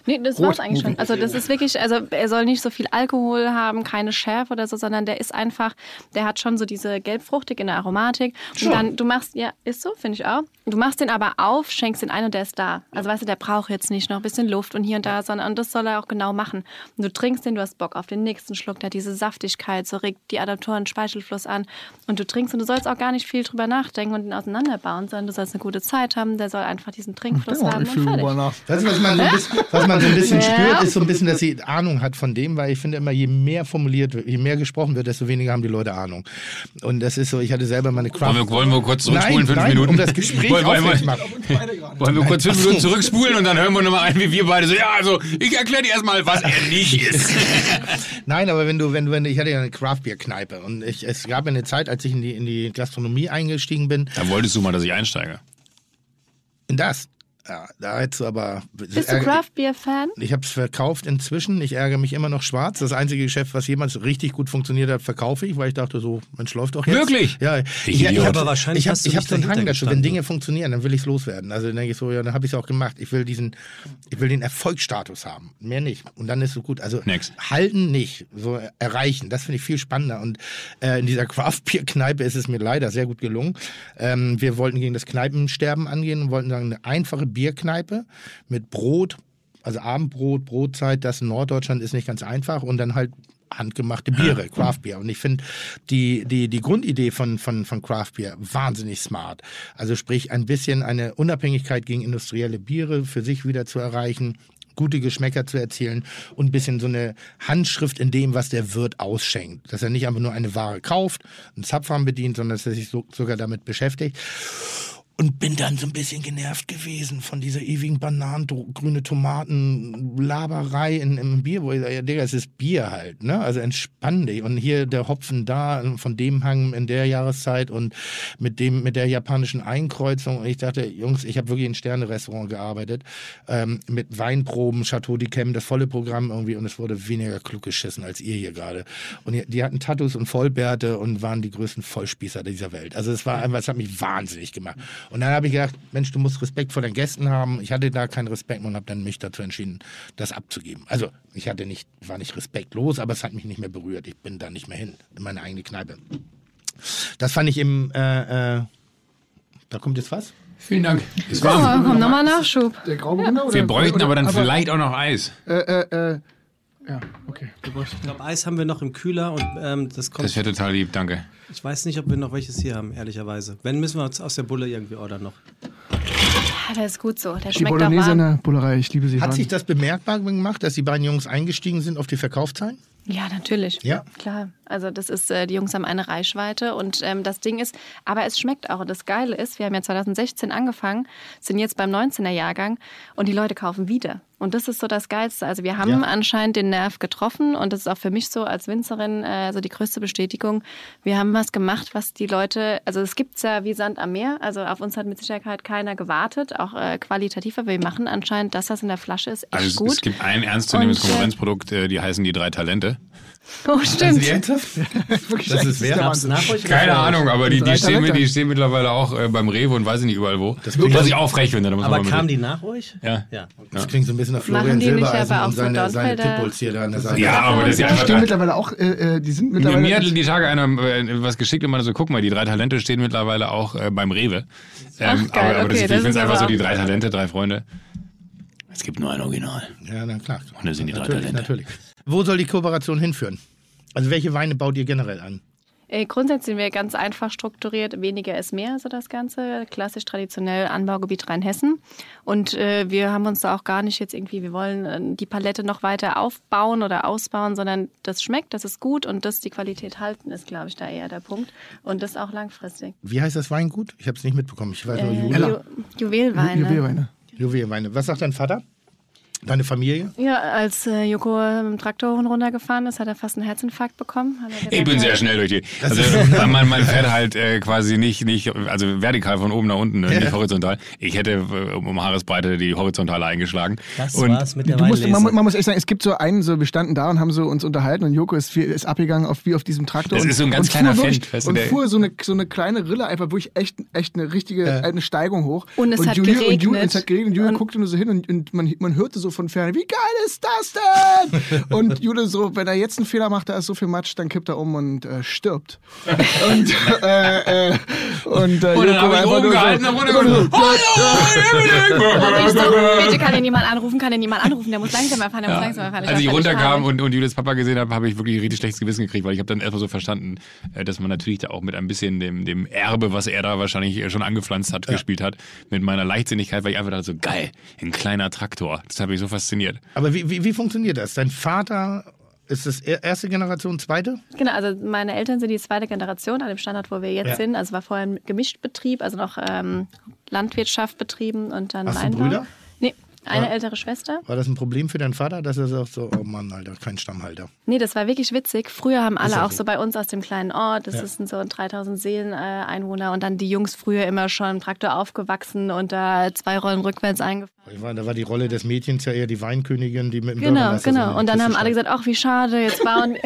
Speaker 9: Nee, das war's eigentlich schon. Also das ist wirklich, also er soll nicht so viel Alkohol haben, keine Schärfe oder so, sondern der ist einfach, der hat schon so diese gelbfruchtig in der Aromatik. Und dann, du machst, ja, ist so, finde ich auch. Du machst den aber auf, schenkst ihn ein und der ist da. Also weißt du, der braucht jetzt nicht noch ein bisschen Luft und hier und da, sondern und das soll er auch genau machen. Und du trinkst den, du hast Bock auf den nächsten Schluck, der hat diese Saftigkeit, so regt die Adaptoren Speichelfluss an. Und du trinkst und du sollst auch gar nicht viel drüber nachdenken und ihn auseinanderbauen, sondern du sollst eine gute Zeit haben, der soll einfach diesen Trinkfluss
Speaker 8: Oh,
Speaker 9: haben
Speaker 8: ich
Speaker 9: und
Speaker 8: fühle
Speaker 9: fertig.
Speaker 8: drüber nach.
Speaker 6: Weißt du, was man so ein bisschen, was man man so ein bisschen
Speaker 9: Ja.
Speaker 6: spürt, ist so ein bisschen, dass sie Ahnung hat von dem, weil ich finde immer, je mehr formuliert wird, je mehr gesprochen wird, desto weniger haben die Leute Ahnung. Und das ist so, ich hatte selber meine Craft.
Speaker 4: Wollen wir, wollen wir kurz
Speaker 6: nein,
Speaker 4: zurückspulen, fünf
Speaker 6: nein,
Speaker 4: Minuten?
Speaker 6: um das Gespräch
Speaker 4: wollen, wollen,
Speaker 6: aufrecht
Speaker 4: wir,
Speaker 6: machen.
Speaker 4: wollen wir kurz fünf
Speaker 6: Ach so.
Speaker 4: Minuten zurückspulen und dann hören wir nochmal ein, wie wir beide so, ja, also ich erkläre dir erstmal, was er nicht ist.
Speaker 6: Nein, aber wenn du, wenn du, wenn du, ich hatte ja eine Craftbeer-Kneipe und ich, es gab eine Zeit, als ich in die, in die Gastronomie eingestiegen bin,
Speaker 4: Da wolltest du mal, dass ich einsteige.
Speaker 6: in das. Ja, da hättest du aber.
Speaker 9: Bist
Speaker 8: Also
Speaker 9: du Craft Beer Fan?
Speaker 6: Ich habe es verkauft inzwischen. Ich ärgere mich immer noch schwarz. Das einzige Geschäft, was jemals richtig gut funktioniert hat, verkaufe ich, weil ich dachte, so, Mensch, läuft doch jetzt.
Speaker 4: Wirklich?
Speaker 6: Ja, ich, ich,
Speaker 4: Idiot.
Speaker 6: hab-
Speaker 5: Aber wahrscheinlich
Speaker 6: ich hab-
Speaker 5: hast du
Speaker 6: ich hab
Speaker 5: nicht
Speaker 6: so einen
Speaker 5: dahinter
Speaker 6: Hang dazu. Wenn
Speaker 5: gestanden.
Speaker 6: Dinge funktionieren, dann will ich es loswerden. Also dann denke ich so, ja, dann habe ich es auch gemacht. Ich will diesen, ich will den Erfolgsstatus haben. Mehr nicht. Und dann ist so gut. Also
Speaker 4: Next.
Speaker 6: halten nicht, so erreichen. Das finde ich viel spannender. Und äh, in dieser Craft Beer Kneipe ist es mir leider sehr gut gelungen. Ähm, wir wollten gegen das Kneipensterben angehen und wollten sagen, eine einfache Bierkneipe mit Brot, also Abendbrot, Brotzeit, das in Norddeutschland ist nicht ganz einfach und dann halt handgemachte Biere, Craft Beer. Und ich finde die, die, die Grundidee von, von, von Craft Beer wahnsinnig smart. Also sprich, ein bisschen eine Unabhängigkeit gegen industrielle Biere für sich wieder zu erreichen, gute Geschmäcker zu erzielen und ein bisschen so eine Handschrift in dem, was der Wirt ausschenkt. Dass er nicht einfach nur eine Ware kauft, einen Zapfhahn bedient, sondern dass er sich so, sogar damit beschäftigt. Und bin dann so ein bisschen genervt gewesen von dieser ewigen Bananen, dro- grüne Tomaten, Laberei in, im Bier, wo ich sage, ja, Digga, es ist Bier halt, ne? Also entspann dich. Und hier der Hopfen da, von dem Hang in der Jahreszeit und mit dem, mit der japanischen Einkreuzung. Und ich dachte, Jungs, ich habe wirklich in Sterne-Restaurant gearbeitet, ähm, mit Weinproben, Chateau d'Yquem, das volle Programm irgendwie. Und es wurde weniger klug geschissen als ihr hier gerade. Und die, die hatten Tattoos und Vollbärte und waren die größten Vollspießer dieser Welt. Also es war einfach, es hat mich wahnsinnig gemacht. Und dann habe ich gedacht, Mensch, du musst Respekt vor deinen Gästen haben. Ich hatte da keinen Respekt mehr und habe dann mich dazu entschieden, das abzugeben. Also ich hatte nicht, war nicht respektlos, aber es hat mich nicht mehr berührt. Ich bin da nicht mehr hin, in meine eigene Kneipe. Das fand ich im, äh, äh, da kommt jetzt was?
Speaker 4: Vielen Dank. Es
Speaker 9: Oh,
Speaker 4: war,
Speaker 9: komm, nochmal Nachschub.
Speaker 8: Der graue Wunder oder?
Speaker 4: wir bräuchten
Speaker 8: oder,
Speaker 4: aber dann vielleicht auch noch Eis.
Speaker 8: Äh, äh, äh, ja, okay. Wir bräuchten.
Speaker 5: Ich glaube, Eis haben wir noch im Kühler und ähm, das kommt.
Speaker 4: Das wäre total lieb, danke.
Speaker 5: ich weiß nicht, ob wir noch welches hier haben, ehrlicherweise. Wenn, müssen wir uns aus der Bulle irgendwie ordern noch.
Speaker 9: Ah, der ist gut so. Der
Speaker 8: Die
Speaker 9: schmeckt auch
Speaker 8: Bolognese in
Speaker 9: warm.
Speaker 8: der Bullerei, ich liebe sie.
Speaker 6: Hat
Speaker 8: Mann.
Speaker 6: sich das bemerkbar gemacht, dass die beiden Jungs eingestiegen sind auf die Verkaufszahlen?
Speaker 9: Ja, natürlich.
Speaker 6: Ja.
Speaker 9: Klar. Also das ist, äh, die Jungs haben eine Reichweite und ähm, das Ding ist, aber es schmeckt auch. Und das Geile ist, wir haben ja 2016 angefangen, sind jetzt beim 19er Jahrgang und die Leute kaufen wieder. Und das ist so das Geilste. Also wir haben
Speaker 6: Ja.
Speaker 9: anscheinend den Nerv getroffen und das ist auch für mich so als Winzerin äh, so die größte Bestätigung. Wir haben was gemacht, was die Leute, also es gibt es ja wie Sand am Meer. Also auf uns hat mit Sicherheit keiner gewartet, auch äh, qualitativ. Aber wir machen anscheinend, dass das in der Flasche ist, echt
Speaker 4: Also es,
Speaker 9: gut.
Speaker 4: es gibt ein ernstzunehmendes
Speaker 9: Und, äh,
Speaker 4: Konkurrenzprodukt, äh, die heißen die drei Talente. also
Speaker 9: oh, stimmt.
Speaker 6: Das ist wert.
Speaker 5: Gab's nach euch?
Speaker 4: Keine Ahnung, aber die,
Speaker 8: drei
Speaker 4: die, stehen, mit- die
Speaker 8: Talente.
Speaker 4: stehen mittlerweile auch äh, beim Rewe und weiß ich nicht überall wo. Das was ich aufrecht finde. Da muss
Speaker 5: Aber
Speaker 4: man mal
Speaker 5: kamen
Speaker 4: mit-
Speaker 5: die nach euch?
Speaker 4: Ja.
Speaker 5: Ja.
Speaker 6: Das klingt so ein bisschen nach
Speaker 9: Machen
Speaker 6: Florian
Speaker 9: die nicht
Speaker 6: Silbereisen
Speaker 9: aber auch
Speaker 6: und
Speaker 9: so
Speaker 6: seine, seine
Speaker 9: Dornfelder?
Speaker 6: Pitbulls hier da an der Seite.
Speaker 4: ja, aber das ist ja
Speaker 8: Die stehen
Speaker 4: einfach.
Speaker 8: mittlerweile auch, äh, äh, die sind
Speaker 4: Mir,
Speaker 8: mittlerweile.
Speaker 4: mir hat die Tage einer äh, was geschickt und meinte so, guck mal, die drei Talente stehen mittlerweile auch äh, beim Rewe. Ähm,
Speaker 9: Ach, geil,
Speaker 4: aber aber das,
Speaker 9: okay,
Speaker 4: ich
Speaker 9: das
Speaker 4: finde es
Speaker 9: ist
Speaker 4: einfach so,
Speaker 9: aber-
Speaker 4: die drei Talente, drei Freunde. Es gibt nur ein Original.
Speaker 6: Ja, na klar.
Speaker 4: Und das sind die drei
Speaker 6: natürlich,
Speaker 4: Talente.
Speaker 6: natürlich. Wo soll die Kooperation hinführen? Also welche Weine baut ihr generell an?
Speaker 9: Äh, Grundsätzlich sind wir ganz einfach strukturiert. Weniger ist mehr, so das Ganze. Klassisch, traditionell Anbaugebiet Rheinhessen. Und äh, wir haben uns da auch gar nicht jetzt irgendwie, wir wollen äh, die Palette noch weiter aufbauen oder ausbauen, sondern das schmeckt, das ist gut und das die Qualität halten, ist, glaube ich, da eher der Punkt. Und das auch langfristig.
Speaker 6: Wie heißt das Weingut? Ich habe es nicht mitbekommen. Ich weiß nur
Speaker 9: Äh,
Speaker 6: Julia.
Speaker 9: Ju ne? Juwelweine.
Speaker 8: Juwelweine.
Speaker 6: Juwelweine. Was sagt dein Vater? Deine Familie?
Speaker 9: Ja, als äh, Joko im Traktor runtergefahren ist, hat er fast einen Herzinfarkt bekommen. Hat er gesagt,
Speaker 4: Ich bin sehr
Speaker 9: ja.
Speaker 4: schnell durch die. Also weil man, man fährt halt äh, quasi nicht, nicht, also vertikal von oben nach unten, ne, nicht horizontal. Ich hätte äh, um um Haaresbreite die horizontale eingeschlagen.
Speaker 5: Das
Speaker 4: und
Speaker 5: war's mit der
Speaker 8: Du musst, man, mu-
Speaker 5: Weinlese.
Speaker 8: man muss echt sagen, es gibt so einen, so wir standen da und haben so uns unterhalten und Joko ist, viel, ist abgegangen auf, wie auf diesem Traktor.
Speaker 4: Das
Speaker 8: und,
Speaker 4: ist so ein ganz
Speaker 8: und
Speaker 4: kleiner
Speaker 8: fuhr wirklich,
Speaker 4: Fan, weißt du,
Speaker 8: Und
Speaker 4: der-
Speaker 8: fuhr so eine, so eine kleine Rille einfach wirklich echt, echt eine richtige eine Steigung hoch.
Speaker 9: Und es hat
Speaker 8: Julia, Und Julia,
Speaker 9: geregnet.
Speaker 8: es hat geregnet und Julia
Speaker 9: Und-
Speaker 8: guckte nur so hin und, und man, man hörte so von fern, wie geil ist das denn? und Julia so, wenn er jetzt einen Fehler macht, da ist so viel Matsch, dann kippt er um und äh, stirbt. und äh, äh, und, äh,
Speaker 4: Und Oh, dann
Speaker 8: Joko
Speaker 4: habe ich
Speaker 8: einfach nur
Speaker 4: oben gehalten, dann wurde
Speaker 8: so,
Speaker 9: Und ich so, bitte kann ihn niemand anrufen, kann ihn niemand anrufen, der muss langsam erfahren, der muss langsam erfahren.
Speaker 4: Als ich
Speaker 9: darf da nicht fahren.
Speaker 4: runterkam und, und Julius Papa gesehen habe, habe ich wirklich ein richtig schlechtes Gewissen gekriegt, weil ich habe dann erstmal so verstanden, äh, dass man natürlich da auch mit ein bisschen dem, dem Erbe, was er da wahrscheinlich äh, schon angepflanzt hat, gespielt hat, mit meiner Leichtsinnigkeit, weil ich einfach dachte so, geil, ein kleiner Traktor. Das habe mich so fasziniert.
Speaker 6: Aber wie, wie, wie funktioniert das? Dein Vater ist das er- erste Generation, zweite?
Speaker 9: Genau, also meine Eltern sind die zweite Generation an dem Standort, wo wir jetzt
Speaker 6: Ja.
Speaker 9: sind. Also war vorher ein Gemischtbetrieb, also noch ähm, Landwirtschaft betrieben und dann
Speaker 6: Hast du
Speaker 9: Weinbau.
Speaker 6: Brüder?
Speaker 9: Nee, eine
Speaker 6: Ja.
Speaker 9: ältere Schwester.
Speaker 6: War das ein Problem für deinen Vater, dass er sagt so, oh Mann, Alter, kein Stammhalter?
Speaker 9: Nee, das war wirklich witzig. Früher haben alle
Speaker 6: auch
Speaker 9: auch so bei uns aus dem kleinen Ort, das
Speaker 6: Ja.
Speaker 9: ist sind so 3000 Seelen äh, Einwohner und dann die Jungs früher immer schon Traktor aufgewachsen und da zwei Rollen rückwärts eingefahren.
Speaker 6: Ich meine, da war die Rolle des Mädchens ja eher die Weinkönigin, die mit dem
Speaker 9: Genau,
Speaker 6: Bürgermeister so in
Speaker 9: genau.
Speaker 6: die
Speaker 9: Und dann
Speaker 6: Kiste
Speaker 9: haben alle
Speaker 6: stand.
Speaker 9: gesagt, ach wie schade, jetzt bauen.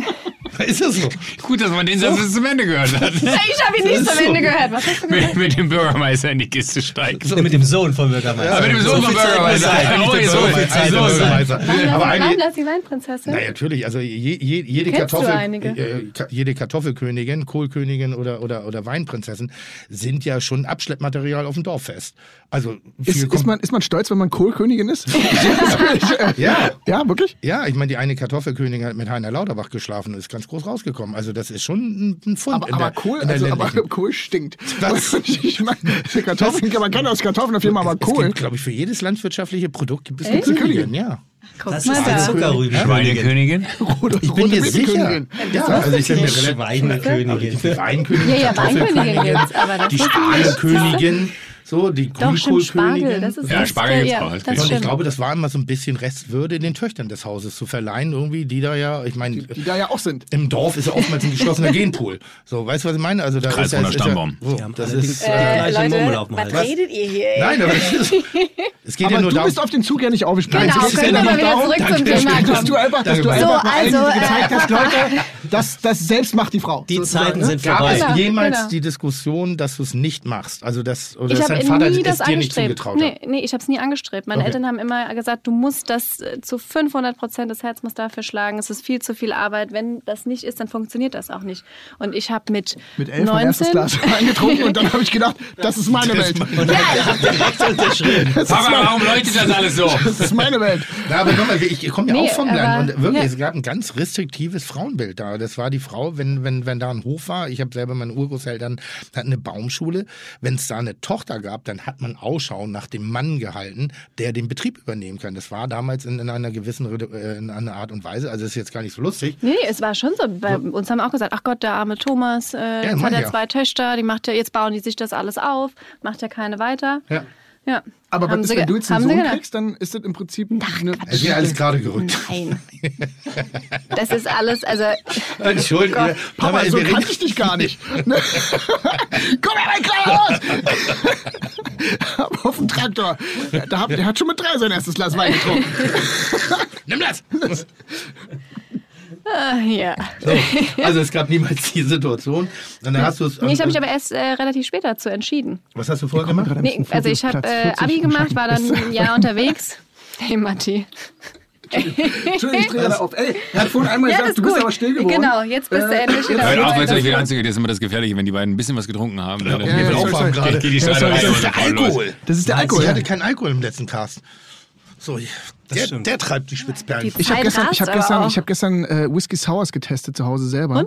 Speaker 6: Ist das so?
Speaker 4: Gut, dass man den Satz bis zum Ende gehört hat.
Speaker 9: ich habe ihn nicht
Speaker 6: ist
Speaker 9: zum
Speaker 6: so.
Speaker 9: Ende gehört. Was hast du
Speaker 4: mit, mit dem Bürgermeister in die Kiste steigt.
Speaker 5: Mit dem Sohn vom Bürgermeister.
Speaker 4: Aber mit dem Sohn vom Bürgermeister. Oh, ihr Sohn.
Speaker 9: Also,
Speaker 6: Bürgermeister,
Speaker 4: Ihr Sohn.
Speaker 6: Bürgermeister.
Speaker 9: Nein,
Speaker 6: Aber
Speaker 9: nein,
Speaker 6: eine,
Speaker 9: lass die Weinprinzessin.
Speaker 6: na, natürlich, also je, je, jede,
Speaker 9: Kennst du
Speaker 6: Kartoffel,
Speaker 9: einige?
Speaker 6: äh, Ka- jede Kartoffelkönigin, Kohlkönigin oder, oder, oder Weinprinzessin sind ja schon Abschleppmaterial auf dem Dorffest. Also viel
Speaker 8: Ist, ist,
Speaker 6: kommt-
Speaker 8: man, ist man stolz, wenn man Kohlkönigin ist?
Speaker 6: ja,
Speaker 8: ja, wirklich?
Speaker 6: ja, ich meine, die eine Kartoffelkönigin hat mit Heiner Lauterbach geschlafen und ist ganz groß rausgekommen. Also das ist schon ein, ein Fund.
Speaker 8: Aber,
Speaker 6: in
Speaker 8: aber
Speaker 6: der,
Speaker 8: Kohl,
Speaker 6: in der
Speaker 8: also, aber
Speaker 6: ländlichen-
Speaker 8: Kohl stinkt.
Speaker 6: Was?
Speaker 8: Und ich meine, Kartoffeln, man kann aus Kartoffeln auf jeden Fall mal
Speaker 6: Es
Speaker 8: Kohl.
Speaker 6: gibt, glaube ich, für jedes landwirtschaftliche Produkt gibt es eine Königin, ja.
Speaker 9: Guck
Speaker 5: Das
Speaker 9: mal
Speaker 5: ist die
Speaker 9: da.
Speaker 5: Zuckerrübenkönigin.
Speaker 4: Schweinekönigin?
Speaker 6: Ich bin mir sicher.
Speaker 8: Königin.
Speaker 6: Ja, also ich bin mir relativ
Speaker 5: Schweinekönigin.
Speaker 6: Die Weinkönigin,
Speaker 9: Ja, ja, Weinkönigin
Speaker 6: Kartoffelkönigin,
Speaker 9: gibt's, aber das
Speaker 6: die
Speaker 9: wissen
Speaker 6: Spargelkönigin, so die
Speaker 9: Doch, stimmt, Spargel.
Speaker 6: Grünkohlkönigin.
Speaker 9: Das ist
Speaker 4: Ja,
Speaker 9: das-
Speaker 4: Spargel gibt's
Speaker 9: ja,
Speaker 4: auch als
Speaker 9: das
Speaker 4: Gericht.
Speaker 6: Und ich
Speaker 9: stimmt.
Speaker 6: glaube, das war immer so ein bisschen Restwürde den Töchtern des Hauses zu verleihen, irgendwie, die da ja, ich meine,
Speaker 8: Die da ja auch sind.
Speaker 6: im Dorf ist ja oftmals ein geschlossener Genpool. So, weißt du, was ich meine? Also da
Speaker 4: Kreis
Speaker 6: ist ja,
Speaker 4: von der
Speaker 6: ist ja-
Speaker 4: Stammbaum.
Speaker 6: so,
Speaker 5: Die haben
Speaker 6: das
Speaker 5: allerdings,
Speaker 6: ist,
Speaker 5: äh,
Speaker 6: äh,
Speaker 5: gleich einen Murmel auf dem
Speaker 9: was
Speaker 5: Hals.
Speaker 9: redet ihr hier? ey?
Speaker 6: nein, aber das ist, es geht ja
Speaker 8: Aber
Speaker 6: nur
Speaker 8: du
Speaker 6: darum.
Speaker 8: bist auf den Zug ja nicht aufgesprungen.
Speaker 9: Genau,
Speaker 8: Es ist
Speaker 9: können
Speaker 8: ja
Speaker 9: wir mal
Speaker 8: nur
Speaker 9: wieder
Speaker 8: darum,
Speaker 9: zurück zum
Speaker 8: Dankeschön,
Speaker 9: Thema
Speaker 8: Dass du
Speaker 9: kommen.
Speaker 8: einfach, dass du
Speaker 9: Danke,
Speaker 8: einfach
Speaker 9: Mike.
Speaker 8: mal allen
Speaker 9: So, also,
Speaker 8: gezeigt hast, Leute, dass das selbst macht die Frau.
Speaker 5: Die Zeiten sind
Speaker 6: Gab
Speaker 5: vorbei.
Speaker 6: es
Speaker 9: Genau,
Speaker 6: jemals
Speaker 9: genau.
Speaker 6: die Diskussion, dass du es nicht machst? Also dass, oder
Speaker 9: Ich
Speaker 6: dass dein
Speaker 9: habe
Speaker 6: Vater
Speaker 9: nie
Speaker 6: es
Speaker 9: das
Speaker 6: dir nicht
Speaker 9: angestrebt.
Speaker 6: zugetraut hat?
Speaker 9: Nee, nee, ich habe es nie angestrebt. Meine
Speaker 6: Okay.
Speaker 9: Eltern haben immer gesagt, du musst das äh, zu 500 Prozent, das Herz muss dafür schlagen. Es ist viel zu viel Arbeit. Wenn das nicht ist, dann funktioniert das auch nicht. Und ich habe mit,
Speaker 8: Mit elf mein
Speaker 9: 19...
Speaker 8: erstes Glas Wein getrunken und dann habe ich gedacht, das ist meine Welt. Das ist
Speaker 4: Papa,
Speaker 8: meine-
Speaker 4: warum leuchtet das alles so?
Speaker 8: das ist meine Welt.
Speaker 6: Ja, aber guck mal, ich komme ja
Speaker 9: Nee,
Speaker 6: auch vom
Speaker 9: aber-
Speaker 6: Land und wirklich,
Speaker 9: ja.
Speaker 6: es gab ein ganz restriktives Frauenbild da. Das war die Frau, wenn, wenn, wenn da ein Hof war, ich habe selber meine Urgroßeltern hatten eine Baumschule, wenn es da eine Tochter gab, dann hat man Ausschau nach dem Mann gehalten, der den Betrieb übernehmen kann. Das war damals in, in einer gewissen Redu- äh, in einer Art und Weise, also ist jetzt gar nicht so lustig.
Speaker 9: Nee, nee, es war schon so. Bei uns haben auch gesagt, ach Gott, der arme Thomas, äh, jetzt
Speaker 6: mein
Speaker 9: hat er
Speaker 6: ja.
Speaker 9: zwei Töchter, die macht ja, jetzt bauen die sich das alles auf, macht ja keine weiter.
Speaker 6: Ja.
Speaker 9: Ja.
Speaker 8: Aber
Speaker 9: Haben
Speaker 8: was ist,
Speaker 9: sie
Speaker 8: wenn
Speaker 9: ge-
Speaker 8: du jetzt einen
Speaker 9: haben sie
Speaker 8: Sohn
Speaker 9: gedacht.
Speaker 8: kriegst, dann ist das im Prinzip eine...
Speaker 6: Es wird alles gerade gerückt.
Speaker 9: Nein. Das ist alles, also
Speaker 6: Entschuldigung.
Speaker 8: Papa, so kann ich dich gar nicht. Ne? Komm her, mein kleiner Haus! Aber auf dem Traktor. Ja, Da hab, der hat schon mit drei sein erstes Glas Wein getrunken.
Speaker 6: Nimm das!
Speaker 9: äh, ja.
Speaker 6: So, also es gab niemals die Situation. Und dann hast du es.
Speaker 9: Nee, ich habe mich aber erst äh, relativ spät dazu entschieden.
Speaker 6: was hast du vorher gemacht?
Speaker 9: Nee, also ich habe äh, Abi gemacht, war dann ein Jahr unterwegs. Hey Matti.
Speaker 8: Entschuldigung, ich drehe gerade auf. Ey, er hat vorhin einmal
Speaker 9: Ja,
Speaker 8: gesagt,
Speaker 9: das ist
Speaker 8: du bist
Speaker 9: gut.
Speaker 8: aber still geworden. Äh,
Speaker 9: Genau, jetzt bist du endlich wieder-
Speaker 4: Hört auf, jetzt
Speaker 9: Ja.
Speaker 4: euch wieder anzugehen. Das ist immer das Gefährliche, wenn die beiden ein bisschen was getrunken haben. Ja,
Speaker 8: ja, ja, sorry, sorry.
Speaker 4: Geht die
Speaker 8: Ja, sorry,
Speaker 4: Scheibe
Speaker 8: das
Speaker 4: rein
Speaker 8: ist
Speaker 4: und fahren los.
Speaker 8: Das ist der
Speaker 6: Ich
Speaker 8: Alkohol.
Speaker 6: hatte keinen Alkohol im letzten Cast. So, der,
Speaker 5: stimmt.
Speaker 6: der treibt die Spitzperlen.
Speaker 9: Die-
Speaker 8: Ich habe
Speaker 9: Zeit
Speaker 8: gestern, ich
Speaker 9: rast,
Speaker 8: hab
Speaker 9: aber
Speaker 8: gestern,
Speaker 9: auch.
Speaker 8: ich hab gestern äh, Whisky Sours getestet zu Hause selber.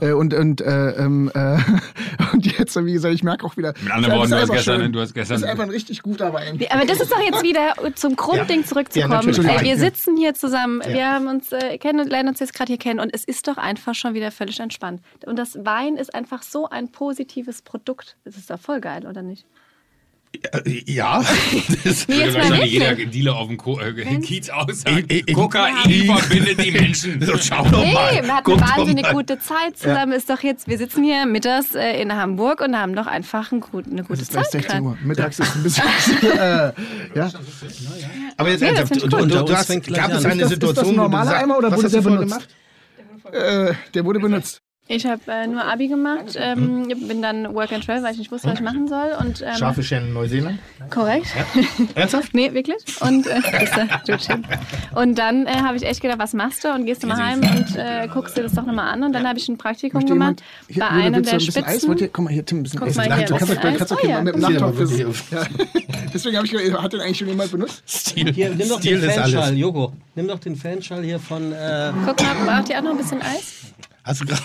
Speaker 8: Und, äh, und, und, äh, ähm, äh, und jetzt, wie gesagt, ich merke auch wieder. Mit
Speaker 4: anderen Worten, du hast gestern- du hast gestern-
Speaker 8: Das ist einfach ein richtig guter Wein.
Speaker 9: Nee, Aber das ist doch jetzt wieder zum Grundding
Speaker 6: Ja. Ja,
Speaker 9: zurückzukommen.
Speaker 6: natürlich.
Speaker 9: Ey, wir
Speaker 6: Ja.
Speaker 9: sitzen hier zusammen, wir haben uns äh, kennen und lernen uns jetzt gerade hier kennen und es ist doch einfach schon wieder völlig entspannt. Und das Wein ist einfach so ein positives Produkt. Das ist doch voll geil, oder nicht?
Speaker 6: Ja. Das-
Speaker 9: Nee, jetzt mal
Speaker 4: Wahrscheinlich jeder
Speaker 9: wirklich.
Speaker 4: Dealer auf dem Ko äh, Kiez aussagt,
Speaker 6: Ich- ich-
Speaker 4: Kokain verbindet die Menschen.
Speaker 6: So, schau doch
Speaker 9: Nee,
Speaker 6: mal.
Speaker 9: wir hatten
Speaker 6: Guck
Speaker 9: eine
Speaker 6: doch
Speaker 9: wahnsinnig
Speaker 6: mal.
Speaker 9: gute Zeit zusammen. Ist doch jetzt, wir sitzen hier mittags äh, in Hamburg und haben doch einfach einen guten, eine gute
Speaker 8: Es ist gleich
Speaker 9: Zeit.
Speaker 8: 16
Speaker 9: gerade.
Speaker 8: Uhr. Mittags ist ein bisschen. äh, ja.
Speaker 6: Aber jetzt
Speaker 9: das
Speaker 6: ernsthaft,
Speaker 9: finde ich
Speaker 6: du,
Speaker 9: cool.
Speaker 6: du, du
Speaker 5: Unter uns
Speaker 6: hast,
Speaker 5: fängt gleich
Speaker 6: gab es
Speaker 5: an.
Speaker 6: eine
Speaker 8: Ist das- ist das
Speaker 6: Situation,
Speaker 8: ein
Speaker 6: wo du
Speaker 8: normaler
Speaker 6: sagst,
Speaker 8: Eimer oder
Speaker 6: was
Speaker 8: wurde
Speaker 6: hast
Speaker 8: der
Speaker 6: du vorher
Speaker 8: benutzt?
Speaker 6: gemacht?
Speaker 8: Äh, der wurde benutzt.
Speaker 9: Ich habe äh, nur Abi gemacht,
Speaker 8: Mhm.
Speaker 9: ähm, bin dann Work and Travel, weil ich nicht wusste, was ich machen soll. Und, ähm,
Speaker 6: Schafe scheren in Neuseeland.
Speaker 9: Korrekt.
Speaker 6: Ernsthaft?
Speaker 9: Nee, wirklich? Und, äh, siehst du, du Chin. und dann äh, habe ich echt gedacht, was machst du? Und gehst du mal heim und äh, guckst dir das doch nochmal an. Und dann habe ich ein Praktikum
Speaker 8: Möchte
Speaker 9: gemacht
Speaker 8: jemand- Hier,
Speaker 9: bei
Speaker 8: Jule, willst du
Speaker 9: einem der
Speaker 8: ein bisschen Eis? Wollt ihr,
Speaker 9: Spitzen.
Speaker 8: guck mal, hier, Tim, ein bisschen
Speaker 9: Guck
Speaker 8: Eis.
Speaker 9: mal hier,
Speaker 8: du kannst
Speaker 9: ein bisschen
Speaker 8: du kannst
Speaker 9: Eis.
Speaker 8: auch hier
Speaker 9: Oh
Speaker 8: mal
Speaker 9: ja,
Speaker 8: mit dem
Speaker 6: das sieht
Speaker 8: Nachttopf.
Speaker 6: aber
Speaker 8: wissen.
Speaker 6: wirklich-
Speaker 8: Ja. Deswegen habe ich gedacht, hat den eigentlich schon jemand benutzt?
Speaker 6: Stil,
Speaker 5: Hier, nimm doch
Speaker 6: Stil
Speaker 5: den
Speaker 6: ist
Speaker 5: Fanschall,
Speaker 6: alles.
Speaker 5: Joko. Nimm doch den Fanschall hier von. Äh,
Speaker 9: Guck mal, braucht ihr auch noch ein bisschen Eis?
Speaker 6: Hast du gerade...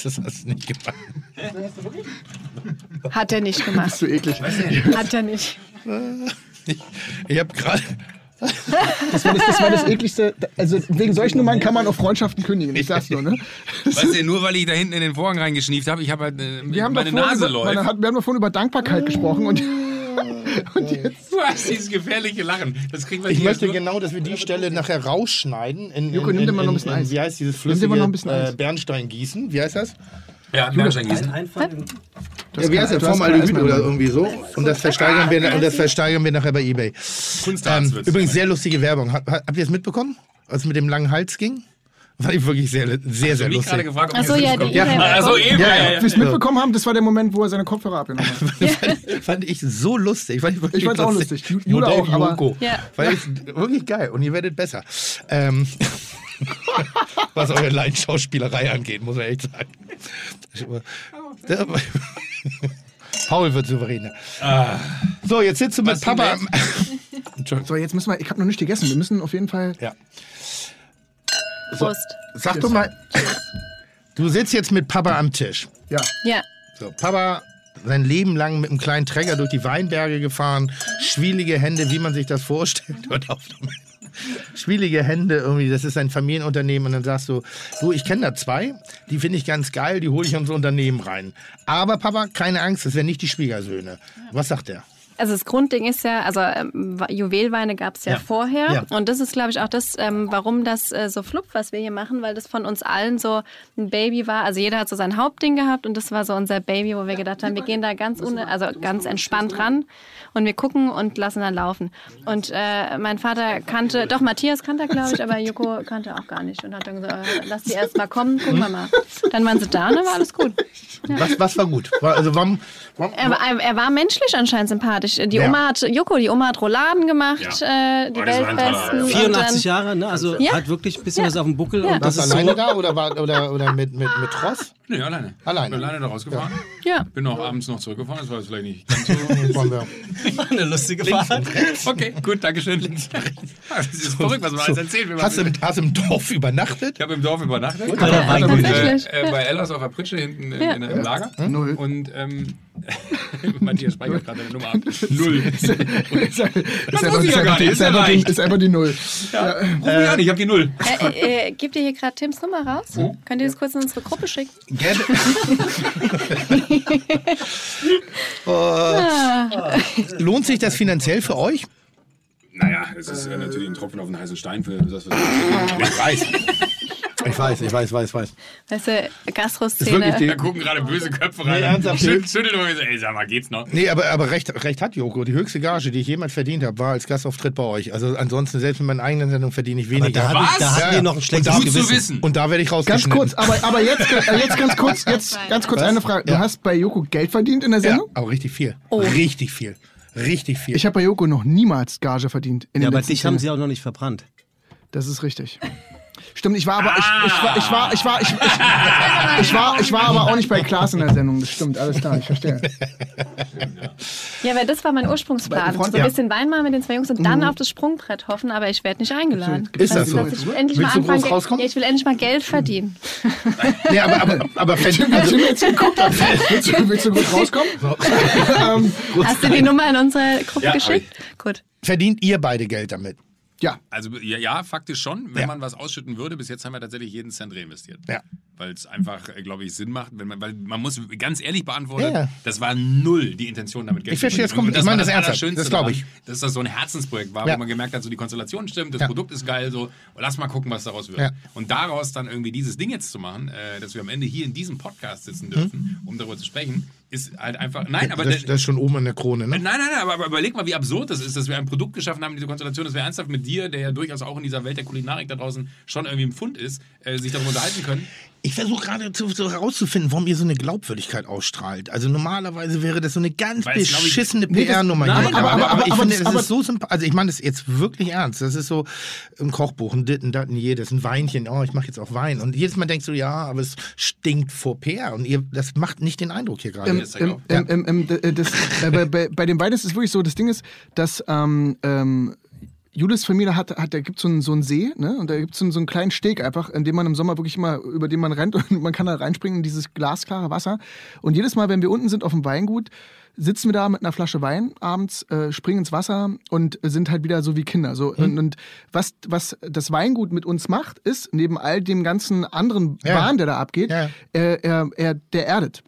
Speaker 6: Das hast du nicht gemacht.
Speaker 9: Hat er nicht gemacht.
Speaker 8: So eklig.
Speaker 9: Hat er nicht.
Speaker 6: Ich habe gerade
Speaker 8: Das war das, das, war das ekligste. Also wegen solchen Nummern kann man auch Freundschaften kündigen. Ich sag's nur, ne?
Speaker 4: Weißt du, nur weil ich da hinten in den Vorhang reingeschnieft habe, ich habe halt, äh,
Speaker 8: Wir haben
Speaker 4: meine
Speaker 8: doch vorhin
Speaker 4: Nase
Speaker 8: über,
Speaker 4: läuft.
Speaker 8: man hat- Wir haben doch vorhin über Dankbarkeit gesprochen und, und jetzt.
Speaker 4: Du hast dieses gefährliche Lachen. Das kriegen wir
Speaker 6: Ich
Speaker 4: hier
Speaker 6: möchte
Speaker 4: nur-
Speaker 6: genau, dass wir die Stelle nachher rausschneiden. In, in,
Speaker 8: Joko, nimm dir mal noch ein bisschen Eis.
Speaker 6: Wie heißt dieses
Speaker 8: Nimm dir
Speaker 6: flüssige
Speaker 8: mal noch ein bisschen
Speaker 6: äh,
Speaker 8: Eis.
Speaker 6: Bernstein gießen? Wie heißt das?
Speaker 4: Ja, Bernstein gießen.
Speaker 6: Ja, wie heißt das?
Speaker 8: du hast
Speaker 6: Formaldehyd
Speaker 8: keine Eismann-
Speaker 6: oder irgendwie so. Und das versteigern wir, und das versteigern wir nachher bei eBay.
Speaker 4: Kunstharz
Speaker 6: Ähm,
Speaker 4: wird's.
Speaker 6: übrigens sehr lustige Werbung. Hab- Habt ihr das mitbekommen, als es mit dem langen Hals ging? War ich wirklich sehr, sehr, sehr
Speaker 4: mich
Speaker 6: lustig.
Speaker 4: gerade gefragt, ob
Speaker 9: Ach so,
Speaker 4: das
Speaker 9: ja,
Speaker 4: mitkommt.
Speaker 9: die E-Mail
Speaker 4: Ach so,
Speaker 9: kommt.
Speaker 4: eben.
Speaker 8: Ja,
Speaker 4: Ja,
Speaker 8: ja,
Speaker 4: ja,
Speaker 8: ob wir es mitbekommen haben, das war der Moment, wo er seine Kopfhörer abgenommen hat.
Speaker 6: fand ich so lustig. Fand ich wirklich
Speaker 8: Ich fand's auch lustig. Ju- Jule
Speaker 6: Modell
Speaker 8: auch, aber-
Speaker 6: Joko.
Speaker 9: Ja.
Speaker 6: Weil ich, wirklich geil. Und ihr werdet besser. Ähm, was eure Laienschauspielerei angeht, muss man echt sagen. Der- Paul wird souveräner.
Speaker 9: Ah.
Speaker 6: So, jetzt sitzt du mit
Speaker 4: Was
Speaker 6: Papa.
Speaker 4: denn
Speaker 6: am-
Speaker 8: So, jetzt müssen wir. Ich habe noch nicht gegessen. Wir müssen auf jeden Fall.
Speaker 6: Ja.
Speaker 9: Prost.
Speaker 6: Sag doch mal. Du sitzt jetzt mit Papa am Tisch.
Speaker 8: Ja.
Speaker 9: Ja.
Speaker 6: So, Papa sein Leben lang mit einem kleinen Träger durch die Weinberge gefahren, schwielige Hände, wie man sich das vorstellt. Hört auf damit. Schwielige Hände irgendwie, das ist ein Familienunternehmen und dann sagst du, du, ich kenne da zwei, die finde ich ganz geil, die hole ich in unser Unternehmen rein. Aber Papa, keine Angst, das wären nicht die Schwiegersöhne. Was sagt er?
Speaker 9: Also das Grundding ist ja, also ähm, Juwelweine gab es ja,
Speaker 6: Ja.
Speaker 9: vorher.
Speaker 6: Ja.
Speaker 9: Und das ist, glaube ich, auch das, ähm, warum das äh, so fluppt, was wir hier machen, weil das von uns allen so ein Baby war. Also jeder hat so sein Hauptding gehabt und das war so unser Baby, wo wir gedacht haben, wir gehen da ganz ohne, also ganz entspannt ran und wir gucken und lassen dann laufen. Und äh, mein Vater kannte, doch Matthias kannte er, glaube ich, aber Joko kannte auch gar nicht und hat dann gesagt, äh, lass die erst mal kommen, gucken wir mal. Dann waren sie da und dann war alles gut.
Speaker 6: Was, was war gut? War, also warum, warum,
Speaker 9: Er, war- er, er war menschlich anscheinend sympathisch. Die
Speaker 6: Ja.
Speaker 9: Oma hat, Joko, die Oma hat Rouladen gemacht, äh, die
Speaker 4: Oh, das war ein
Speaker 9: Weltbesten. und
Speaker 5: 84
Speaker 9: dann-
Speaker 5: Jahre, ne? Also
Speaker 9: Ja.
Speaker 5: hat wirklich ein bisschen
Speaker 9: Ja.
Speaker 5: was auf dem Buckel.
Speaker 9: Ja.
Speaker 5: Und das
Speaker 6: warst du
Speaker 5: ist so,
Speaker 6: alleine da oder, war, oder, oder mit, mit, mit Tross?
Speaker 4: Nö, alleine.
Speaker 6: Alleine.
Speaker 4: Bin alleine da rausgefahren.
Speaker 9: Ja.
Speaker 4: Bin auch abends noch zurückgefahren, das war jetzt vielleicht nicht ganz
Speaker 6: Wollen wir-
Speaker 5: eine lustige Fahrt.
Speaker 4: so. Okay, gut, Dankeschön. Das ist verrückt, was man alles erzählt. wenn man-
Speaker 6: Hast du, im- hast du im Dorf übernachtet?
Speaker 4: Ich habe im Dorf übernachtet.
Speaker 5: Weil da Wein
Speaker 4: Und,
Speaker 5: gut ist.
Speaker 4: äh,
Speaker 9: Tatsächlich.
Speaker 4: äh, bei Ellas auf der Pritsche hinten in, in, im Lager.
Speaker 8: Null.
Speaker 4: Und ähm, Matthias speichert gerade deine Nummer ab. Null.
Speaker 8: ist, einfach- ist,
Speaker 4: muss
Speaker 8: einfach,
Speaker 4: ich ja
Speaker 8: ist,
Speaker 4: gar
Speaker 8: einfach, die-
Speaker 4: nicht,
Speaker 8: ist,
Speaker 4: ist
Speaker 8: einfach die,
Speaker 4: erreicht.
Speaker 8: ist einfach die Null.
Speaker 4: Ruf mich an, ich habe die Null.
Speaker 9: Äh, äh, gebt ihr hier gerade Tims Nummer raus? Könnt ihr das kurz in unsere Gruppe schicken?
Speaker 6: Gäbe-
Speaker 9: Ah,
Speaker 6: Lohnt sich das finanziell für euch?
Speaker 4: Naja, es ist äh, natürlich ein Tropfen auf den heißen Stein für das, was wir ich weiß.
Speaker 6: Ich weiß, ich weiß, weiß, weiß.
Speaker 9: Weißt du,
Speaker 6: Wirklich
Speaker 9: Gastroszene.
Speaker 6: die,
Speaker 4: Da gucken gerade böse Köpfe rein.
Speaker 6: Nee, ernsthaft,
Speaker 4: Schüt-
Speaker 6: Dirk?
Speaker 4: Schütteln wir so, ey, sag mal, geht's noch?
Speaker 6: nee, aber, aber recht, recht hat Joko. Die höchste Gage, die ich jemals verdient habe, war als Gastauftritt bei euch. Also ansonsten, selbst mit meinen eigenen Sendungen verdiene ich weniger.
Speaker 5: Da, hab ich, da
Speaker 4: Was?
Speaker 5: hatten wir noch ein schlechtes
Speaker 4: Gut
Speaker 5: Gewissen.
Speaker 4: zu wissen.
Speaker 6: Und da werde ich
Speaker 8: Ganz
Speaker 6: rausgeschnitten.
Speaker 8: kurz, aber, aber jetzt, äh, jetzt ganz kurz, jetzt ganz kurz eine Frage. Du
Speaker 6: Ja.
Speaker 8: hast bei Joko Geld verdient in der
Speaker 6: Ja,
Speaker 8: Sendung?
Speaker 6: aber richtig viel. Richtig viel. Richtig viel.
Speaker 8: Ich habe bei Joko noch niemals Gage verdient. In
Speaker 5: Ja,
Speaker 8: den
Speaker 5: aber
Speaker 8: letzten
Speaker 5: dich haben
Speaker 8: zehn
Speaker 5: sie auch noch nicht verbrannt.
Speaker 8: Das ist richtig. Stimmt, ich war aber ich, ich war ich war ich war ich, ich, ich war ich war aber auch nicht bei Klaas in der Sendung. Das stimmt, alles klar, ich verstehe.
Speaker 9: Ja, weil das war mein Ursprungsplan. So ein
Speaker 6: Ja. Mhm.
Speaker 9: bisschen Wein machen mit den zwei Jungs und dann auf das Sprungbrett hoffen, aber ich werde nicht eingeladen.
Speaker 6: Ist das
Speaker 9: Also,
Speaker 6: so?
Speaker 9: dass Ich endlich mal
Speaker 6: Willst du groß
Speaker 9: anfangen, Ge-
Speaker 6: rauskommen?
Speaker 9: ja, ich will endlich mal Geld verdienen.
Speaker 6: nee, aber, aber, aber wenn,
Speaker 8: Willst
Speaker 6: also,
Speaker 8: du jetzt geguckt haben? Willst du, willst du gut rauskommen? ähm,
Speaker 9: Hast du die Nummer in unsere Gruppe
Speaker 4: Ja, hab
Speaker 9: geschickt? Gut.
Speaker 6: verdient ihr beide Geld damit?
Speaker 8: ja,
Speaker 4: Also ja, ja faktisch schon, wenn
Speaker 6: Ja.
Speaker 4: man was ausschütten würde. Bis jetzt haben wir tatsächlich jeden Cent reinvestiert.
Speaker 6: Ja.
Speaker 4: Weil es einfach, äh, glaube ich, Sinn macht. Wenn man, weil man muss ganz ehrlich beantworten,
Speaker 6: Ja, ja.
Speaker 4: das war null die Intention damit Geld
Speaker 6: Ich verstehe,
Speaker 4: zu verdienen.
Speaker 6: das kommt-
Speaker 4: Und
Speaker 6: ich meine
Speaker 4: war
Speaker 6: das ernsthaft.
Speaker 4: Allerschönste
Speaker 6: Das glaube ich.
Speaker 4: daran, Dass das so ein Herzensprojekt war,
Speaker 6: Ja.
Speaker 4: wo man gemerkt hat, so die Konstellation stimmt, das
Speaker 6: Ja.
Speaker 4: Produkt ist geil, so oh, lass mal gucken, was daraus wird.
Speaker 6: Ja.
Speaker 4: Und daraus dann irgendwie dieses Ding jetzt zu machen, äh, dass wir am Ende hier in diesem Podcast sitzen dürfen, um darüber zu sprechen, ist halt einfach. Nein, aber
Speaker 6: Mhm. das, das ist schon oben in der Krone, ne?
Speaker 4: Nein, nein, nein, aber, aber überleg mal, wie absurd das ist, dass wir ein Produkt geschaffen haben, diese Konstellation, dass wir ernsthaft mit dir, der ja durchaus auch in dieser Welt der Kulinarik da draußen schon irgendwie ein Pfund ist, äh, sich darüber unterhalten können.
Speaker 6: Ich versuche gerade zu, so herauszufinden, warum ihr so eine Glaubwürdigkeit ausstrahlt. Also normalerweise wäre das so eine ganz
Speaker 4: Weil es, glaub ich-
Speaker 6: beschissene PR-Nummer.
Speaker 4: nein,
Speaker 6: gewesen.
Speaker 4: aber-
Speaker 8: aber-
Speaker 6: ich
Speaker 8: aber-
Speaker 6: finde, das
Speaker 8: aber-
Speaker 6: ist so sympathisch. Also ich meine das jetzt wirklich ernst. Das ist so ein Kochbuch, ein Ditten, Datten, jedes, ein Weinchen. Oh, ich mache jetzt auch Wein. Und jedes Mal denkst du, ja, aber es stinkt vor PR. Und ihr, das macht nicht den Eindruck hier gerade.
Speaker 8: ähm,
Speaker 4: ist er genau.
Speaker 8: ähm,
Speaker 4: ja.
Speaker 8: ähm, ähm, ähm, d- äh, das, äh, bei, bei, bei dem Wein ist es wirklich so, das Ding ist, dass ähm, ähm, Julis Familie hat, hat da gibt so einen, so einen See, ne? Und da gibt es so, einen- so einen kleinen Steg einfach, in dem man im Sommer wirklich immer, über den man rennt und man kann da reinspringen in dieses glasklare Wasser. Und jedes Mal, wenn wir unten sind auf dem Weingut, sitzen wir da mit einer Flasche Wein abends, äh, springen ins Wasser und sind halt wieder so wie Kinder. So. Und, und was, was das Weingut mit uns macht, ist, neben all dem ganzen anderen
Speaker 6: Ja.
Speaker 8: Wahn, der da abgeht,
Speaker 6: Ja.
Speaker 8: er, er, er, der erdet.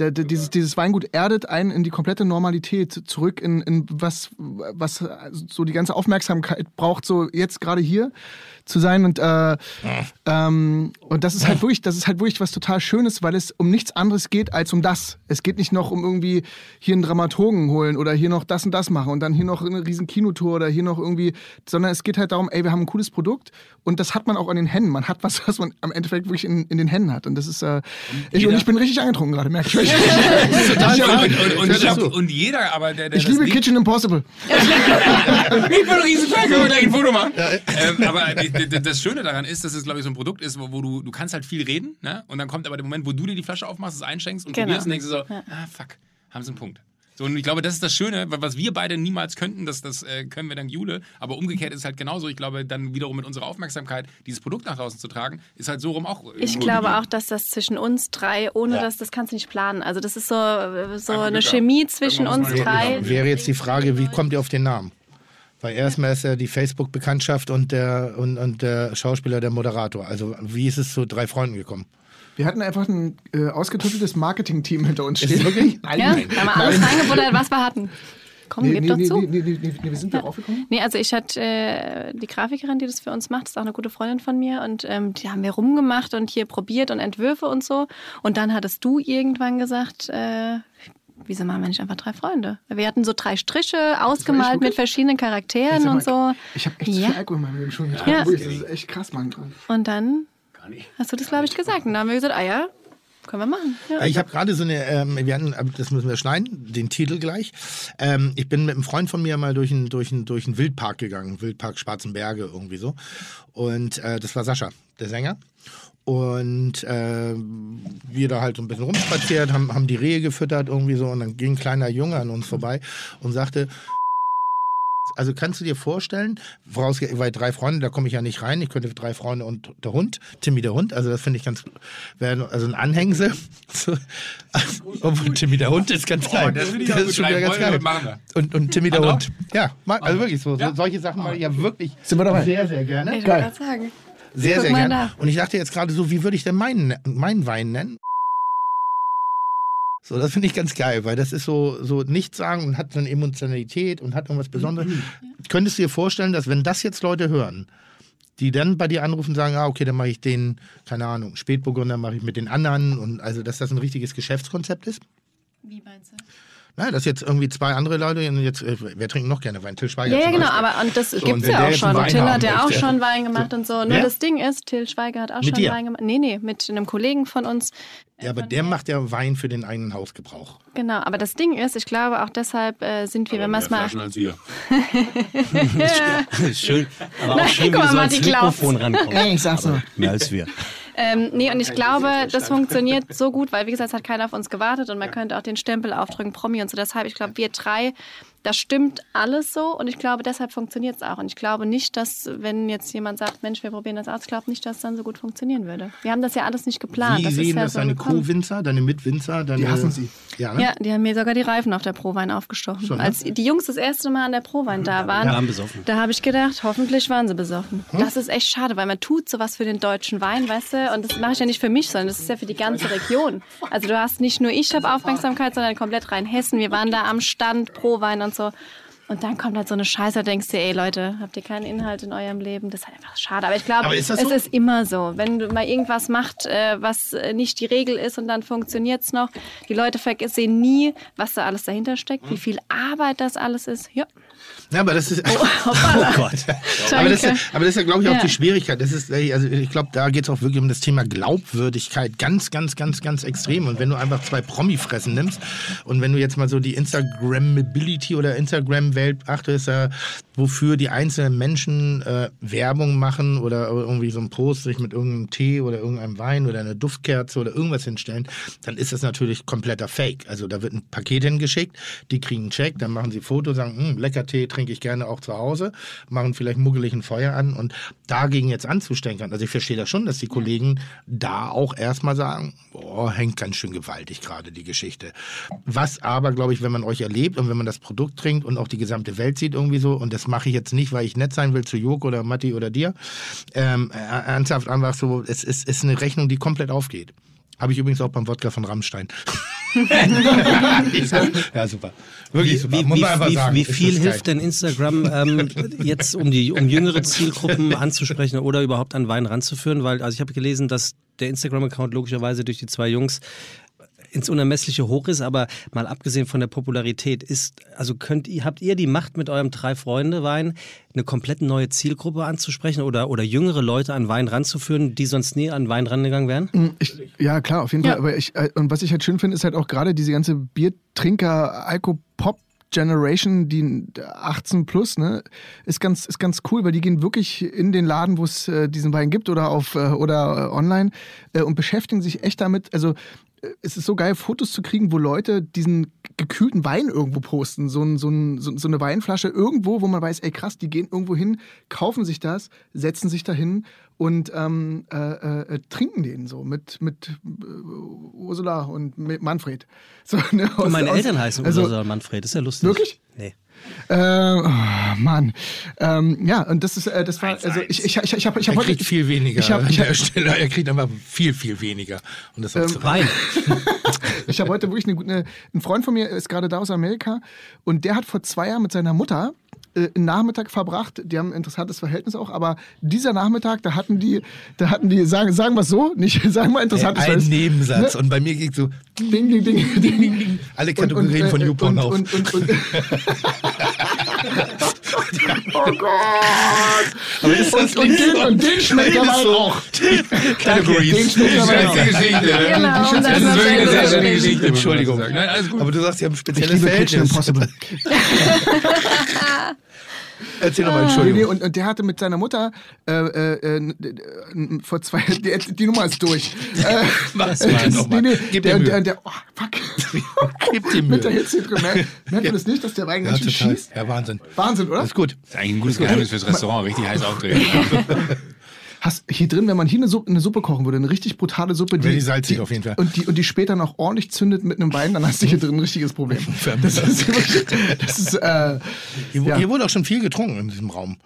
Speaker 8: Der, der, dieses, dieses Weingut erdet einen in die komplette Normalität zurück, in, in was, was so die ganze Aufmerksamkeit braucht, so jetzt gerade hier zu sein. Und, äh, ähm, und das ist
Speaker 6: Äh.
Speaker 8: halt wirklich, das ist halt wirklich was total Schönes, weil es um nichts anderes geht als um das. Es geht nicht noch um irgendwie hier einen Dramatogen holen oder hier noch das und das machen und dann hier noch eine riesen Kinotour oder hier noch irgendwie, sondern es geht halt darum, ey, wir haben ein cooles Produkt und das hat man auch an den Händen. Man hat was, was man am Endeffekt wirklich in, in den Händen hat. Und das ist, äh, ich, und ich bin richtig angetrunken gerade, merke ich. euch.
Speaker 4: Und,
Speaker 8: Ja,
Speaker 4: und, und, und,
Speaker 8: hört
Speaker 4: ich hab,
Speaker 8: dazu.
Speaker 4: und jeder, aber der, der
Speaker 8: ich
Speaker 4: das
Speaker 8: liebe
Speaker 4: nicht-
Speaker 8: Kitchen Impossible.
Speaker 4: Ich bin ein Riesenfan, können wir gleich ein Foto machen. Ähm, aber d- d- das Schöne daran ist, dass es, glaube ich, so ein Produkt ist, wo wo du, du kannst halt viel reden, ne? Und dann kommt aber der Moment, wo du dir die Flasche aufmachst, es einschenkst und
Speaker 9: Genau.
Speaker 4: probierst und denkst dir so, ah, fuck, haben sie einen Punkt. So, und ich glaube, das ist das Schöne, wa- was wir beide niemals könnten, das, das äh, können wir dank Jule. Aber umgekehrt ist halt genauso. Ich glaube, dann wiederum mit unserer Aufmerksamkeit, dieses Produkt nach draußen zu tragen, ist halt so rum auch. äh,
Speaker 9: Ich
Speaker 4: nur
Speaker 9: glaube
Speaker 4: gegeben.
Speaker 9: auch, dass das zwischen uns drei, ohne das, das kannst du nicht planen. Also das ist so, so
Speaker 4: Einfach
Speaker 9: eine
Speaker 4: Glück
Speaker 9: Chemie
Speaker 4: haben.
Speaker 9: zwischen
Speaker 4: Irgendwann
Speaker 9: uns
Speaker 4: muss man ja Glück
Speaker 9: drei.
Speaker 4: haben.
Speaker 6: Wäre jetzt die Frage, wie kommt ihr auf den Namen? Weil erstmal ist ja die Facebook-Bekanntschaft und der, und, und der Schauspieler der Moderator. Also wie ist es zu drei Freunden gekommen?
Speaker 8: Wir hatten einfach ein äh, ausgetüfteltes Marketing-Team hinter uns
Speaker 6: Ist
Speaker 8: stehen.
Speaker 6: wirklich?
Speaker 8: Nein.
Speaker 9: Ja, da haben wir alles reingebuddert, was wir hatten. Komm,
Speaker 8: Nee,
Speaker 9: gib
Speaker 8: nee,
Speaker 9: doch
Speaker 8: nee,
Speaker 9: zu.
Speaker 8: nee, nee, nee, nee, nee, wir sind darauf gekommen.
Speaker 9: Nee, also ich hatte äh, die Grafikerin, die das für uns macht, ist auch eine gute Freundin von mir und ähm, die haben wir rumgemacht und hier probiert und Entwürfe und so. Und dann hattest du irgendwann gesagt, äh, wieso machen wir nicht einfach drei Freunde? Wir hatten so drei Striche ausgemalt mit
Speaker 8: wirklich?
Speaker 9: verschiedenen
Speaker 8: Sag
Speaker 9: Charakteren
Speaker 8: mal,
Speaker 9: und so.
Speaker 8: Ich habe echt zu
Speaker 9: ja.
Speaker 8: viel Alkohol in meinem Leben schon getrunken.
Speaker 9: Ja.
Speaker 8: Wirklich, Das ist echt krass, Mann.
Speaker 9: Und dann hast du das, glaube ich, gesagt. Und dann haben wir gesagt, ah ja, können wir machen. Ja.
Speaker 6: Äh, Ich habe gerade so eine, ähm, wir hatten, aber das müssen wir schneiden, den Titel gleich. Ähm, ich bin mit einem Freund von mir mal durch einen durch einen- durch einen Wildpark gegangen, Wildpark Schwarzenberge irgendwie so. Und äh, das war Sascha, der Sänger. Und ähm, wir da halt so ein bisschen rumspaziert, haben, haben die Rehe gefüttert irgendwie so. Und dann ging ein kleiner Junge an uns vorbei und sagte, also kannst du dir vorstellen, vorausge weil drei Freunde, da komme ich ja nicht rein, ich könnte drei Freunde und der Hund, Timmy der Hund, also das finde ich ganz, wär, also ein Anhängsel. So, obwohl Timmy der Hund ist ganz geil.
Speaker 4: Oh, das finde ich auch gut. Drei Freunde, machen wir.
Speaker 6: Und, und Timmy der
Speaker 4: Andere
Speaker 6: Hund. Ja, mag, also wirklich so. so solche Sachen mache ich ja wirklich sehr, sehr gerne.
Speaker 9: Ich wollte gerade sagen.
Speaker 6: Sehr,
Speaker 9: Guck
Speaker 6: sehr
Speaker 9: mal
Speaker 6: gerne. Und ich dachte jetzt gerade so, wie würde ich denn meinen, meinen Wein nennen? So, das finde ich ganz geil, weil das ist so, so nichts sagen und hat so eine Emotionalität und hat irgendwas Besonderes.
Speaker 9: Mhm.
Speaker 6: Könntest du dir vorstellen, dass wenn das jetzt Leute hören, die dann bei dir anrufen und sagen, ah, okay, dann mache ich den, keine Ahnung, Spätburgunder mache ich mit den anderen und also, dass das ein richtiges Geschäftskonzept ist?
Speaker 9: Wie meinst du?
Speaker 6: Ah Na, dass jetzt irgendwie zwei andere Leute, und jetzt, äh, wir trinken noch gerne Wein, Till Schweiger
Speaker 9: Ja, ja,
Speaker 6: zum
Speaker 9: genau,
Speaker 6: Beispiel.
Speaker 9: aber und das
Speaker 6: und
Speaker 9: gibt's
Speaker 6: wenn der
Speaker 9: ja auch
Speaker 6: jetzt einen
Speaker 9: schon.
Speaker 6: Wein
Speaker 9: Till
Speaker 6: haben
Speaker 9: hat ja auch
Speaker 6: möchte.
Speaker 9: schon Wein gemacht und so. Nur
Speaker 6: Ja?
Speaker 9: das Ding ist, Till Schweiger hat auch
Speaker 6: Mit
Speaker 9: schon
Speaker 6: dir?
Speaker 9: Wein gemacht. Nee, nee, mit einem Kollegen von uns.
Speaker 6: Ja, aber der macht ja Wein für den eigenen Hausgebrauch.
Speaker 9: Genau, aber das Ding ist, ich glaube, auch deshalb äh, sind wir, wenn man es mal.
Speaker 4: Flaschen als wir.
Speaker 5: Schön, aber auch schön,
Speaker 9: guck
Speaker 5: wie
Speaker 9: mal,
Speaker 5: so ans
Speaker 9: Matti glaubt.
Speaker 5: Mikrofon rankommt.
Speaker 8: ich sag's nur.
Speaker 5: Mehr als wir.
Speaker 9: Ähm, nee, und ich glaube, das funktioniert so gut, weil, wie gesagt, es hat keiner auf uns gewartet und man könnte auch den Stempel aufdrücken, Promi und so. Deshalb, ich glaube, wir drei, das stimmt alles so und ich glaube, deshalb funktioniert es auch. Und ich glaube nicht, dass, wenn jetzt jemand sagt, Mensch, wir probieren das aus, ich glaube nicht, dass es dann so gut funktionieren würde. Wir haben das ja alles nicht geplant.
Speaker 6: Wie
Speaker 9: das
Speaker 6: sehen
Speaker 9: ja
Speaker 6: das
Speaker 9: so
Speaker 6: deine
Speaker 9: gekommen.
Speaker 6: Co-Winzer, deine Mitwinzer? Deine, die
Speaker 8: hassen sie.
Speaker 6: Ja, ne?
Speaker 9: Ja, die haben mir sogar die Reifen auf der Prowein aufgestochen.
Speaker 6: Schon, ne?
Speaker 9: Als die Jungs das erste Mal an der Prowein da waren,
Speaker 5: waren besoffen.
Speaker 9: da habe ich gedacht, hoffentlich waren sie besoffen.
Speaker 6: Hm?
Speaker 9: Das ist echt schade, weil man tut sowas für den deutschen Wein, weißt du? Und das mache ich ja nicht für mich, sondern das ist ja für die ganze Region. Also du hast nicht nur ich habe Aufmerksamkeit, sondern komplett Rheinhessen. Wir waren da am Stand, Prowein und so. Und dann kommt halt so eine Scheiße, da denkst du, ey Leute, habt ihr keinen Inhalt in eurem Leben? Das ist halt einfach schade. Aber ich glaube,
Speaker 6: Aber
Speaker 9: es
Speaker 6: ist das so?
Speaker 9: ist immer so. Wenn du mal irgendwas macht, äh, was äh, nicht die Regel ist und dann funktioniert es noch, die Leute vergessen nie, was da alles dahinter steckt,
Speaker 6: Hm.
Speaker 9: wie viel Arbeit das alles ist. Ja,
Speaker 6: Ja, aber das ist. Oh
Speaker 9: hoppala.
Speaker 5: Gott.
Speaker 6: Aber das, ist, ja-
Speaker 9: Oh, Danke.
Speaker 6: aber das ist ja, glaube ich, auch
Speaker 9: Ja.
Speaker 6: die Schwierigkeit. Das ist, äh, also ich glaube, da geht es auch wirklich um das Thema Glaubwürdigkeit. Ganz, ganz, ganz, ganz extrem. Und wenn du einfach zwei Promi-Fressen nimmst und wenn du jetzt mal so die Instagram-Mobility oder Instagram-Welt achtest, äh, wofür die einzelnen Menschen äh, Werbung machen oder irgendwie so einen Post sich mit irgendeinem Tee oder irgendeinem Wein oder einer Duftkerze oder irgendwas hinstellen, dann ist das natürlich kompletter Fake. Also da wird ein Paket hingeschickt, die kriegen einen Check, dann machen sie Fotos, sagen, "Hm, lecker Tee trinke ich gerne auch zu Hause, machen vielleicht muggeligen Feuer an und dagegen jetzt anzustänkern. Also ich verstehe das schon, dass die Kollegen da auch erstmal sagen, boah, hängt ganz schön gewaltig gerade die Geschichte. Was aber, glaube ich, wenn man euch erlebt und wenn man das Produkt trinkt und auch die gesamte Welt sieht irgendwie so, und das mache ich jetzt nicht, weil ich nett sein will zu Joko oder Matti oder dir, ähm, ernsthaft einfach so, es ist, ist eine Rechnung, die komplett aufgeht. Habe ich übrigens auch beim Wodka von Rammstein. ja, super. Wirklich
Speaker 5: Wie,
Speaker 6: super.
Speaker 5: wie,
Speaker 6: Muss man einfach
Speaker 5: wie,
Speaker 6: sagen.
Speaker 5: wie
Speaker 6: Ist
Speaker 5: viel
Speaker 6: das
Speaker 5: hilft
Speaker 6: geil.
Speaker 5: denn Instagram ähm, jetzt, um die um jüngere Zielgruppen anzusprechen oder überhaupt an Wein ranzuführen? Weil, also ich habe gelesen, dass der Instagram-Account logischerweise durch die zwei Jungs ins Unermessliche hoch ist, aber mal abgesehen von der Popularität ist, also könnt ihr, habt ihr die Macht mit eurem Drei-Freunde-Wein, eine komplett neue Zielgruppe anzusprechen oder, oder jüngere Leute an Wein ranzuführen, die sonst nie an Wein rangegangen wären?
Speaker 8: Hm, Ich, ja, klar, auf jeden Fall. Aber ich, äh, und was ich halt schön finde, ist halt auch gerade diese ganze Biertrinker, Alkopop. Generation, die 18 plus, ne, ist ganz, ist ganz cool, weil die gehen wirklich in den Laden, wo es äh, diesen Wein gibt oder auf äh, oder äh, online äh, und beschäftigen sich echt damit. Also äh, es ist so geil, Fotos zu kriegen, wo Leute diesen gekühlten Wein irgendwo posten, so, ein, so, ein, so, so eine Weinflasche irgendwo, wo man weiß, ey krass, die gehen irgendwo hin, kaufen sich das, setzen sich dahin und ähm, äh, äh, äh, trinken den so mit, mit äh, Ursula und mit Manfred. So, ne, aus-
Speaker 5: Und meine
Speaker 8: aus-
Speaker 5: Eltern heißen
Speaker 8: also,
Speaker 5: Ursula und Manfred, ist ja lustig.
Speaker 8: Wirklich?
Speaker 5: Nee.
Speaker 8: ähm, oh, Mann. Ähm, ja, und das ist, äh, das war,
Speaker 6: Eins,
Speaker 8: also
Speaker 6: eins.
Speaker 8: ich, ich, ich, ich habe ich hab
Speaker 6: Er
Speaker 8: heute.
Speaker 6: kriegt viel weniger
Speaker 8: Ich habe
Speaker 6: an
Speaker 8: ich hab,
Speaker 6: der Stelle. Er kriegt einfach viel, viel weniger. Und das ähm,
Speaker 5: Wein.
Speaker 8: ich hab heute wirklich eine gute. Ein Freund von mir ist gerade da aus Amerika und der hat vor zwei Jahren mit seiner Mutter äh, einen Nachmittag verbracht. Die haben ein interessantes Verhältnis auch, aber dieser Nachmittag, da hatten die, da hatten die, sagen, sagen wir es so, nicht sagen wir interessantes
Speaker 6: Äh, ein
Speaker 8: Verhältnis.
Speaker 6: Nebensatz.
Speaker 8: Ne?
Speaker 6: Und bei mir geht so
Speaker 8: Ding, ding, ding, ding, ding, ding.
Speaker 6: alle Kategorien von YouPorn
Speaker 8: und,
Speaker 6: auf.
Speaker 8: Und, und, und, oh Gott!
Speaker 6: Aber ist das
Speaker 8: Und, und, den, und den schmeckt er
Speaker 6: ist
Speaker 8: halt
Speaker 6: so.
Speaker 8: auch.
Speaker 6: Kategorien.
Speaker 8: Den
Speaker 6: Das
Speaker 8: schmeckt
Speaker 6: ist
Speaker 8: aber
Speaker 6: eine
Speaker 8: auch.
Speaker 6: schöne Geschichte.
Speaker 9: Genau,
Speaker 6: Das ist
Speaker 9: das ist
Speaker 6: wirklich eine sehr schöne
Speaker 9: eine schöne Geschichte.
Speaker 6: Geschichte. Entschuldigung.
Speaker 4: Nein, alles gut.
Speaker 6: Aber du sagst, sie haben ein
Speaker 8: Ich
Speaker 6: spezielles
Speaker 8: liebe Kitchen
Speaker 6: Verhältnis.
Speaker 8: Impossible.
Speaker 6: Erzähl nochmal,
Speaker 8: Nee, nee,
Speaker 6: Entschuldigung.
Speaker 8: und, und der hatte mit seiner Mutter äh, äh, n- d- n- vor zwei die, die Nummer ist durch. Äh,
Speaker 6: Mach's mal
Speaker 8: nee,
Speaker 6: nochmal.
Speaker 8: nee,
Speaker 6: Gib dir
Speaker 8: der, der,
Speaker 6: Mühe.
Speaker 8: der, oh, fuck.
Speaker 6: Gib dir
Speaker 8: mit der
Speaker 6: Mühe.
Speaker 8: Hitze drin. Merkt merkt man das nicht, dass der Wein
Speaker 6: Ja,
Speaker 8: ganz schön
Speaker 6: total.
Speaker 8: schießt?
Speaker 6: Ja, Wahnsinn.
Speaker 8: Wahnsinn, oder?
Speaker 6: Das ist gut.
Speaker 4: Das ist eigentlich ein gutes Geheimnis fürs Restaurant, richtig heiß aufdrehen.
Speaker 8: Hast, hier drin, wenn man hier eine Suppe, eine Suppe kochen würde, eine richtig brutale Suppe,
Speaker 6: Wäre die salzig auf jeden Fall.
Speaker 8: Und die, und die später noch ordentlich zündet mit einem Wein, dann hast du hier drin ein richtiges Problem. Das ist, wirklich- das ist äh,
Speaker 6: Hier, wu-
Speaker 8: Ja.
Speaker 6: hier wurde auch schon viel getrunken in diesem Raum.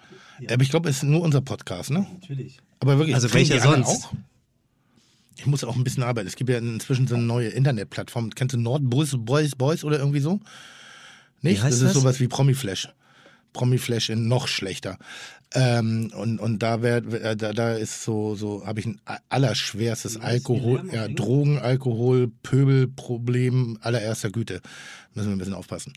Speaker 6: Aber ich glaube, es ist nur unser Podcast, ne? Natürlich. Aber wirklich,
Speaker 5: Also
Speaker 6: trinken die
Speaker 5: welcher
Speaker 6: anderen
Speaker 5: sonst?
Speaker 6: Auch? Ich muss auch ein bisschen arbeiten. Es gibt ja inzwischen so eine neue Internetplattform. Kennst du Nordboys Boys, Boys oder irgendwie so? Nicht?
Speaker 5: heißt
Speaker 6: das ist
Speaker 5: das?
Speaker 6: sowas wie Promiflash. Promiflash in noch schlechter. Ähm, und, und da wär, äh, da, da ist so, so habe ich ein a- allerschwerstes Alkohol, ja, Drogen, Alkohol, Pöbelproblem allererster Güte. Müssen wir ein bisschen aufpassen.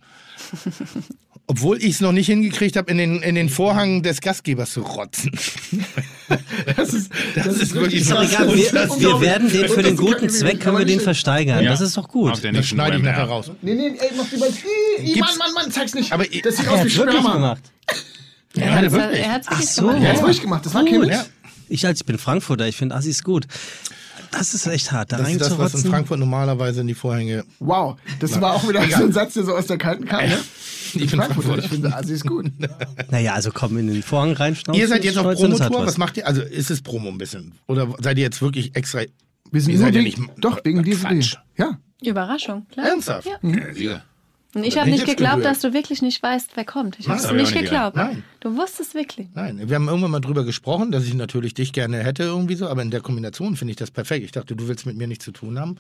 Speaker 6: Obwohl ich es noch nicht hingekriegt habe, in den, in den Vorhang des Gastgebers zu rotzen.
Speaker 8: das ist, das
Speaker 6: ist wirklich
Speaker 8: krass.
Speaker 5: Ist doch egal, wir, wir werden den für den guten Zweck, können wir den versteigern.
Speaker 4: Ja.
Speaker 5: Das ist doch gut.
Speaker 4: Auf der
Speaker 6: Das
Speaker 4: nächsten
Speaker 6: schneide ich
Speaker 4: Wembley.
Speaker 6: nachher raus.
Speaker 8: Nee, nee, ey, mach lieber. Ih, ih, Mann,
Speaker 6: Gibt's-
Speaker 8: Mann, Mann, zeig's nicht.
Speaker 6: Aber ich-
Speaker 8: das sieht aus wie Sperma.
Speaker 6: Ja, wirklich.
Speaker 9: Er hat es wirklich
Speaker 5: so.
Speaker 9: gemacht.
Speaker 8: Ja, das hab ich gemacht. Das war kein Witz.
Speaker 6: Ja.
Speaker 5: Ich als ich bin Frankfurter, ich finde Assis gut. Das ist echt hart, da
Speaker 6: Das ist das, was in
Speaker 5: reinzurotzen.
Speaker 6: Frankfurt normalerweise in die Vorhänge.
Speaker 8: Wow, das war auch wieder so ein Satz, der so aus der kalten kam. Ne?
Speaker 6: Ich bin Frankfurter.
Speaker 8: Ich finde, Asi ist gut.
Speaker 5: Naja, also komm in den Vorhang rein, schnauzen,
Speaker 6: Ihr seid jetzt auf
Speaker 5: schnauzen, das hat
Speaker 6: Promotour.
Speaker 5: was.
Speaker 6: Was macht ihr? Also ist es Promo ein bisschen? Oder seid ihr jetzt wirklich extra?
Speaker 8: Wir sind
Speaker 6: Ihr
Speaker 8: nur
Speaker 6: seid ja
Speaker 8: wegen,
Speaker 6: nicht- Äh,
Speaker 8: doch, wegen dieser Idee.
Speaker 6: Quatsch.
Speaker 8: Ja.
Speaker 9: Überraschung, klar.
Speaker 6: Ernsthaft?
Speaker 9: Ja.
Speaker 8: Mhm.
Speaker 4: Ja.
Speaker 9: Und ich
Speaker 6: Hätte
Speaker 9: habe
Speaker 6: ich
Speaker 9: nicht
Speaker 6: jetzt
Speaker 9: geglaubt,
Speaker 6: gerührt.
Speaker 9: dass du wirklich nicht weißt, wer kommt. Ich habe
Speaker 4: Nein,
Speaker 9: es
Speaker 4: hab ich
Speaker 9: nicht
Speaker 4: auch nicht
Speaker 9: geglaubt.
Speaker 6: gedacht. Nein.
Speaker 9: Du wusstest wirklich.
Speaker 6: Nein, wir haben irgendwann mal drüber gesprochen, dass ich natürlich dich gerne hätte irgendwie so, aber in der Kombination finde ich das perfekt. Ich dachte, du willst mit mir nichts zu tun haben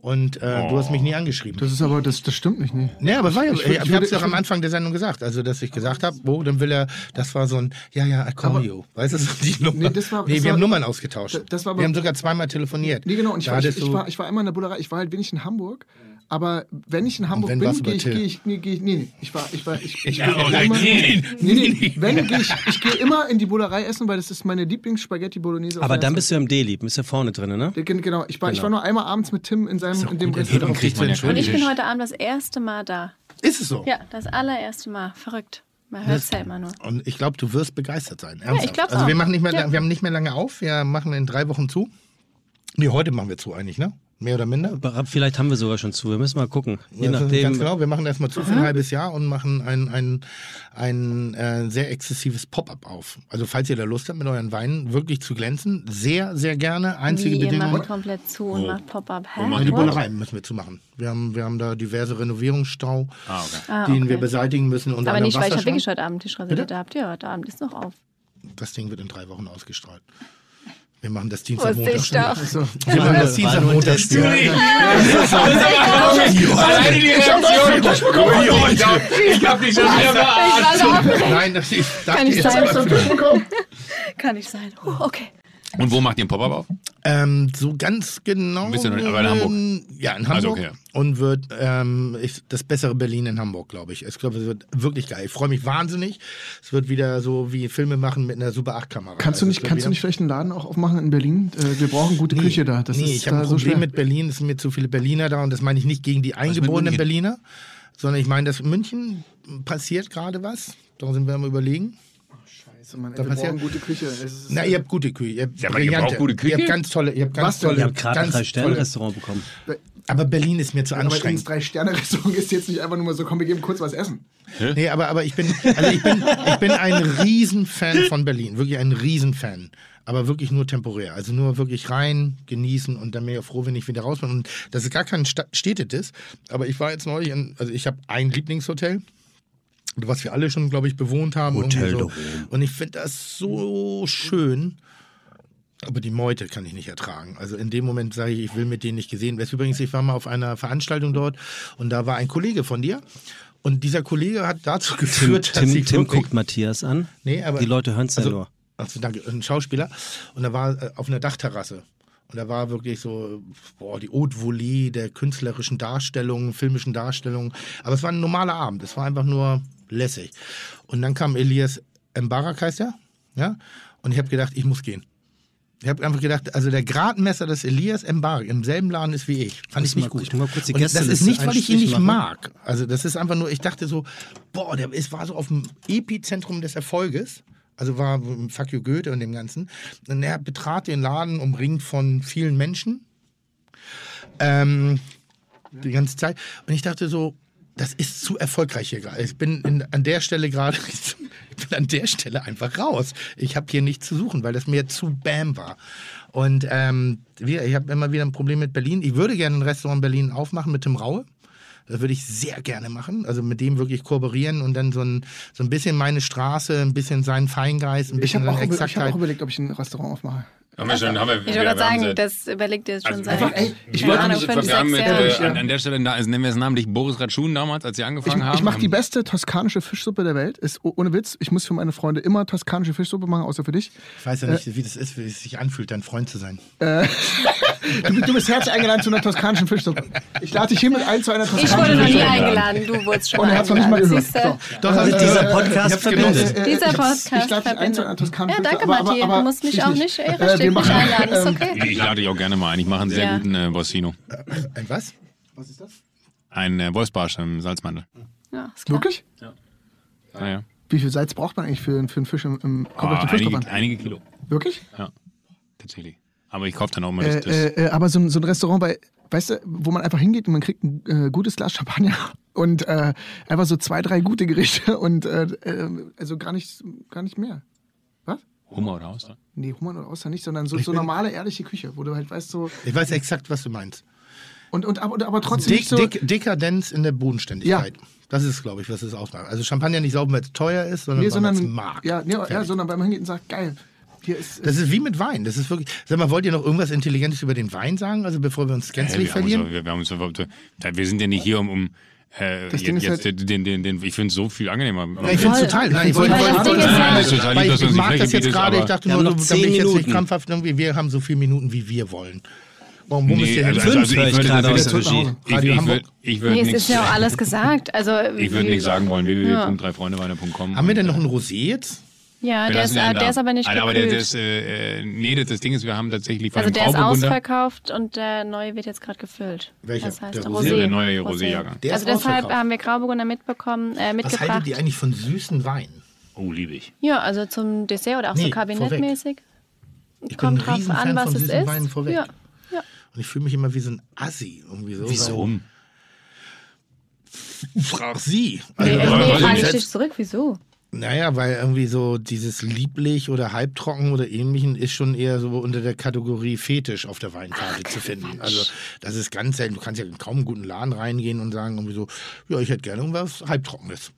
Speaker 6: und äh, du hast mich nie angeschrieben.
Speaker 8: Das ist aber, das, das stimmt nicht. Nee.
Speaker 6: Ja, aber war ja, ich,
Speaker 8: Ich würd-
Speaker 6: ich,
Speaker 8: ich
Speaker 6: hab's
Speaker 8: würd-
Speaker 6: doch am Anfang der Sendung gesagt, also dass ich gesagt habe, oh, dann will er, das war so ein, ja, ja, I call you. Weißt du, so die Nummer. Nee,
Speaker 8: das war-
Speaker 6: nee wir
Speaker 8: das war-
Speaker 6: haben Nummern ausgetauscht.
Speaker 8: Da- das war aber-
Speaker 6: wir haben sogar zweimal telefoniert.
Speaker 8: Nee, genau. Und ich,
Speaker 6: Da
Speaker 8: war, ich,
Speaker 6: hattest
Speaker 8: ich,
Speaker 6: du-
Speaker 8: war, ich war immer in der Bullerei. Ich war halt wenig in Hamburg. Aber wenn ich in Hamburg
Speaker 6: wenn, warst du
Speaker 8: bin, gehe
Speaker 6: bei
Speaker 8: ich,
Speaker 6: Till.
Speaker 8: geh ich, nee, geh ich, nee, nee, ich war, ich war, ich, ich
Speaker 6: Ja,
Speaker 8: geh
Speaker 6: oh,
Speaker 8: auch
Speaker 6: nein,
Speaker 8: immer,
Speaker 6: nee,
Speaker 8: nee, nee, wenn geh ich, ich gehe immer in die Bullerei essen, weil das ist meine Lieblingsspaghetti Bolognese. auf
Speaker 5: Aber
Speaker 8: der
Speaker 5: dann
Speaker 8: Welt.
Speaker 5: bist du ja im D-Lieb, bist ja vorne drin, ne?
Speaker 8: Gen- Genau, ich war, ich war nur einmal abends mit Tim in seinem, in dem
Speaker 6: Gut, hinten
Speaker 8: Restaurant.
Speaker 6: kriegt man ja
Speaker 9: Und ich
Speaker 6: keinen
Speaker 9: bin heute Abend das erste Mal da.
Speaker 6: Tisch. Ist es so?
Speaker 9: Ja, das allererste Mal. Verrückt. Man hört es ja immer nur.
Speaker 6: Und ich glaube, du wirst begeistert sein. Ernsthaft.
Speaker 9: ich glaub's
Speaker 6: also wir
Speaker 9: auch.
Speaker 6: machen nicht mehr,
Speaker 9: Ja.
Speaker 6: lang- wir haben nicht mehr lange auf. Wir machen in drei Wochen zu. Nee, heute machen wir zu eigentlich, ne? Mehr oder minder?
Speaker 5: Vielleicht haben wir sogar schon zu. Wir müssen mal gucken. Je
Speaker 6: Das ist
Speaker 5: nachdem.
Speaker 6: Ganz genau, wir machen erstmal zu für
Speaker 9: Mhm.
Speaker 6: ein halbes Jahr und machen ein, ein, ein äh, sehr exzessives Pop-up auf. Also falls ihr da Lust habt, mit euren Weinen wirklich zu glänzen, sehr, sehr gerne. Einzige
Speaker 9: Wie, ihr
Speaker 6: Bedingung. Oh.
Speaker 9: macht komplett zu und macht Pop-up. Hä?
Speaker 6: Wir machen die
Speaker 9: What?
Speaker 6: Bullerei müssen wir zumachen. Wir haben, wir haben da diverse Renovierungsstau,
Speaker 9: Ah,
Speaker 6: den
Speaker 9: okay.
Speaker 6: wir beseitigen müssen. Unter
Speaker 9: Aber
Speaker 6: anderem
Speaker 9: nicht, weil ich habe
Speaker 6: Wasserschrank.
Speaker 9: wirklich heute Abend Tischrasierer da habt. Ja, heute Abend ist noch auf.
Speaker 6: Das Ding wird in drei Wochen ausgestrahlt. Wir machen das
Speaker 9: Wo
Speaker 6: Dienstag,
Speaker 9: ist
Speaker 6: Montag.
Speaker 9: ich
Speaker 6: Spiel.
Speaker 9: doch?
Speaker 6: Wir machen das Dienstag, Montag. Spiel.
Speaker 4: Alleine die Reaktion. Ich hab dich schon wieder verarscht.
Speaker 8: Also,
Speaker 6: Nein, das ist, das
Speaker 9: Kann ich
Speaker 6: ist
Speaker 9: sein? Kann ich sein. Huh, Okay.
Speaker 4: Und wo macht ihr den Pop-Up auf?
Speaker 6: Ähm, so ganz genau.
Speaker 4: Ein bisschen, aber in Hamburg.
Speaker 6: ähm, Ja, in Hamburg.
Speaker 4: Also, okay.
Speaker 6: Und wird ähm, ich, das bessere Berlin in Hamburg, glaube ich. Ich glaube, es wird wirklich geil. Ich freue mich wahnsinnig. Es wird wieder so wie Filme machen mit einer Super Also 8-Kamera.
Speaker 8: Kannst du nicht, kannst du nicht vielleicht einen Laden auch aufmachen in Berlin? Äh, Wir brauchen gute Küche da. Das
Speaker 6: nee,
Speaker 8: ist
Speaker 6: ich
Speaker 8: da
Speaker 6: habe ein
Speaker 8: so
Speaker 6: Problem
Speaker 8: schwer.
Speaker 6: mit Berlin. Es sind mir zu viele Berliner da und das meine ich nicht gegen die
Speaker 4: mit
Speaker 6: eingeborenen
Speaker 4: München?
Speaker 6: Berliner, sondern ich meine, dass München passiert gerade was. Da sind wir am überlegen.
Speaker 8: Scheiße, Mann, ey,
Speaker 6: Da
Speaker 8: wir
Speaker 6: passiert-
Speaker 8: brauchen gute Küche. Es ist-
Speaker 6: Na, ihr habt gute Küche. Ihr habt
Speaker 4: Ja, aber ihr
Speaker 6: brillante.
Speaker 4: braucht gute
Speaker 6: Ihr
Speaker 4: Küche?
Speaker 6: habt ganz tolle. Ihr habt ganz
Speaker 8: Was denn?
Speaker 6: tolle.
Speaker 8: Wir
Speaker 5: Wir haben gerade ein
Speaker 6: ganz tolle-
Speaker 5: Drei-Sterne-Restaurant bekommen.
Speaker 6: Aber Berlin ist mir zu
Speaker 8: aber ins
Speaker 6: anstrengend.
Speaker 8: Drei-Sterne-Restaurant ist jetzt nicht einfach nur mal so, komm, wir geben kurz was essen.
Speaker 6: Nee, aber, aber ich bin, also ich bin, ich bin ein Riesenfan von Berlin. Wirklich ein Riesenfan. Aber wirklich nur temporär. Also nur wirklich rein, genießen und dann bin ich auch froh, wenn ich wieder raus bin. Und das ist gar kein Sta Städtetes. Aber ich war jetzt neulich in, also ich habe ein Lieblingshotel. Was wir alle schon, glaube ich, bewohnt haben. Hotel so. Und ich finde das so schön. Aber die Meute kann ich nicht ertragen. Also in dem Moment sage ich, ich will mit denen nicht gesehen werden. Übrigens, ich war mal auf einer Veranstaltung dort und da war ein Kollege von dir. Und dieser Kollege hat dazu
Speaker 5: Tim,
Speaker 6: geführt, dass
Speaker 5: Tim,
Speaker 6: ich
Speaker 5: Tim
Speaker 6: wirklich,
Speaker 5: guckt Matthias an.
Speaker 6: Nee, aber-
Speaker 5: die Leute hören es ja nur.
Speaker 6: also danke, ein Schauspieler. Und da war äh, auf einer Dachterrasse. Und da war wirklich so, boah, die Haute Volée der künstlerischen Darstellung, filmischen Darstellung. Aber es war ein normaler Abend. Es war einfach nur lässig. Und dann kam Elias Mbarak, heißt er. Ja? Und ich habe gedacht, ich muss gehen. Ich habe einfach gedacht, also der Gradmesser des Elias Mbarak im selben Laden ist wie ich. Fand
Speaker 5: Muss
Speaker 6: ich nicht
Speaker 5: mal-
Speaker 6: gut.
Speaker 5: ich muss mal kurz die
Speaker 6: Und das ist
Speaker 5: Gästeliste
Speaker 6: nicht, weil ich ihn
Speaker 5: einstrich
Speaker 6: nicht
Speaker 5: machen.
Speaker 6: mag. Also das ist einfach nur, ich dachte so, boah, der ist, war so auf dem Epizentrum des Erfolges. Also war im Fuck you Goethe und dem Ganzen. Und er betrat den Laden umringt von vielen Menschen. Ähm, die ganze Zeit. Und ich dachte so, das ist zu erfolgreich hier gerade. Ich bin in, an der Stelle gerade, ich bin an der Stelle einfach raus. Ich habe hier nichts zu suchen, weil das mir zu bam war. Und ähm, wir, ich habe immer wieder ein Problem mit Berlin. Ich würde gerne ein Restaurant in Berlin aufmachen mit Tim Raue. Das würde ich sehr gerne machen. Also mit dem wirklich kooperieren und dann so ein, so ein bisschen meine Straße, ein bisschen seinen Feingeist, ein
Speaker 8: Ich
Speaker 6: bisschen
Speaker 8: habe
Speaker 6: seine
Speaker 8: auch, über, ich hab
Speaker 6: Exaktheit.
Speaker 8: auch überlegt, ob ich ein Restaurant aufmache.
Speaker 4: Haben wir schon, haben wir.
Speaker 9: Ich
Speaker 4: wir-
Speaker 9: wollte gerade
Speaker 4: wir haben sie-
Speaker 9: sagen, das überlegt ihr jetzt schon
Speaker 4: Also,
Speaker 9: seit,
Speaker 4: einfach- ich
Speaker 9: keine
Speaker 4: wollte
Speaker 9: Ahnung,
Speaker 4: nicht-
Speaker 9: fünf,
Speaker 4: wir haben
Speaker 9: sechs
Speaker 4: mit,
Speaker 9: Jahren.
Speaker 4: äh, an, an der Stelle, na- also nennen wir es namentlich Boris Ratschun damals, als sie angefangen
Speaker 8: Ich,
Speaker 4: haben.
Speaker 8: ich mache die
Speaker 4: haben-
Speaker 8: beste toskanische Fischsuppe der Welt. Ist oh- ohne Witz. Ich muss für meine Freunde immer toskanische Fischsuppe machen, außer für dich.
Speaker 6: Ich
Speaker 8: Äh,
Speaker 6: weiß ja nicht, wie das ist, wie es sich anfühlt, dein Freund zu sein.
Speaker 8: Du, du bist herzlich eingeladen zu einer toskanischen Fischsuppe. Ich lade dich hiermit ein zu einer toskanischen
Speaker 9: Ich wurde noch nie
Speaker 8: Fischsuppe.
Speaker 9: eingeladen, du wurdest schon
Speaker 8: Und er hat's Oh, noch nicht mal
Speaker 9: eingeladen.
Speaker 8: gehört.
Speaker 9: Siehst du?
Speaker 6: Doch,
Speaker 5: Also
Speaker 6: äh,
Speaker 5: dieser
Speaker 6: ich
Speaker 5: Podcast
Speaker 6: hab's genossen.
Speaker 5: verbindet.
Speaker 8: Äh,
Speaker 9: Dieser
Speaker 8: ich hab's-
Speaker 9: Podcast
Speaker 8: Ich lade dich ein zu einer
Speaker 9: verbindet.
Speaker 8: toskanischen
Speaker 9: Ja, danke,
Speaker 8: Fischsuppe,
Speaker 9: Matti. Du musst mich auch nicht- äh,
Speaker 8: wir
Speaker 9: richtig
Speaker 8: machen, ähm,
Speaker 9: einladen, ist okay.
Speaker 4: Ich, ich lade dich auch gerne mal ein. Ich mache einen sehr
Speaker 9: Ja.
Speaker 4: guten äh, Borsino.
Speaker 6: Ein was?
Speaker 8: Was ist das?
Speaker 4: Ein äh, Wolfsbarsch im Salzmantel.
Speaker 9: Ja, ist klar.
Speaker 8: Wirklich?
Speaker 4: Naja.
Speaker 8: Wie viel Salz braucht man eigentlich für, für einen Fisch im, im Kommt auf
Speaker 4: Ah,
Speaker 8: den Fisch drauf
Speaker 4: einige,
Speaker 8: an.
Speaker 4: einige Kilo,
Speaker 8: Wirklich?
Speaker 4: tatsächlich. Aber ich kaufe dann auch mal das. das
Speaker 8: Äh, äh, aber so, ein- so ein Restaurant bei, weißt du, wo man einfach hingeht und man kriegt ein äh, gutes Glas Champagner und äh, einfach so zwei, drei gute Gerichte und äh, äh, also gar nicht, gar nicht mehr.
Speaker 4: Hummer oder Haus.
Speaker 8: Nee, Hummern oder Austern nicht, sondern so, so normale, ehrliche Küche, wo du halt weißt, so.
Speaker 6: Ich weiß exakt, was du meinst.
Speaker 8: Und, und, aber, aber trotzdem.
Speaker 6: Dick,
Speaker 8: nicht so,
Speaker 6: dick, Dekadenz in der Bodenständigkeit. Das ist, glaube ich, was es ausmacht. Also Champagner nicht sauber, weil es teuer ist, sondern
Speaker 8: nee,
Speaker 6: weil man es
Speaker 8: sondern,
Speaker 6: mag.
Speaker 8: ja, nee, ja,
Speaker 6: Fertig.
Speaker 8: sondern weil man hingeht und sagt, geil, hier ist. äh,
Speaker 6: das ist wie mit Wein. Das ist wirklich. Sag mal, wollt ihr noch irgendwas Intelligentes über den Wein sagen? Also bevor wir uns gänzlich
Speaker 4: wir, haben uns,
Speaker 6: verlieren?
Speaker 4: doch- wir, wir, haben uns, doch- da- wir sind ja nicht hier um. um äh,
Speaker 8: Das
Speaker 4: jetzt,
Speaker 8: Ding ist
Speaker 4: jetzt
Speaker 8: halt-
Speaker 4: den, den, den, ich finde es so viel angenehmer.
Speaker 6: Ja, ich finde es total. Nein, ich wollte
Speaker 9: Weil das Ding ist ja-
Speaker 4: Nein, das ist total lieb,
Speaker 6: Weil ich,
Speaker 4: dass du
Speaker 6: ich
Speaker 4: uns die
Speaker 6: mag
Speaker 4: Fläche
Speaker 6: das jetzt
Speaker 4: bietest,
Speaker 6: gerade.
Speaker 5: aber-
Speaker 6: Ich dachte
Speaker 5: Wir haben
Speaker 6: nur, so,
Speaker 5: noch
Speaker 6: damit
Speaker 5: zehn
Speaker 6: ich jetzt nicht
Speaker 5: Minuten.
Speaker 6: krampfhaft irgendwie. Wir haben so viele Minuten, wie wir wollen. Warum muss
Speaker 4: Nee,
Speaker 6: ihr
Speaker 4: also,
Speaker 6: jetzt
Speaker 4: also, also ich
Speaker 5: höre ich
Speaker 4: würde
Speaker 5: gerade
Speaker 4: das-
Speaker 5: aus der Regie.
Speaker 4: ich- ich
Speaker 6: Radio
Speaker 4: würde-
Speaker 6: Hamburg.
Speaker 4: ich würde
Speaker 9: Nee, es
Speaker 4: nichts-
Speaker 9: ist ja auch alles gesagt. Also,
Speaker 4: Ich würde nicht sagen wollen, www.dreifreundeweine.com.
Speaker 6: Haben wir denn noch ein Rosé jetzt?
Speaker 9: Ja, der ist,
Speaker 4: lassen ihn
Speaker 9: äh,
Speaker 4: da.
Speaker 9: der ist aber nicht
Speaker 4: Alter, aber der, der
Speaker 9: gekühlt.
Speaker 4: ist, äh, äh, nee, das, das Ding ist, wir haben tatsächlich von
Speaker 9: Also
Speaker 4: dem
Speaker 9: der ist
Speaker 4: Grauburgunder-
Speaker 9: ausverkauft und der neue wird jetzt gerade gefüllt.
Speaker 6: Welcher?
Speaker 9: Das heißt
Speaker 6: Der
Speaker 9: der
Speaker 6: Rosé?
Speaker 9: Rosé.
Speaker 4: Der neue Rosé-Jahrgang.
Speaker 6: Der ist
Speaker 9: also deshalb
Speaker 6: ausverkauft.
Speaker 9: haben wir Grauburgunder mitbekommen, äh,
Speaker 6: Was
Speaker 9: mitgebracht.
Speaker 6: haltet ihr eigentlich von süßen Wein?
Speaker 4: Oh, liebe ich.
Speaker 9: Ja, also zum Dessert oder auch
Speaker 6: Nee,
Speaker 9: so kabinettmäßig.
Speaker 6: Ich bin ein
Speaker 9: Kommt drauf
Speaker 6: Riesenfan
Speaker 9: an, was
Speaker 6: von
Speaker 9: es
Speaker 6: süßen
Speaker 9: ist.
Speaker 6: Weinen vorweg.
Speaker 9: Ja. Ja.
Speaker 6: Und ich fühle mich immer wie so ein Assi. Irgendwie so.
Speaker 4: Wieso?
Speaker 6: Weil- Frag sie.
Speaker 9: Nee,
Speaker 6: Also,
Speaker 9: nee,
Speaker 6: weil-
Speaker 9: frage ich
Speaker 6: weil-
Speaker 9: dich zurück, wieso?
Speaker 6: Naja, weil irgendwie so dieses lieblich oder halbtrocken oder ähnlichen ist schon eher so unter der Kategorie Fetisch auf der Weinkarte zu finden. Also das ist ganz selten. Du kannst ja in kaum einen guten Laden reingehen und sagen irgendwie so, ja, ich hätte gerne irgendwas halbtrockenes.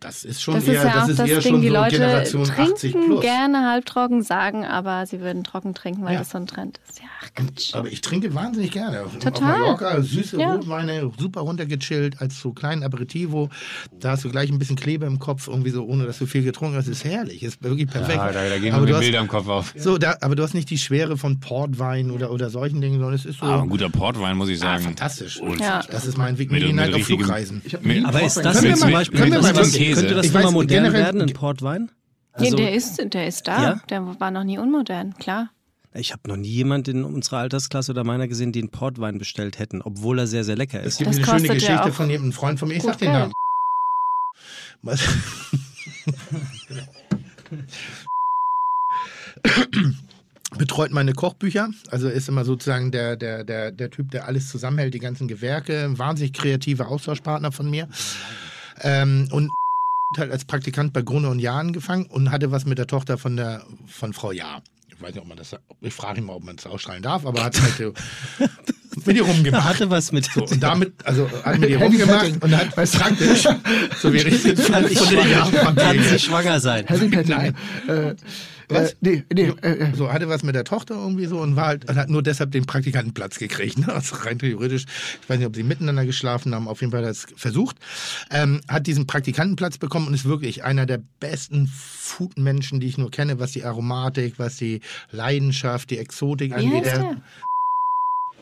Speaker 6: Das ist schon
Speaker 9: Das ist
Speaker 6: eher,
Speaker 9: ja auch
Speaker 6: das ist
Speaker 9: das
Speaker 6: eher
Speaker 9: Ding,
Speaker 6: schon
Speaker 9: die
Speaker 6: so
Speaker 9: Leute
Speaker 6: Generation 80
Speaker 9: trinken
Speaker 6: plus.
Speaker 9: gerne halbtrocken, sagen aber, sie würden trocken trinken, weil
Speaker 6: Ja.
Speaker 9: das so ein Trend ist. Ja, ach Quatsch.
Speaker 6: Aber ich trinke wahnsinnig gerne. Auf
Speaker 9: Total.
Speaker 6: Mallorca, süße
Speaker 9: Ja.
Speaker 6: Rotweine, super runtergechillt, als so kleinen Aperitivo. Da hast du gleich ein bisschen Klebe im Kopf, irgendwie so, ohne dass du viel getrunken hast. Ist herrlich, ist wirklich perfekt.
Speaker 4: Ah, da, da gehen
Speaker 6: Aber
Speaker 4: mir
Speaker 6: du hast-
Speaker 4: Bilder im Kopf auf.
Speaker 6: So, da, aber du hast nicht die Schwere von Portwein oder, oder solchen Dingen, sondern es ist so
Speaker 4: Aber ein guter Portwein, muss ich
Speaker 6: ah,
Speaker 4: sagen.
Speaker 6: fantastisch.
Speaker 9: Ja.
Speaker 6: Das ist mein Weg
Speaker 4: Ah, Mit-
Speaker 6: mit
Speaker 4: mit
Speaker 6: halt auf
Speaker 4: richtigem-
Speaker 6: Flugreisen.
Speaker 4: Mit-
Speaker 5: Aber ist das
Speaker 6: Können wir
Speaker 5: jetzt
Speaker 6: mal-
Speaker 5: zum Beispiel,
Speaker 6: können wir mal
Speaker 5: könnte das,
Speaker 6: was-
Speaker 5: könnte das
Speaker 6: Ich
Speaker 5: nochmal
Speaker 6: weiß,
Speaker 5: modern
Speaker 6: generell-
Speaker 5: werden, ein Portwein?
Speaker 9: nee,
Speaker 5: Also,
Speaker 9: der, ist, der ist da.
Speaker 5: Ja?
Speaker 9: Der war noch nie unmodern, klar.
Speaker 5: ich habe noch nie jemanden in unserer Altersklasse oder meiner gesehen, die einen Portwein bestellt hätten, obwohl er sehr, sehr lecker
Speaker 6: Es
Speaker 5: ist.
Speaker 6: gibt
Speaker 9: Das
Speaker 6: eine schöne
Speaker 9: kostet ja
Speaker 6: Geschichte
Speaker 9: auch
Speaker 6: von jemandem, Freund von mir, ich
Speaker 9: gut
Speaker 6: sag den
Speaker 9: Geld.
Speaker 6: Namen. Was? Betreut meine Kochbücher, also ist immer sozusagen der, der, der, der Typ, der alles zusammenhält, die ganzen Gewerke, ein wahnsinnig kreativer Austauschpartner von mir. Ähm, und hat halt als Praktikant bei Gruner und Jahr angefangen und hatte was mit der Tochter von der von Frau Jahr. Ich weiß nicht, ob man das, ich frage ihn mal, ob man das ausstrahlen darf, aber hat halt so mit ihr
Speaker 5: Er
Speaker 6: rumgemacht.
Speaker 5: hatte was mit.
Speaker 6: So, und damit, also hat mir die rumgemacht und hat
Speaker 8: Weißt du-
Speaker 6: praktisch, so wie richtig von
Speaker 5: Kann ich
Speaker 6: den
Speaker 5: kann sie
Speaker 6: Jahren
Speaker 5: schwanger sein?
Speaker 8: Heavy Petting.
Speaker 6: Nein.
Speaker 8: Äh,
Speaker 6: Was?
Speaker 8: äh, nee, nee, äh, äh,
Speaker 6: so hatte was mit der Tochter irgendwie so und war halt und hat nur deshalb den Praktikantenplatz gekriegt. Ne? Also rein theoretisch, ich weiß nicht, ob sie miteinander geschlafen haben, auf jeden Fall hat das versucht. Ähm, hat diesen Praktikantenplatz bekommen und ist wirklich einer der besten Food-Menschen, die ich nur kenne, was die Aromatik, was die Leidenschaft, die Exotik
Speaker 9: Wie
Speaker 6: angeht.
Speaker 9: heißt
Speaker 6: Er-
Speaker 9: der?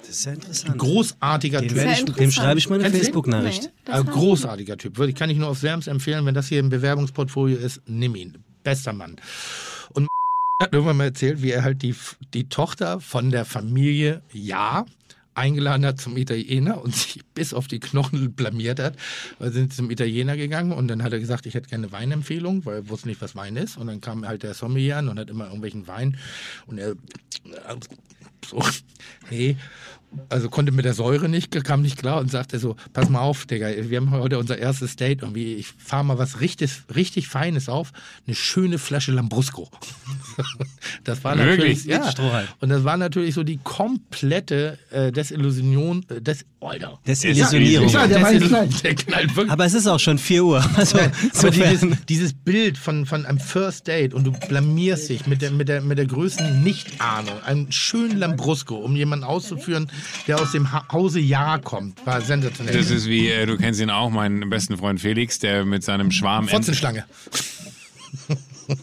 Speaker 5: Das ist ja interessant.
Speaker 6: Großartiger
Speaker 5: Dem,
Speaker 6: Typ.
Speaker 5: werde ich,
Speaker 9: interessant.
Speaker 5: dem schreibe ich mal eine
Speaker 6: Kennst du den?
Speaker 5: Facebook-Nachricht.
Speaker 9: Nee, das
Speaker 6: Also
Speaker 9: war-
Speaker 6: großartiger Typ. Würde, kann ich nur aufs Wärmste empfehlen. Wenn das hier im Bewerbungsportfolio ist, nimm ihn. Bester Mann. Und hat irgendwann mal erzählt, wie er halt die, die Tochter von der Familie Ja eingeladen hat zum Italiener und sich bis auf die Knochen blamiert hat. Da sind sie zum Italiener gegangen und dann hat er gesagt, ich hätte gerne Weinempfehlung, weil er wusste nicht, was Wein ist. Und dann kam halt der Sommelier an und hat immer irgendwelchen Wein und er so, nee, also konnte mit der Säure nicht, kam nicht klar und sagte so, pass mal auf, Digga, wir haben heute unser erstes Date und wie, ich fahre mal was richtig, richtig Feines auf, eine schöne Flasche Lambrusco. das war natürlich,
Speaker 4: Wirklich?
Speaker 6: ja.
Speaker 5: Strohhalm.
Speaker 6: Und das war natürlich so die komplette äh, Desillusion, äh, des, Alter.
Speaker 5: Desillusionierung.
Speaker 6: Ja,
Speaker 8: der Wein
Speaker 6: Desil-
Speaker 8: knallt.
Speaker 6: Der knallt wirklich.
Speaker 5: Aber es ist auch schon 4 Uhr. Also,
Speaker 6: Aber dieses,
Speaker 5: insofern-
Speaker 6: dieses Bild von, von einem First Date und du blamierst dich mit der, mit der, mit der größten Nichtahnung, einem schönen Lambrusco, um jemanden auszuführen, der aus dem ha Hause Ja kommt, war sensationell.
Speaker 4: Das ist wie, äh, du kennst ihn auch, meinen besten Freund Felix, der mit seinem Schwarm.
Speaker 6: Fotzenschlange.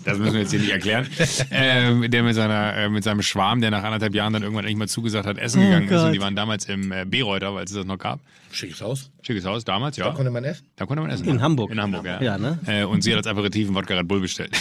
Speaker 4: Das müssen wir jetzt hier nicht erklären. ähm, der mit, seiner, äh, mit seinem Schwarm, der nach anderthalb Jahren dann irgendwann endlich mal zugesagt hat, essen gegangen ist. Und die waren damals im äh, Bereuter, weil es das noch gab.
Speaker 6: Schickes Haus.
Speaker 4: Schickes Haus, damals, ja.
Speaker 6: Da konnte man essen.
Speaker 4: Da konnte man essen.
Speaker 5: In
Speaker 4: ja.
Speaker 5: Hamburg.
Speaker 4: In Hamburg, ja.
Speaker 5: Ja, ne?
Speaker 4: äh, und sie hat als Aperitiv einen Wodka Red Bull bestellt.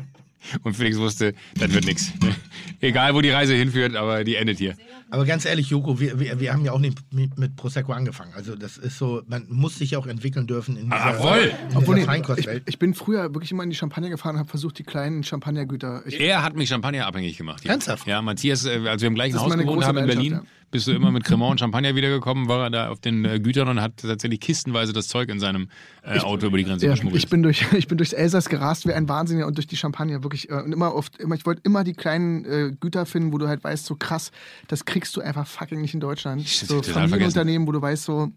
Speaker 4: und Felix wusste, das wird nichts. Egal, wo die Reise hinführt, aber die endet hier.
Speaker 6: Aber ganz ehrlich, Joko, wir, wir, wir haben ja auch nicht mit mit Prosecco angefangen. Also das ist so, man muss sich ja auch entwickeln dürfen in dieser,
Speaker 4: Ah, voll.
Speaker 6: in
Speaker 8: obwohl
Speaker 6: dieser
Speaker 8: ich,
Speaker 6: Feinkostwelt.
Speaker 8: oh, ich, ich bin früher wirklich immer in die Champagner gefahren und habe versucht, die kleinen Champagnergüter. Ich,
Speaker 4: Er hat mich Champagner abhängig gemacht. ja.
Speaker 6: Ernsthaft?
Speaker 4: Ja, Matthias, äh, als wir im gleichen
Speaker 8: Das ist
Speaker 4: Haus
Speaker 8: meine
Speaker 4: gewohnt
Speaker 8: große
Speaker 4: haben in Berlin,
Speaker 8: Leidenschaft,
Speaker 4: bist du immer mit Cremant und Champagner wiedergekommen, war er da auf den äh, Gütern und hat tatsächlich kistenweise das Zeug in seinem äh, Auto über die Grenze
Speaker 8: ja,
Speaker 4: geschmuggelt.
Speaker 8: ich, bin durch, ich bin durchs Elsass gerast wie ein Wahnsinniger und durch die Champagner wirklich. Äh, und immer oft, immer, ich wollte immer die kleinen äh, Güter finden, wo du halt weißt, so krass, das kriegst du einfach fucking nicht in Deutschland.
Speaker 4: Shit,
Speaker 8: so
Speaker 4: hab ich total vergessen.
Speaker 8: Familienunternehmen, wo du weißt, so,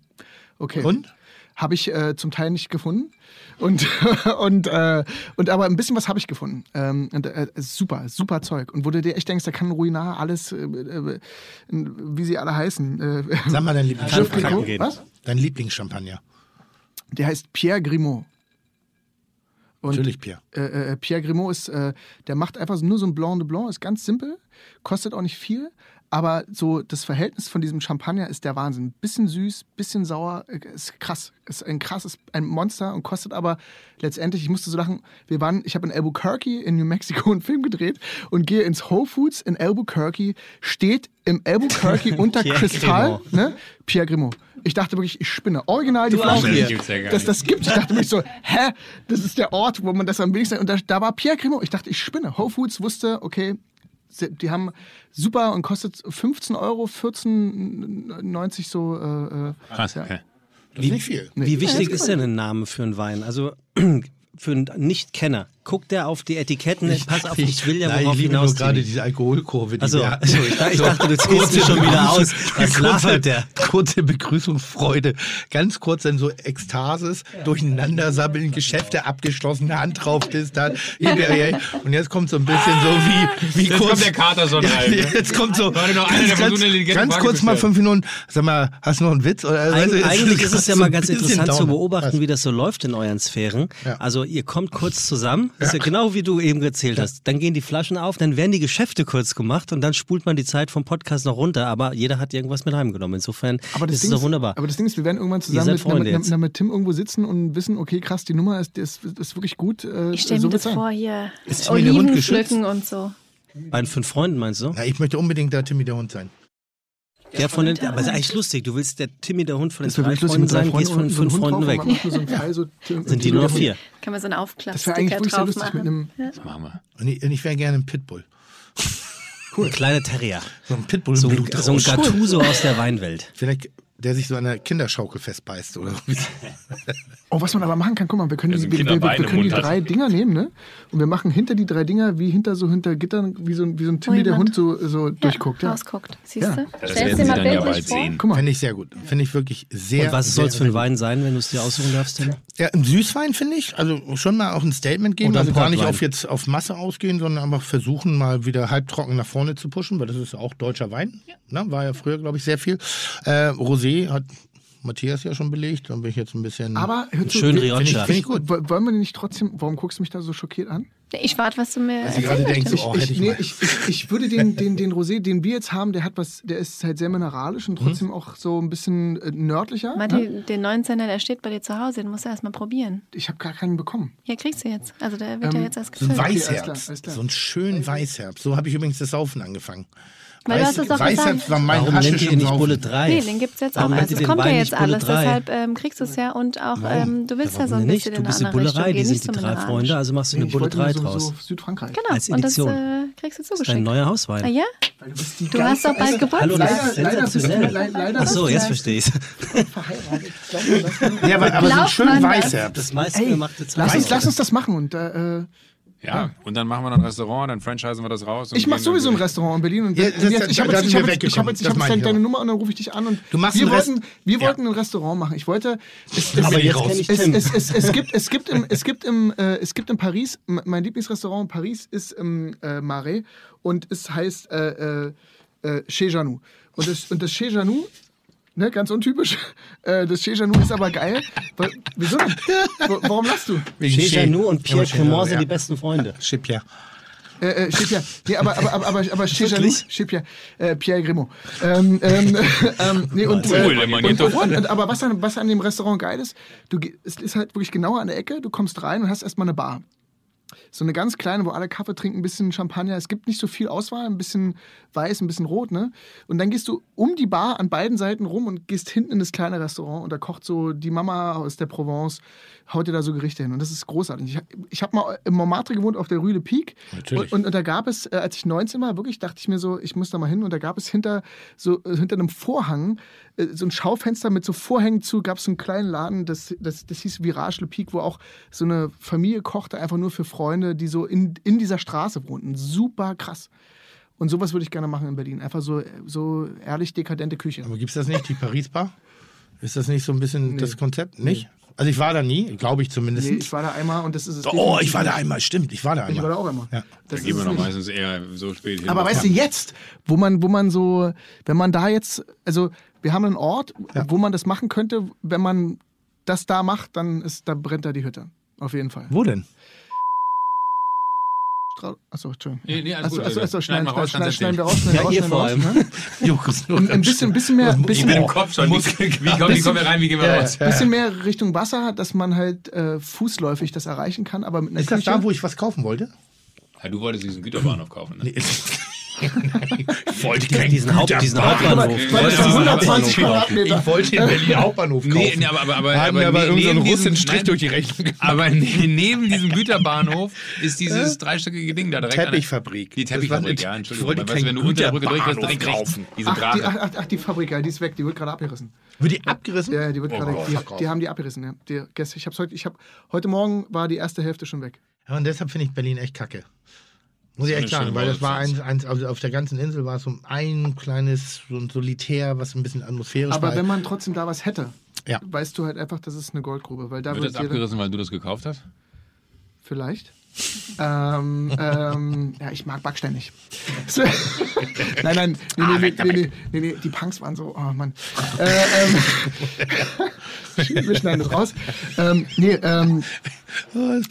Speaker 8: okay.
Speaker 6: Und?
Speaker 8: Habe ich äh, zum Teil nicht gefunden. Und, und, äh, und aber ein bisschen was habe ich gefunden. Ähm, und, äh, super, super Zeug. Und wo du dir echt denkst, da kann Ruinar alles, äh, äh, wie sie alle heißen. Äh,
Speaker 6: Sag mal dein
Speaker 8: Jeff
Speaker 6: Lieblingschampagner.
Speaker 8: Clicquot.
Speaker 5: gehen.
Speaker 8: Was?
Speaker 6: Dein Lieblingschampagner.
Speaker 8: Der heißt Pierre Grimaud. Und
Speaker 6: Natürlich, Pierre.
Speaker 8: äh, äh, Pierre Grimaud ist, äh, der macht einfach nur so ein Blanc de Blanc, ist ganz simpel, kostet auch nicht viel, aber so das Verhältnis von diesem Champagner ist der Wahnsinn. Bisschen süß, bisschen sauer, äh, ist krass. Ist ein krasses, ein Monster und kostet aber letztendlich, ich musste so lachen, wir waren, ich habe in Albuquerque in New Mexico einen Film gedreht und gehe ins Whole Foods in Albuquerque, steht im Albuquerque unter
Speaker 5: Pierre
Speaker 8: Kristall,
Speaker 5: Grimaud.
Speaker 8: ne? Pierre Grimaud. Ich dachte wirklich, ich spinne. Original die
Speaker 5: Du
Speaker 8: Flasche.
Speaker 5: auch hier.
Speaker 4: Das gibt's ja gar
Speaker 8: Das,
Speaker 4: nicht.
Speaker 8: das gibt's. Ich dachte mich so, hä? Das ist der Ort, wo man das am wenigsten. Und da, da war Pierre Grimaud. Ich dachte, ich spinne. Whole Foods wusste, okay, die haben super und kostet 15 Euro, 14,90 so. Äh, äh,
Speaker 4: Krass, okay.
Speaker 6: Das ist nicht viel.
Speaker 1: Wie wichtig ist denn ein Name für einen Wein? Also für einen Nicht-Kenner. Guckt der auf die Etiketten? pass auf, ich will ja
Speaker 6: Nein,
Speaker 1: worauf
Speaker 6: ich liebe
Speaker 1: hinaus.
Speaker 6: nur gerade diese Alkoholkurve. Die
Speaker 1: Also,
Speaker 6: wir hatten.
Speaker 1: also ich, ich dachte, du ziehst dich schon wieder aus. Was labert der?
Speaker 6: kurze Begrüßungsfreude, ganz kurz dann so Ekstasis, durcheinandersabbeln, Geschäfte abgeschlossen, Hand drauf, ist dann hinterher. Und jetzt kommt so ein bisschen
Speaker 1: Ah.
Speaker 6: so wie, wie
Speaker 4: Jetzt
Speaker 6: kurz.
Speaker 4: kommt der Kater so rein. ne?
Speaker 6: jetzt kommt so.
Speaker 4: Warte noch einer, der versucht, eine
Speaker 6: ganz,
Speaker 4: intelligente
Speaker 6: ganz
Speaker 4: Frage
Speaker 6: kurz
Speaker 4: zu
Speaker 6: mal
Speaker 4: stellen.
Speaker 6: fünf Minuten. Sag mal, hast du noch einen Witz? Oder,
Speaker 1: Eig
Speaker 6: weißt du,
Speaker 1: eigentlich ist es ja
Speaker 6: so
Speaker 1: mal
Speaker 6: ein
Speaker 1: ganz
Speaker 6: bisschen
Speaker 1: interessant zu
Speaker 6: Downer.
Speaker 1: beobachten,
Speaker 8: Also.
Speaker 6: Was?
Speaker 1: wie das so läuft in euren Sphären.
Speaker 6: Ja.
Speaker 1: Also ihr kommt kurz zusammen, das ist ja genau wie du eben erzählt hast. Dann gehen die Flaschen auf, dann werden die Geschäfte kurz gemacht und dann spult man die Zeit vom Podcast noch runter. Aber jeder hat irgendwas mit heimgenommen. Insofern
Speaker 8: Aber das,
Speaker 1: ist es
Speaker 8: Ding
Speaker 1: doch wunderbar.
Speaker 8: aber das Ding ist, wir werden irgendwann zusammen
Speaker 1: seid
Speaker 8: mit,
Speaker 1: Freunde
Speaker 8: mit,
Speaker 1: jetzt.
Speaker 8: mit, mit Tim irgendwo sitzen und wissen, okay, krass, die Nummer ist, ist, ist wirklich gut. Äh,
Speaker 9: Ich stelle
Speaker 8: so
Speaker 9: mir
Speaker 8: wird's
Speaker 9: das
Speaker 8: sein.
Speaker 9: vor, hier
Speaker 6: Ist Timmy der Hund
Speaker 9: Oliven
Speaker 6: geschützt?
Speaker 9: pflücken und so.
Speaker 1: Bei den fünf Freunden meinst du?
Speaker 6: Na, ich möchte unbedingt da Timmy der Hund sein.
Speaker 1: Der von den, aber ist eigentlich lustig. Du willst der Timmy der Hund von den
Speaker 8: Das
Speaker 1: drei
Speaker 8: wäre wirklich lustig
Speaker 1: Freunden
Speaker 8: mit drei
Speaker 1: sein, gehst von den
Speaker 8: Freunden und so einen
Speaker 1: fünf
Speaker 8: Hund
Speaker 1: Freunden
Speaker 8: drauf
Speaker 1: weg.
Speaker 8: und man macht nur so einen Pfeil, so-
Speaker 1: Sind die nur noch vier?
Speaker 9: Kann man so einen
Speaker 8: Das wäre eigentlich
Speaker 9: Aufklappsticker
Speaker 8: wirklich sehr
Speaker 9: drauf
Speaker 8: lustig mit
Speaker 9: machen.
Speaker 8: einem.
Speaker 4: Das machen wir.
Speaker 6: Und ich, und ich wäre gerne ein Pitbull.
Speaker 1: Ein kleiner Terrier.
Speaker 6: So ein Pitbull im
Speaker 1: So ein,
Speaker 6: Blut.
Speaker 1: so ein Gattuso aus der Weinwelt.
Speaker 6: Vielleicht, der sich so an der Kinderschaukel festbeißt oder
Speaker 8: Oh, was man aber machen kann, guck mal, wir können,
Speaker 4: Also
Speaker 8: die,
Speaker 4: ein
Speaker 8: wir, wir, wir,
Speaker 4: Kinderbein im
Speaker 8: können die
Speaker 4: Mund hat.
Speaker 8: drei Dinger nehmen, ne? Und wir machen hinter die drei Dinger, wie hinter so hinter Gittern, wie so, ein- wie so ein Timmy, der Hund
Speaker 9: jemand.
Speaker 8: so, so durchguckt. Ja.
Speaker 9: Rausguckt, siehst
Speaker 8: Ja.
Speaker 9: du?
Speaker 4: Das
Speaker 9: Stellst
Speaker 4: werden
Speaker 9: dir
Speaker 4: Sie
Speaker 9: mal
Speaker 4: dann ja
Speaker 9: bildlich
Speaker 4: bald
Speaker 9: vor.
Speaker 4: sehen.
Speaker 8: Guck mal,
Speaker 6: Finde ich sehr gut. Finde ich wirklich sehr.
Speaker 1: Und was soll es für
Speaker 6: sehr,
Speaker 1: ein Wein sein, wenn du es dir aussuchen darfst, Tim?
Speaker 6: Ja, ein Süßwein finde ich. Also schon mal auch ein Statement geben.
Speaker 1: Oder ein
Speaker 6: Also gar nicht
Speaker 1: Portwein.
Speaker 6: auf jetzt auf Masse ausgehen, sondern einfach versuchen, mal wieder halbtrocken nach vorne zu pushen, weil das ist auch deutscher Wein. Ne? War ja früher, glaube ich, sehr viel. Äh, Rosé hat Matthias ja schon belegt. Dann bin ich jetzt ein bisschen.
Speaker 8: Aber hör zu,
Speaker 1: Schön
Speaker 8: wir-
Speaker 1: Rioja.
Speaker 8: find ich- find ich
Speaker 6: Gut.
Speaker 8: wo- Wollen wir nicht trotzdem, warum guckst du mich da so schockiert an?
Speaker 9: Ich warte, was du mir
Speaker 6: sie gerade
Speaker 9: erzählen
Speaker 6: denkt,
Speaker 9: möchtest.
Speaker 6: so, oh,
Speaker 8: ich,
Speaker 6: hätte ich
Speaker 8: nee,
Speaker 6: mal.
Speaker 8: ich, ich, ich würde den, den, den Rosé, den wir jetzt haben, der hat was, der ist halt sehr mineralisch
Speaker 1: Mhm.
Speaker 8: und trotzdem auch so ein bisschen äh, nördlicher. Ne?
Speaker 9: Martin, den 19er, der steht bei dir zu Hause, den musst du erstmal probieren.
Speaker 8: Ich habe gar keinen bekommen.
Speaker 9: Hier kriegst du jetzt. Also der wird
Speaker 8: Ähm,
Speaker 9: ja jetzt erst
Speaker 6: so ein
Speaker 9: gefüllt.
Speaker 6: Weißherbst.
Speaker 8: alles klar, alles klar.
Speaker 6: So einen schönen Weißherbst. So habe ich übrigens das Saufen angefangen.
Speaker 9: Weil du hast es doch
Speaker 6: Weißherbst
Speaker 9: gesagt.
Speaker 6: war mein
Speaker 1: Warum nennt
Speaker 6: Haschisch
Speaker 1: ihr
Speaker 6: im
Speaker 1: nicht
Speaker 6: Saufen.
Speaker 1: Bulle 3?
Speaker 9: Nee, den gibt's jetzt auch
Speaker 1: Warum nennt
Speaker 9: erst.
Speaker 1: ihr
Speaker 9: Es
Speaker 1: den
Speaker 9: kommt ja
Speaker 1: Wein
Speaker 9: jetzt
Speaker 1: nicht Bulle
Speaker 9: alles,
Speaker 1: 3?
Speaker 9: deshalb ähm, kriegst du es ja und auch ähm, du willst ja so
Speaker 1: Warum
Speaker 9: ein
Speaker 1: nicht?
Speaker 9: bisschen
Speaker 1: Du
Speaker 9: in eine
Speaker 1: bist die
Speaker 9: andere Richtung
Speaker 1: Bullerei, die
Speaker 9: gehen,
Speaker 1: sind
Speaker 9: nicht
Speaker 1: die
Speaker 9: so
Speaker 1: drei
Speaker 9: mineralisch.
Speaker 1: Freunde, also machst du eine
Speaker 8: ich
Speaker 1: Bulle
Speaker 8: wollte
Speaker 1: 3
Speaker 8: so,
Speaker 1: draus.
Speaker 8: So Südfrankreich.
Speaker 9: Genau,
Speaker 1: Als
Speaker 9: und das
Speaker 1: Edition.
Speaker 9: äh, kriegst du zugeschickt.
Speaker 1: Dein neuer
Speaker 9: ah,
Speaker 1: Hauswein.
Speaker 9: ja?
Speaker 8: Weil du bist die
Speaker 9: Du hast doch bald
Speaker 1: Hallo,
Speaker 9: Geburtstag.
Speaker 1: das ist
Speaker 8: Leider- leider bist du-
Speaker 1: sensationell.
Speaker 8: le- leider
Speaker 1: Ach so,
Speaker 8: bist du
Speaker 1: jetzt
Speaker 8: ja-
Speaker 1: verstehe ich
Speaker 8: verheiratet. Ich glaub, das-
Speaker 6: Ja, aber, aber so einen
Speaker 9: Glaubt
Speaker 6: schönen
Speaker 9: man das?
Speaker 6: Weißherbst.
Speaker 1: Das meistgemachte
Speaker 8: Lass uns,
Speaker 1: Zahnarzt.
Speaker 8: lass uns das machen. Und, äh, äh,
Speaker 4: Ja, und dann machen wir noch ein Restaurant, dann franchisen wir das raus. und
Speaker 8: ich mache
Speaker 4: gehen
Speaker 8: sowieso ein
Speaker 4: dann-
Speaker 8: Restaurant in Berlin. Und
Speaker 6: Ja,
Speaker 8: und
Speaker 6: das-
Speaker 8: jetzt, ich
Speaker 6: da-
Speaker 8: habe
Speaker 6: da sind
Speaker 8: jetzt, ich
Speaker 6: wir
Speaker 8: hab jetzt, ich hab
Speaker 6: weggekommen.
Speaker 8: jetzt, ich
Speaker 6: Das
Speaker 8: hab jetzt
Speaker 6: meine ich
Speaker 8: gleich deine
Speaker 6: auch.
Speaker 8: Nummer und dann rufe ich dich an. Und
Speaker 6: Du machst
Speaker 8: wir
Speaker 6: ein Rest-
Speaker 8: wollten, wir
Speaker 6: Ja.
Speaker 8: wollten ein Restaurant machen. Ich wollte. Es,
Speaker 6: Aber
Speaker 8: es,
Speaker 6: jetzt raus.
Speaker 8: es, es, es, es gibt, es gibt im, es gibt im, äh, es gibt in Paris. m- Mein Lieblingsrestaurant in Paris ist im äh, Marais und es heißt äh, äh, äh, Chez Janou. Und das, und das Chez Janou Ne, ganz untypisch. Äh, Das Chez Janou ist aber geil. Wa- Wieso denn? Wa- Warum lachst du?
Speaker 1: Chez Janou und Pierre Cremant sind die
Speaker 6: besten.
Speaker 1: besten Freunde.
Speaker 6: Pierre.
Speaker 8: Äh, äh, steht ja. Nee, aber, aber, aber, aber, aber steht ja,
Speaker 1: Wirklich?
Speaker 8: steht ja, äh, Pierre Grimaud. Ähm, ähm, ähm, nee, und,
Speaker 4: Cool,
Speaker 8: äh,
Speaker 4: der Mann
Speaker 8: und,
Speaker 4: geht
Speaker 8: und,
Speaker 4: doch-
Speaker 8: und, aber was an, was an dem Restaurant geil ist, du, geh- es ist halt wirklich genau an der Ecke, du kommst rein und hast erstmal eine Bar. So eine ganz kleine, wo alle Kaffee trinken, ein bisschen Champagner. Es gibt nicht so viel Auswahl, ein bisschen weiß, ein bisschen rot, ne? Und dann gehst du um die Bar an beiden Seiten rum und gehst hinten in das kleine Restaurant und da kocht so die Mama aus der Provence, haut dir da so Gerichte hin. Und das ist großartig. Ich, ich habe mal im Montmartre gewohnt auf der Rue de Pic.
Speaker 6: Natürlich.
Speaker 8: Und, und, und da gab es, äh, als ich 19 war, wirklich dachte ich mir so, ich muss da mal hin. Und da gab es hinter so äh, hinter einem Vorhang äh, so ein Schaufenster mit so Vorhängen zu, gab es so einen kleinen Laden, das, das, das hieß Virage Le Pic, wo auch so eine Familie kochte, einfach nur für Freunde, die so in, in dieser Straße wohnten. Super krass. Und sowas würde ich gerne machen in Berlin. Einfach so, äh, so ehrlich dekadente Küche.
Speaker 6: Aber gibt's das nicht, die Paris-Bar? Ist das nicht so ein bisschen das Konzept? Nicht? Also ich war da nie, glaube ich zumindest.
Speaker 8: Nee, ich war da einmal und das ist es.
Speaker 6: oh,
Speaker 8: definitiv
Speaker 6: ich war da
Speaker 8: nicht.
Speaker 6: einmal, stimmt, ich war da einmal.
Speaker 8: Ich war da auch einmal.
Speaker 6: Ja.
Speaker 8: Das
Speaker 4: Dann gehen
Speaker 8: ist
Speaker 4: wir
Speaker 8: es
Speaker 4: noch
Speaker 8: nicht.
Speaker 4: meistens eher so spät hin.
Speaker 8: Aber weißt du, jetzt, wo man, wo man so, wenn man da jetzt, also wir haben einen Ort, wo man das machen könnte, wenn man das da macht, dann ist, da brennt da die Hütte. Auf jeden Fall.
Speaker 6: Wo denn?
Speaker 8: Stra- Achso, Entschuldigung.
Speaker 4: Nee, nee, alles
Speaker 8: Achso,
Speaker 4: gut,
Speaker 8: achso,
Speaker 4: Alter.
Speaker 8: achso,
Speaker 4: Schneid mal
Speaker 8: Also, schneiden,
Speaker 4: raus,
Speaker 8: schneiden,
Speaker 4: kannst
Speaker 8: schneiden
Speaker 4: erzählen.
Speaker 8: wir raus, schneiden wir
Speaker 1: Ja,
Speaker 8: raus,
Speaker 1: ihr
Speaker 8: schneiden wir
Speaker 1: vor
Speaker 8: raus.
Speaker 1: allem.
Speaker 8: ne?
Speaker 6: Jokus,
Speaker 8: Ein ein bisschen, bisschen mehr,
Speaker 4: Ich
Speaker 8: bisschen
Speaker 4: bin
Speaker 8: mehr,
Speaker 4: im Kopf schon. Wie, wie, kommen, wie kommen wir rein, wie gehen wir raus?
Speaker 8: bisschen mehr Richtung Wasser, dass man halt äh, fußläufig das erreichen kann, aber mit einer
Speaker 6: Ist das
Speaker 8: Küche.
Speaker 6: da, wo ich was kaufen wollte?
Speaker 4: Ja, du wolltest diesen Güterbahnhof kaufen. Ne?
Speaker 6: Nee, ist- wollte
Speaker 5: diesen-
Speaker 6: keinen
Speaker 5: diesen Haupt- diesen Hauptbahnhof.
Speaker 6: Ich
Speaker 5: Weil
Speaker 4: das ist
Speaker 5: 120
Speaker 6: Quadratmeter. Ich wollte den Berliner Hauptbahnhof kaufen.
Speaker 4: Nee, nee, aber, aber, aber,
Speaker 6: Haben mir aber
Speaker 4: aber ne-
Speaker 6: irgendeinen
Speaker 4: neben
Speaker 6: Russen
Speaker 4: diesem-
Speaker 6: einen Strich
Speaker 4: nein,
Speaker 6: durch die Rechnung gemacht.
Speaker 4: Aber ne- neben diesem Güterbahnhof ist dieses dreistöckige Ding da direkt. an der-
Speaker 6: Teppichfabrik.
Speaker 4: Die
Speaker 6: Das war eine
Speaker 4: Teppichfabrik,
Speaker 6: Te-
Speaker 4: ja,
Speaker 6: ich
Speaker 4: Entschuldigung.
Speaker 6: wollte
Speaker 4: weil, weißt du,
Speaker 6: keinen
Speaker 4: wenn du unter der Brücke durch bist,
Speaker 6: Güterbahnhof
Speaker 4: direkt rechts.
Speaker 6: kaufen.
Speaker 4: Diese
Speaker 8: Ach die,
Speaker 4: Brache.
Speaker 8: ach, ach, ach, die Fabrik, ja, die ist weg, die wird gerade abgerissen.
Speaker 6: Wird die abgerissen?
Speaker 8: Ja, ja, die wird
Speaker 6: Oh
Speaker 8: gerade,
Speaker 6: Gott.
Speaker 8: die, die haben die abgerissen. Ja. Die, gestern, ich hab's heute, ich hab, heute Morgen war die erste Hälfte schon weg.
Speaker 6: Ja, und deshalb finde ich Berlin echt kacke. Muss ich
Speaker 4: Eine
Speaker 6: echt sagen,
Speaker 4: schöne
Speaker 6: weil das war eins,
Speaker 4: Bausatz.
Speaker 6: eins, also auf der ganzen Insel war es so ein kleines, so ein Solitär, was ein bisschen atmosphärisch
Speaker 8: Aber
Speaker 6: war.
Speaker 8: wenn man trotzdem da was hätte,
Speaker 6: Ja.
Speaker 8: weißt du halt einfach, das ist eine Goldgrube, weil da
Speaker 4: Wird das
Speaker 8: wird jeder,
Speaker 4: abgerissen, weil du das gekauft hast?
Speaker 8: vielleicht. ähm, ähm, ja, ich mag Backstein nicht. So- nein, nein,
Speaker 4: Ah,
Speaker 8: nee, nee, nee, nee, nee, nee, nee, die Punks waren so, oh Mann. Äh, ähm, wir schneiden das raus. Ähm, nee, ähm,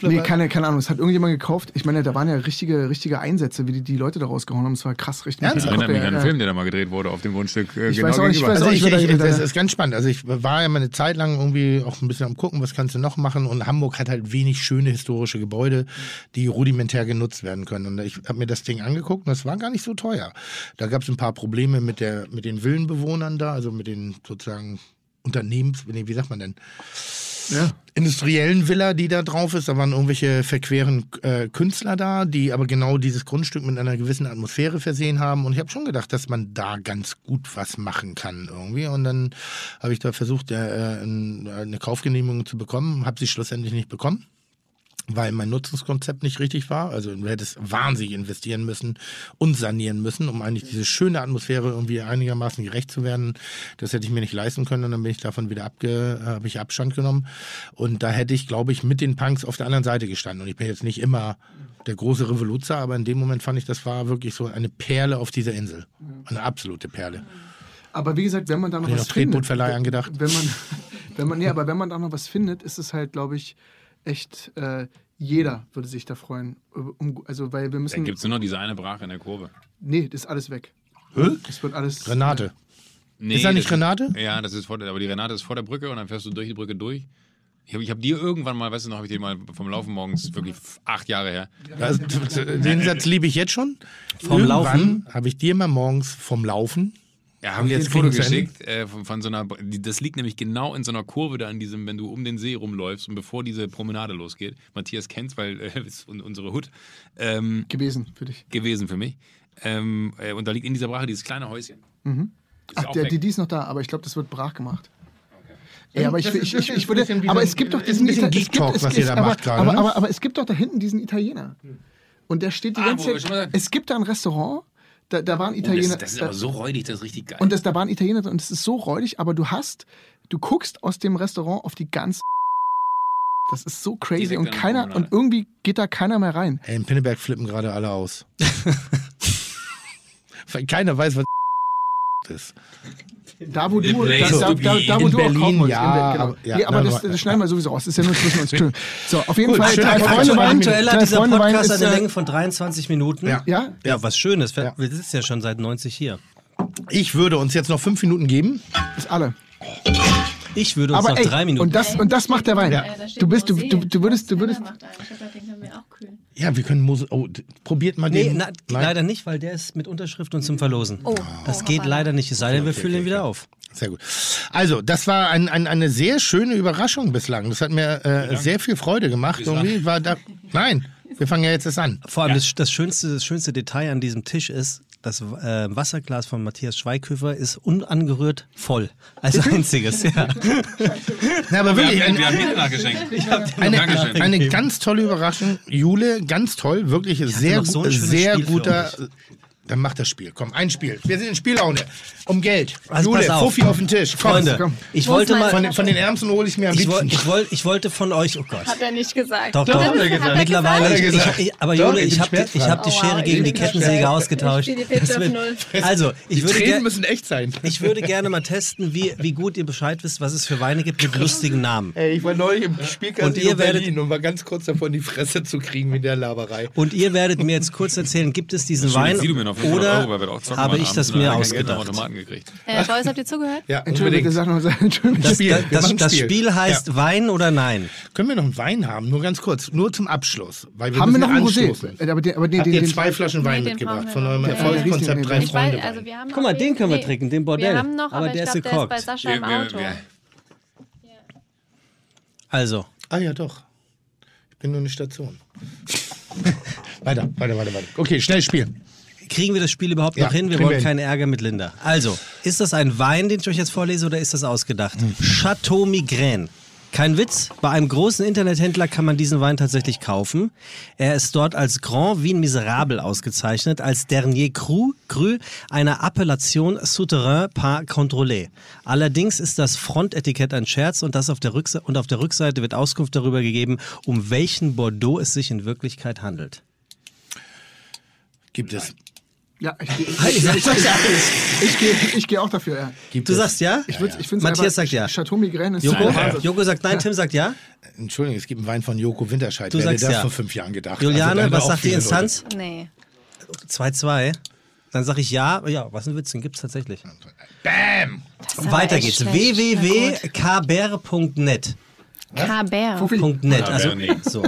Speaker 8: nee keine, keine Ahnung, es hat irgendjemand gekauft. Ich meine, da waren ja richtige, richtige Einsätze, wie die, die Leute da rausgehauen haben. Es war krass, richtig.
Speaker 6: Ernsthaft?
Speaker 4: Ich
Speaker 8: Ja,
Speaker 4: erinnere mich
Speaker 8: ja,
Speaker 4: an
Speaker 8: ja.
Speaker 4: einen Film, der da mal gedreht wurde auf dem Grundstück. äh,
Speaker 8: Ich
Speaker 4: genau
Speaker 8: weiß auch nicht, ich
Speaker 4: gegenüber.
Speaker 8: weiß
Speaker 6: Also
Speaker 8: auch
Speaker 6: ich,
Speaker 8: nicht, wer
Speaker 6: ich,
Speaker 8: da- ne?
Speaker 6: das ist ganz spannend. Also ich war ja mal eine Zeit lang irgendwie auch ein bisschen am gucken, was kannst du noch machen. Und Hamburg hat halt wenig schöne historische Gebäude, die rudimentär genutzt werden können. Und ich habe mir das Ding angeguckt und das war gar nicht so teuer. Da gab es ein paar Probleme mit der mit den Villenbewohnern da, also mit den sozusagen Unternehmens, nee, wie sagt man denn?
Speaker 8: Ja.
Speaker 6: industriellen Villa, die da drauf ist. Da waren irgendwelche verqueren äh, Künstler da, die aber genau dieses Grundstück mit einer gewissen Atmosphäre versehen haben. Und ich habe schon gedacht, dass man da ganz gut was machen kann irgendwie. Und dann habe ich da versucht, äh, äh, ein- eine Kaufgenehmigung zu bekommen, habe sie schlussendlich nicht bekommen weil mein Nutzungskonzept nicht richtig war. Also du hättest wahnsinnig investieren müssen und sanieren müssen, um eigentlich diese schöne Atmosphäre irgendwie einigermaßen gerecht zu werden. Das hätte ich mir nicht leisten können und dann bin ich davon wieder abge, äh, habe ich Abstand genommen. Und da hätte ich, glaube ich, mit den Punks auf der anderen Seite gestanden. Und ich bin jetzt nicht immer der große Revoluzer, aber in dem Moment fand ich, das war wirklich so eine Perle auf dieser Insel. Eine absolute Perle.
Speaker 8: Aber wie gesagt, wenn man da noch
Speaker 6: Hab ich
Speaker 8: was
Speaker 6: noch Tretbootverleih
Speaker 8: findet,
Speaker 6: angedacht.
Speaker 8: Wenn man, wenn man, nee, aber wenn man da noch was findet, ist es halt, glaube ich, echt. Äh, jeder würde sich da freuen. Um, also, weil wir
Speaker 4: Da
Speaker 8: müssen.
Speaker 4: gibt es nur noch diese eine Brache in der Kurve.
Speaker 8: Nee, das ist alles weg. Das wird alles.
Speaker 6: Renate.
Speaker 4: Nee,
Speaker 6: Ist da nicht
Speaker 4: das
Speaker 6: Renate?
Speaker 4: ja, das ist vor der, aber die Renate ist vor der Brücke und dann fährst du durch die Brücke durch. Ich habe ich hab dir irgendwann mal, weißt du noch, habe ich dir mal vom Laufen morgens, wirklich f- acht Jahre her.
Speaker 6: Das, also, den Satz liebe ich jetzt schon.
Speaker 5: Vom
Speaker 6: Irgendwann habe ich dir mal morgens vom Laufen
Speaker 4: Ja, haben wir jetzt ein
Speaker 6: Jetzt
Speaker 4: Foto
Speaker 6: kriegen wir
Speaker 4: geschickt äh, von, von so einer, die- das liegt nämlich genau in so einer Kurve da in diesem, wenn du um den See rumläufst und bevor diese Promenade losgeht. Matthias kennt's, weil äh, ist un- unsere Hut ähm,
Speaker 8: gewesen für dich.
Speaker 4: gewesen für mich. Ähm, äh, und da liegt in dieser Brache dieses kleine Häuschen. Ist
Speaker 8: Mhm. Ach,
Speaker 4: auch
Speaker 8: der,
Speaker 4: weg.
Speaker 8: die, die ist noch da, aber ich glaube, das wird brach gemacht. Ja, aber ich,
Speaker 6: Das
Speaker 8: ich,
Speaker 6: ist-
Speaker 8: ich,
Speaker 6: das
Speaker 8: ich
Speaker 6: ist
Speaker 8: würde.
Speaker 6: ein bisschen wie
Speaker 8: Aber
Speaker 6: so ein-
Speaker 8: es gibt doch
Speaker 6: ist ein
Speaker 8: diesen
Speaker 6: bisschen
Speaker 8: Ita- es
Speaker 6: Geek-Talk,
Speaker 8: gibt- es
Speaker 6: was ihr
Speaker 8: gibt-
Speaker 6: da
Speaker 8: aber,
Speaker 6: macht gerade,
Speaker 8: Aber,
Speaker 6: ne?
Speaker 8: aber, aber es gibt doch da hinten diesen Italiener. Und der steht die
Speaker 4: Ah, wo
Speaker 8: ganze
Speaker 4: wir schon
Speaker 8: Zeit.
Speaker 4: mal-
Speaker 8: Es gibt da ein Restaurant, da, da waren
Speaker 4: Oh,
Speaker 8: Italiener.
Speaker 4: das, das ist aber so räudig, das ist richtig geil.
Speaker 8: Und das, da waren Italiener drin und es ist so räudig, aber du hast, du guckst aus dem Restaurant auf die ganze. Das ist so crazy
Speaker 4: Direkt
Speaker 8: und
Speaker 4: an der
Speaker 8: keiner,
Speaker 4: Promenade.
Speaker 8: und irgendwie geht da keiner mehr rein.
Speaker 6: Ey, in Pinneberg flippen gerade alle aus. Weil keiner weiß, was ist.
Speaker 8: Da, wo du,
Speaker 4: place
Speaker 8: da, da,
Speaker 4: to
Speaker 8: da,
Speaker 4: be.
Speaker 8: da, wo
Speaker 6: In
Speaker 8: du
Speaker 6: Berlin,
Speaker 8: auch kaufen wolltest.
Speaker 6: ja,
Speaker 8: In Berlin,
Speaker 6: aber- ja,
Speaker 8: nee, aber
Speaker 6: nein,
Speaker 8: das,
Speaker 6: aber-
Speaker 8: das schneiden wir sowieso raus. Das ist ja nur zwischen uns. Entschuldigung. So, auf jeden
Speaker 6: Gut,
Speaker 8: Fall.
Speaker 6: schön,
Speaker 8: drei
Speaker 6: dass
Speaker 8: Freunde
Speaker 6: wir
Speaker 8: Wein,
Speaker 5: Aktueller,
Speaker 8: drei
Speaker 5: dieser
Speaker 8: Freunde Wein
Speaker 5: Podcast hat
Speaker 8: äh,
Speaker 5: eine Länge von 23 Minuten.
Speaker 6: Ja.
Speaker 8: Ja,
Speaker 5: Ja, was Schönes. Wir
Speaker 6: Ja.
Speaker 5: wir sitzen ja schon seit 90 hier.
Speaker 6: Ich würde uns jetzt noch fünf Minuten geben.
Speaker 8: ist alle.
Speaker 5: Ich würde uns
Speaker 8: Aber
Speaker 5: noch
Speaker 8: ey,
Speaker 5: drei Minuten.
Speaker 8: und das und das macht der Wein.
Speaker 9: Äh, da steht
Speaker 8: Du bist, du,
Speaker 9: Rosé.
Speaker 8: du, du würdest, du
Speaker 9: Stella
Speaker 8: würdest.
Speaker 9: macht einen. Ich hab gedacht, den können wir auch kühlen.
Speaker 6: Ja, wir können Mose. Oh, d- probiert mal
Speaker 5: Nee,
Speaker 6: den.
Speaker 5: na, leider nicht, weil der ist mit Unterschrift und zum Verlosen.
Speaker 9: Oh,
Speaker 5: das geht leider nicht, es sei denn, wir füllen ihn wieder auf.
Speaker 6: Sehr gut. Also, das war ein, ein, eine sehr schöne Überraschung bislang. Das hat mir äh, sehr viel Freude gemacht. Irgendwie war da, nein, wir fangen ja jetzt erst an.
Speaker 5: Vor allem das, das, schönste, das schönste Detail an diesem Tisch ist, das äh, Wasserglas von Matthias Schweighöfer ist unangerührt voll. Als
Speaker 6: Mhm.
Speaker 5: einziges, ja.
Speaker 6: Na, aber
Speaker 4: wir haben,
Speaker 6: wirklich, ein,
Speaker 4: wir haben dir nachgeschenkt. Ich habe dir
Speaker 6: Eine,
Speaker 4: nachgeschenkt.
Speaker 6: eine ganz tolle Überraschung. Jule, ganz toll. Wirklich sehr,
Speaker 5: noch so
Speaker 6: gu-
Speaker 5: ein schönes
Speaker 6: sehr
Speaker 5: Spiel für
Speaker 6: guter.
Speaker 5: euch.
Speaker 6: Dann mach das Spiel. Komm, ein Spiel. Wir sind in Spiellaune. Um Geld.
Speaker 5: Also
Speaker 6: Jule,
Speaker 5: pass auf.
Speaker 6: Fuffi auf den Tisch. Komm,
Speaker 5: Freunde,
Speaker 6: komm.
Speaker 5: ich wollte
Speaker 9: meine
Speaker 5: mal.
Speaker 6: Von, den- von den Ärmsten hole ich mir am
Speaker 5: Ich, woll,
Speaker 6: liebsten.
Speaker 5: ich, woll, ich wollte von euch, oh Gott.
Speaker 9: Hat er nicht gesagt.
Speaker 5: Doch,
Speaker 9: Hat
Speaker 5: doch.
Speaker 9: er gesagt?
Speaker 5: Mittlerweile.
Speaker 9: Hat er
Speaker 5: ich-
Speaker 9: gesagt?
Speaker 5: Ich, ich, aber
Speaker 6: Doch,
Speaker 5: Jule,
Speaker 6: ich
Speaker 5: ich
Speaker 6: bin
Speaker 5: habe die, ich hab die
Speaker 9: schmerzfrei.
Speaker 5: Schere
Speaker 9: Oh, wow,
Speaker 5: gegen
Speaker 9: ich
Speaker 5: die
Speaker 9: bin
Speaker 5: Kettensäge
Speaker 9: schmerzfrei.
Speaker 5: ausgetauscht.
Speaker 9: Ich bin die Pizza
Speaker 5: Das
Speaker 9: auf
Speaker 5: wird-
Speaker 9: Null.
Speaker 5: Also, ich würde,
Speaker 6: Tränen
Speaker 5: ger-
Speaker 6: müssen echt sein.
Speaker 5: ich würde gerne mal testen, wie, wie gut ihr Bescheid wisst, was es für Weine gibt mit lustigen Namen.
Speaker 6: Ey, ich war neulich im
Speaker 5: Und ihr
Speaker 6: Spielcasino
Speaker 5: werdet-
Speaker 6: Berlin um und war ganz kurz davon, die Fresse zu kriegen mit der Laberei.
Speaker 5: Und ihr werdet mir jetzt kurz erzählen, gibt es diesen
Speaker 4: Schön,
Speaker 5: Wein
Speaker 4: dass Sie du mir noch auf
Speaker 1: Oder
Speaker 4: Euro, weil wir da auch zocken
Speaker 1: habe
Speaker 4: waren
Speaker 1: ich das
Speaker 4: abends und
Speaker 1: mir
Speaker 4: dann haben wir kein Geld am
Speaker 1: ausgedacht?
Speaker 4: Automaten gekriegt.
Speaker 9: Äh, Boys, habt ihr zugehört?
Speaker 6: Ja, unbedingt.
Speaker 8: Entschuldigung, bitte sag noch, Entschuldigung.
Speaker 1: Das,
Speaker 6: Spiel.
Speaker 1: das,
Speaker 6: Wir
Speaker 1: das,
Speaker 6: machen
Speaker 1: das
Speaker 6: Spiel.
Speaker 1: Spiel heißt Wein oder Nein.
Speaker 6: Können wir noch einen Wein haben? Nur ganz kurz, nur zum Abschluss. Weil wir
Speaker 8: Haben wir noch
Speaker 6: müssen
Speaker 8: einen
Speaker 6: anstoßen.
Speaker 8: Rosé? Äh, Aber den, aber den,
Speaker 6: Habt
Speaker 8: den,
Speaker 6: ihr
Speaker 8: den,
Speaker 6: zwei Flaschen Wein
Speaker 9: Nee, den brauchen
Speaker 6: mitgebracht
Speaker 9: wir
Speaker 6: von eurem
Speaker 9: noch.
Speaker 8: Ja,
Speaker 6: Erfolgskonzept
Speaker 8: ja,
Speaker 6: drei
Speaker 8: ja.
Speaker 9: Ich weiß,
Speaker 6: Freunde? Wein?
Speaker 9: also wir haben
Speaker 1: Guck mal,
Speaker 9: auf
Speaker 1: den
Speaker 9: jeden-
Speaker 1: können wir
Speaker 9: nee.
Speaker 1: trinken, den Bordell.
Speaker 9: Wir haben noch, aber,
Speaker 1: Aber der
Speaker 9: ich
Speaker 1: ist
Speaker 9: glaube, der ist bei
Speaker 1: gekorkt.
Speaker 9: Sascha
Speaker 4: Wir-
Speaker 9: im
Speaker 4: wir-
Speaker 9: Auto.
Speaker 4: wir-
Speaker 1: Also,
Speaker 6: ah ja, doch. Ich bin nur eine Station. weiter, weiter, weiter, weiter. Okay, schnell spielen.
Speaker 1: kriegen wir das Spiel überhaupt
Speaker 6: Ja,
Speaker 1: noch hin? Wir
Speaker 6: kriegen
Speaker 1: wollen
Speaker 6: wir hin.
Speaker 1: keinen Ärger mit Linda. Also, ist das ein Wein, den ich euch jetzt vorlese, oder ist das ausgedacht?
Speaker 6: Mhm.
Speaker 1: Chateau Migraine. Kein Witz, bei einem großen Internethändler kann man diesen Wein tatsächlich kaufen. Er ist dort als Grand Vin Miserable ausgezeichnet, als Dernier Cru, Cru einer Appellation Souterrain par Contrôlé. Allerdings ist das Frontetikett ein Scherz und, das auf der Rückse und auf der Rückseite wird Auskunft darüber gegeben, um welchen Bordeaux es sich in Wirklichkeit handelt.
Speaker 6: Gibt es.
Speaker 8: ja, ich, ich, ich, ich, ich, gehe- ich gehe auch dafür, ja.
Speaker 6: Gibt
Speaker 1: Du
Speaker 6: es
Speaker 1: sagst ja?
Speaker 8: Ich, würd's- ich find's
Speaker 1: Matthias sagt
Speaker 8: einfach-
Speaker 1: ja.
Speaker 8: Chateau Migraine ist
Speaker 1: Joko?
Speaker 8: der Wahnsinn.
Speaker 1: Joko sagt nein, Tim sagt
Speaker 6: Also
Speaker 1: ja.
Speaker 6: Entschuldigung, es gibt einen Wein von Joko Winterscheid.
Speaker 1: Du
Speaker 6: Wer hätte
Speaker 1: sagst
Speaker 6: das
Speaker 1: ja.
Speaker 6: vor fünf Jahren gedacht?
Speaker 1: Juliane,
Speaker 6: Also, da
Speaker 1: was
Speaker 6: auch
Speaker 1: sagt die
Speaker 6: viele
Speaker 1: Instanz?
Speaker 9: Nee.
Speaker 1: 2-2. Dann sage ich ja. Ja, was ein Witz, den gibt's tatsächlich.
Speaker 9: Das ist aber
Speaker 1: Weiter
Speaker 9: echt
Speaker 1: geht's.
Speaker 9: schlecht.
Speaker 1: www.caber.net.
Speaker 9: Kaber.
Speaker 1: Punkt net. Also, so.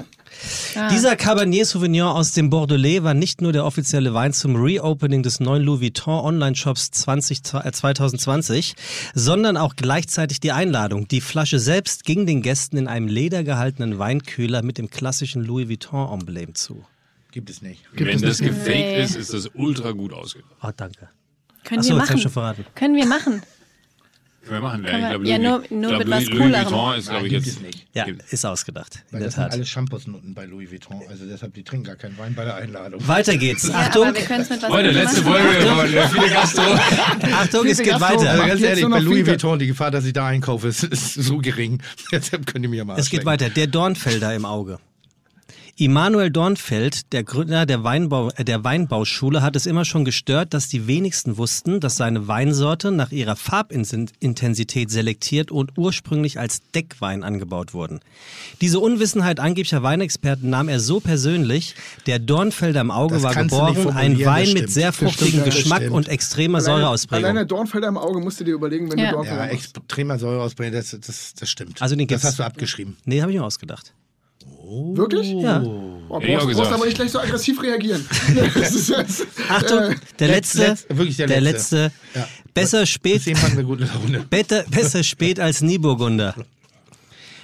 Speaker 9: Ah.
Speaker 1: Dieser Cabernet Sauvignon aus dem Bordelais war nicht nur der offizielle Wein zum Reopening des neuen Louis Vuitton Online-Shops 20, äh, 2020, sondern auch gleichzeitig die Einladung. Die Flasche selbst ging den Gästen in einem ledergehaltenen Weinkühler mit dem klassischen Louis Vuitton-Emblem zu.
Speaker 6: Leute. Gibt es nicht.
Speaker 4: Wenn das gefaked
Speaker 9: Nee.
Speaker 4: ist, ist das ultra gut ausgegangen.
Speaker 1: Oh, danke.
Speaker 9: Können
Speaker 1: Achso, jetzt
Speaker 9: wir
Speaker 1: hab ich
Speaker 9: machen.
Speaker 1: schon verraten.
Speaker 9: Können wir machen.
Speaker 4: Wir machen wir.
Speaker 9: Kann
Speaker 4: Ich
Speaker 9: man-
Speaker 4: glaube,
Speaker 9: ja, nur-
Speaker 4: Louis,
Speaker 9: nur
Speaker 4: ich glaube,
Speaker 9: mit was
Speaker 4: Louis, Louis
Speaker 9: Coolerem.
Speaker 4: Vuitton ist, glaube
Speaker 6: Nein,
Speaker 4: ich,
Speaker 6: gibt es
Speaker 4: jetzt.
Speaker 6: nicht.
Speaker 1: Ja,
Speaker 4: Gibt-
Speaker 1: ist ausgedacht. In
Speaker 6: Weil
Speaker 1: der
Speaker 6: das sind
Speaker 1: Tat.
Speaker 6: alle Shampoosnoten bei Louis Vuitton. Also deshalb, die trinken gar keinen Wein bei der Einladung.
Speaker 1: Weiter geht's. Achtung,
Speaker 9: Aber wir können es mit was
Speaker 4: Leute,
Speaker 9: anderem
Speaker 4: letzte
Speaker 9: machen.
Speaker 4: Folge. wir- Viele Gastro.
Speaker 1: Achtung, es geht
Speaker 6: Also
Speaker 1: weiter.
Speaker 6: ganz
Speaker 8: jetzt
Speaker 6: ehrlich,
Speaker 8: nur noch
Speaker 6: bei Louis
Speaker 8: Fiete.
Speaker 6: Vuitton, die Gefahr, dass ich da einkaufe, ist, ist so gering. Deshalb könnt ihr mir mal
Speaker 1: Es geht
Speaker 6: abschlecken.
Speaker 1: weiter. Der Dornfelder im Auge. Immanuel Dornfeld, der Gründer der, Weinbau, äh, der Weinbauschule, hat es immer schon gestört, dass die wenigsten wussten, dass seine Weinsorte nach ihrer Farbintensität selektiert und ursprünglich als Deckwein angebaut wurden. Diese Unwissenheit angeblicher Weinexperten nahm er so persönlich. Der Dornfelder im Auge
Speaker 6: Das
Speaker 1: war
Speaker 6: kannst du nicht
Speaker 1: geboren,
Speaker 6: formulieren,
Speaker 1: ein
Speaker 6: das
Speaker 1: Wein mit
Speaker 6: stimmt.
Speaker 1: sehr
Speaker 6: Das stimmt,
Speaker 1: fruchtigem
Speaker 6: das
Speaker 1: Geschmack
Speaker 6: stimmt.
Speaker 1: und extremer Säureausprägung.
Speaker 8: Alleine Dornfelder im Auge musst du dir überlegen, wenn
Speaker 9: Ja.
Speaker 8: du Dornfelder
Speaker 6: Ja,
Speaker 8: machst.
Speaker 6: extremer Säureausbrechen, das, das, das stimmt.
Speaker 1: Also den gibt's.
Speaker 6: Das hast du abgeschrieben.
Speaker 1: nee, habe ich mir ausgedacht.
Speaker 8: Wirklich?
Speaker 1: Ja.
Speaker 8: Oh,
Speaker 4: Hätte ich auch
Speaker 8: brauchst, brauchst
Speaker 4: gesagt.
Speaker 8: aber nicht gleich so aggressiv reagieren. das ist jetzt,
Speaker 1: Achtung, der letzte,
Speaker 6: Äh, letz- wirklich der letzte. Ja.
Speaker 1: Besser spät,
Speaker 6: Deswegen haben wir gute Laune.
Speaker 1: better, besser spät als nie Burgunder.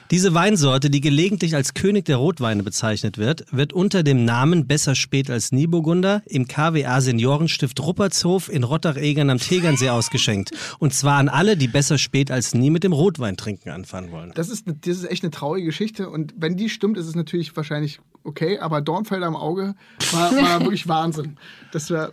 Speaker 1: Diese Weinsorte, die gelegentlich als König der Rotweine bezeichnet wird, wird unter dem Namen Besser spät als Nieburgunder im KWA Seniorenstift Ruppertshof in Rottach-Egern am Tegernsee ausgeschenkt. Und zwar an alle, die besser spät als nie mit dem Rotwein trinken anfangen wollen.
Speaker 8: das, ist, ne, das ist echt eine traurige Geschichte. Und wenn die stimmt, ist es natürlich wahrscheinlich okay. Aber Dornfelder im Auge war, war wirklich Wahnsinn. Das war,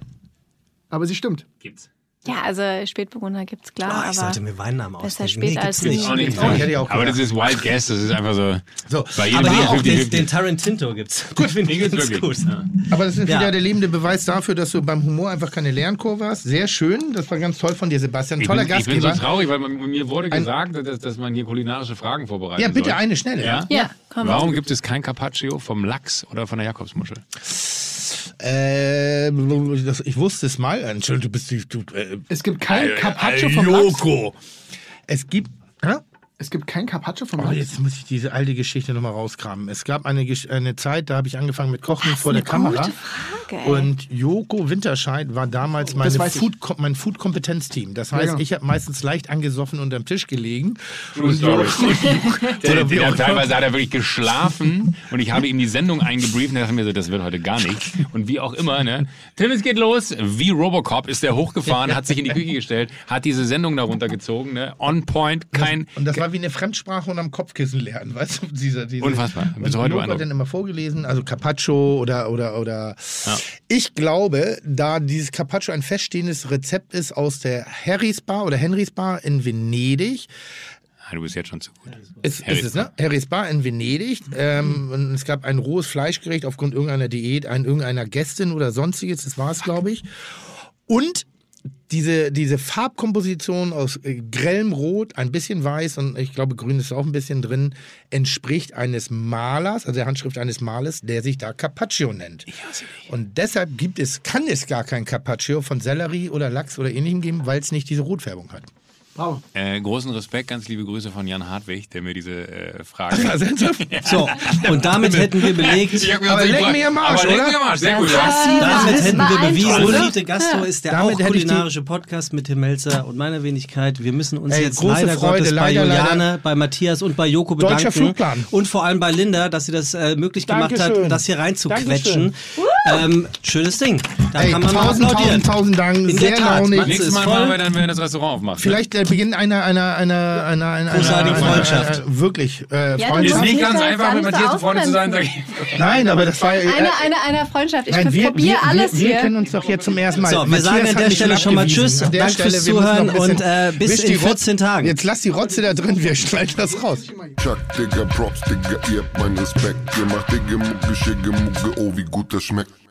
Speaker 8: aber sie stimmt.
Speaker 4: Gibt's.
Speaker 9: Ja, also Spätburgunder gibt's klar,
Speaker 1: Ah, ich sollte
Speaker 9: aber
Speaker 1: mir Weinnamen ausdenken.
Speaker 9: besser spät
Speaker 1: nee,
Speaker 9: als
Speaker 1: gibt's nicht.
Speaker 9: nie.
Speaker 4: Auch nicht.
Speaker 6: Oh, ich hätte ja auch
Speaker 4: Aber
Speaker 6: gesagt.
Speaker 4: das ist Wild Guess, das ist einfach so.
Speaker 6: So,
Speaker 4: bei jedem
Speaker 1: Aber hier
Speaker 4: Bier
Speaker 1: auch den,
Speaker 4: 50-50.
Speaker 1: den Tarantinto gibt's. Gut, finde ich
Speaker 4: Den
Speaker 1: ganz
Speaker 4: gibt's
Speaker 1: gut.
Speaker 4: wirklich. Ja.
Speaker 6: Aber das ist
Speaker 1: Ja.
Speaker 6: wieder der lebende Beweis dafür, dass du beim Humor einfach keine Lernkurve hast. Sehr schön, das war ganz toll von dir, Sebastian.
Speaker 4: Ich
Speaker 6: Toller
Speaker 4: bin, ich bin so
Speaker 6: Gastgeber.
Speaker 4: traurig, weil man, mir wurde gesagt, dass, dass man hier kulinarische Fragen vorbereitet.
Speaker 6: ja, bitte
Speaker 4: soll.
Speaker 6: eine schnelle.
Speaker 4: Ja?
Speaker 9: Ja, komm.
Speaker 4: Warum gibt es kein Carpaccio vom Lachs oder von der Jakobsmuschel?
Speaker 6: Äh, das, ich wusste es mal. Entschuldigung, du bist die. Du, äh,
Speaker 8: Es gibt kein Carpaccio
Speaker 6: äh,
Speaker 8: vom Lachs.
Speaker 6: Joko. Es gibt. Hä?
Speaker 8: Es gibt kein Carpaccio vom
Speaker 6: Oh,
Speaker 8: Lachs.
Speaker 6: jetzt muss ich diese alte Geschichte nochmal rauskramen. Es gab eine, Gesch- eine Zeit, da habe ich angefangen mit Kochen vor der Kamera.
Speaker 9: Frage, ey.
Speaker 6: Und Joko Winterscheid war damals meine
Speaker 8: weiß ich.
Speaker 6: Food, mein Food-Kompetenzteam. Das heißt,
Speaker 8: genau.
Speaker 6: ich habe meistens leicht angesoffen unterm Tisch gelegen.
Speaker 4: True Story. der,
Speaker 6: wie
Speaker 4: der,
Speaker 6: auch
Speaker 4: teilweise hat er wirklich geschlafen und ich habe ihm die Sendung eingebrieft und er dachte mir so, das wird heute gar nichts. Und wie auch immer, ne? Tim, es geht los. Wie Robocop ist er hochgefahren, hat sich in die Küche gestellt, hat diese Sendung darunter gezogen, ne? On point, kein.
Speaker 6: Und das war wie eine Fremdsprache und am Kopfkissen lernen, weißt du? Dieser, diese,
Speaker 4: Unfassbar. Bis
Speaker 6: Und
Speaker 4: heute
Speaker 6: Joko
Speaker 4: beeindruckt.
Speaker 6: hat dann immer vorgelesen, also Carpaccio oder oder oder. Ich glaube, da dieses Carpaccio ein feststehendes Rezept ist aus der Harrys Bar oder Henrys Bar in Venedig,
Speaker 4: Ah, du bist jetzt schon zu gut.
Speaker 6: ist,
Speaker 4: Harrys
Speaker 6: ist es, ne? Harrys Bar in Venedig.
Speaker 4: Mhm.
Speaker 6: Ähm, und es gab ein rohes Fleischgericht aufgrund irgendeiner Diät, ein, irgendeiner Gästin oder sonstiges, das war es, glaube ich. Und diese, diese Farbkomposition aus äh, grellem Rot, ein bisschen Weiß und ich glaube, Grün ist auch ein bisschen drin, entspricht eines Malers, also der Handschrift eines Malers, der sich da Carpaccio nennt. Und deshalb gibt es, kann es gar kein Carpaccio von Sellerie oder Lachs oder ähnlichem geben, weil es nicht diese Rotfärbung hat.
Speaker 4: Äh, großen Respekt, ganz liebe Grüße von Jan Hartwig, der mir diese äh, Frage.
Speaker 6: Also,
Speaker 5: So, und damit hätten wir belegt,
Speaker 4: Ich hab mir gesagt,
Speaker 6: leck
Speaker 4: also ich-
Speaker 6: mich am Arsch,
Speaker 4: aber leck
Speaker 6: oder?
Speaker 4: mich am Arsch, sehr gut.
Speaker 5: damit
Speaker 9: ist
Speaker 5: hätten wir bewiesen,
Speaker 9: beeindruckend.
Speaker 5: Elite Gastro ist der
Speaker 6: Damit
Speaker 5: auch
Speaker 6: hätte ich die-
Speaker 5: kulinarische Podcast mit Tim Melzer und meiner Wenigkeit. Wir müssen uns
Speaker 6: Ey,
Speaker 5: jetzt
Speaker 6: große
Speaker 5: leider
Speaker 6: Freude,
Speaker 5: Gottes
Speaker 6: leider,
Speaker 5: bei Juliane,
Speaker 6: leider.
Speaker 5: bei Matthias und bei Joko
Speaker 6: Deutscher
Speaker 5: bedanken.
Speaker 6: Flugplan.
Speaker 5: Und vor allem bei Linda, dass sie das äh, möglich gemacht
Speaker 6: Dankeschön.
Speaker 5: hat, das hier reinzuquetschen. Ähm, schönes Ding. Da
Speaker 6: Ey,
Speaker 5: kann man mal
Speaker 6: tausend,
Speaker 5: applaudieren.
Speaker 6: tausend, tausend Dank,
Speaker 5: In
Speaker 6: sehr
Speaker 5: der Tat,
Speaker 6: launig.
Speaker 5: Matze
Speaker 4: Nächstes
Speaker 5: ist
Speaker 4: Mal
Speaker 5: voll.
Speaker 4: machen wir dann, wenn das Restaurant aufmacht.
Speaker 6: Vielleicht der Beginn einer, einer, einer, einer, einer,
Speaker 5: Großartige
Speaker 6: einer,
Speaker 5: Freundschaft.
Speaker 6: Einer, wirklich. Äh,
Speaker 9: Ja,
Speaker 6: Freundschaft.
Speaker 4: Ist
Speaker 9: dann-
Speaker 4: nicht
Speaker 9: Matthias
Speaker 4: ganz
Speaker 9: soll
Speaker 4: einfach, mit
Speaker 9: Sand
Speaker 4: Matthias befreundet zu sein. Sag
Speaker 9: ausgrenzen.
Speaker 4: ich.
Speaker 6: Nein, aber das war. äh,
Speaker 9: Eine, eine, einer Freundschaft. Ich
Speaker 6: Nein, wir,
Speaker 9: probier
Speaker 6: wir,
Speaker 9: alles
Speaker 6: wir, wir
Speaker 9: hier.
Speaker 6: kennen uns doch jetzt zum ersten Mal.
Speaker 5: So, wir
Speaker 6: Matthias
Speaker 5: sagen an
Speaker 6: hat
Speaker 5: der
Speaker 6: mich
Speaker 5: Stelle schon mal
Speaker 6: abgewiesen.
Speaker 5: Tschüss.
Speaker 6: An der
Speaker 5: Dank
Speaker 6: Stelle,
Speaker 5: fürs
Speaker 6: wir müssen noch ein
Speaker 5: Zuhören
Speaker 6: bisschen-
Speaker 5: und, äh, bis
Speaker 6: Wisch
Speaker 5: in
Speaker 6: die Rotze-
Speaker 5: 14 Tagen.
Speaker 6: Jetzt lass die Rotze da drin, wir schneiden das raus.
Speaker 7: Chuck, Digga, Props, Digga, ihr habt meinen Respekt. Ihr macht Digga, Mucke, Schicke, Mucke, oh, wie gut das schmeckt.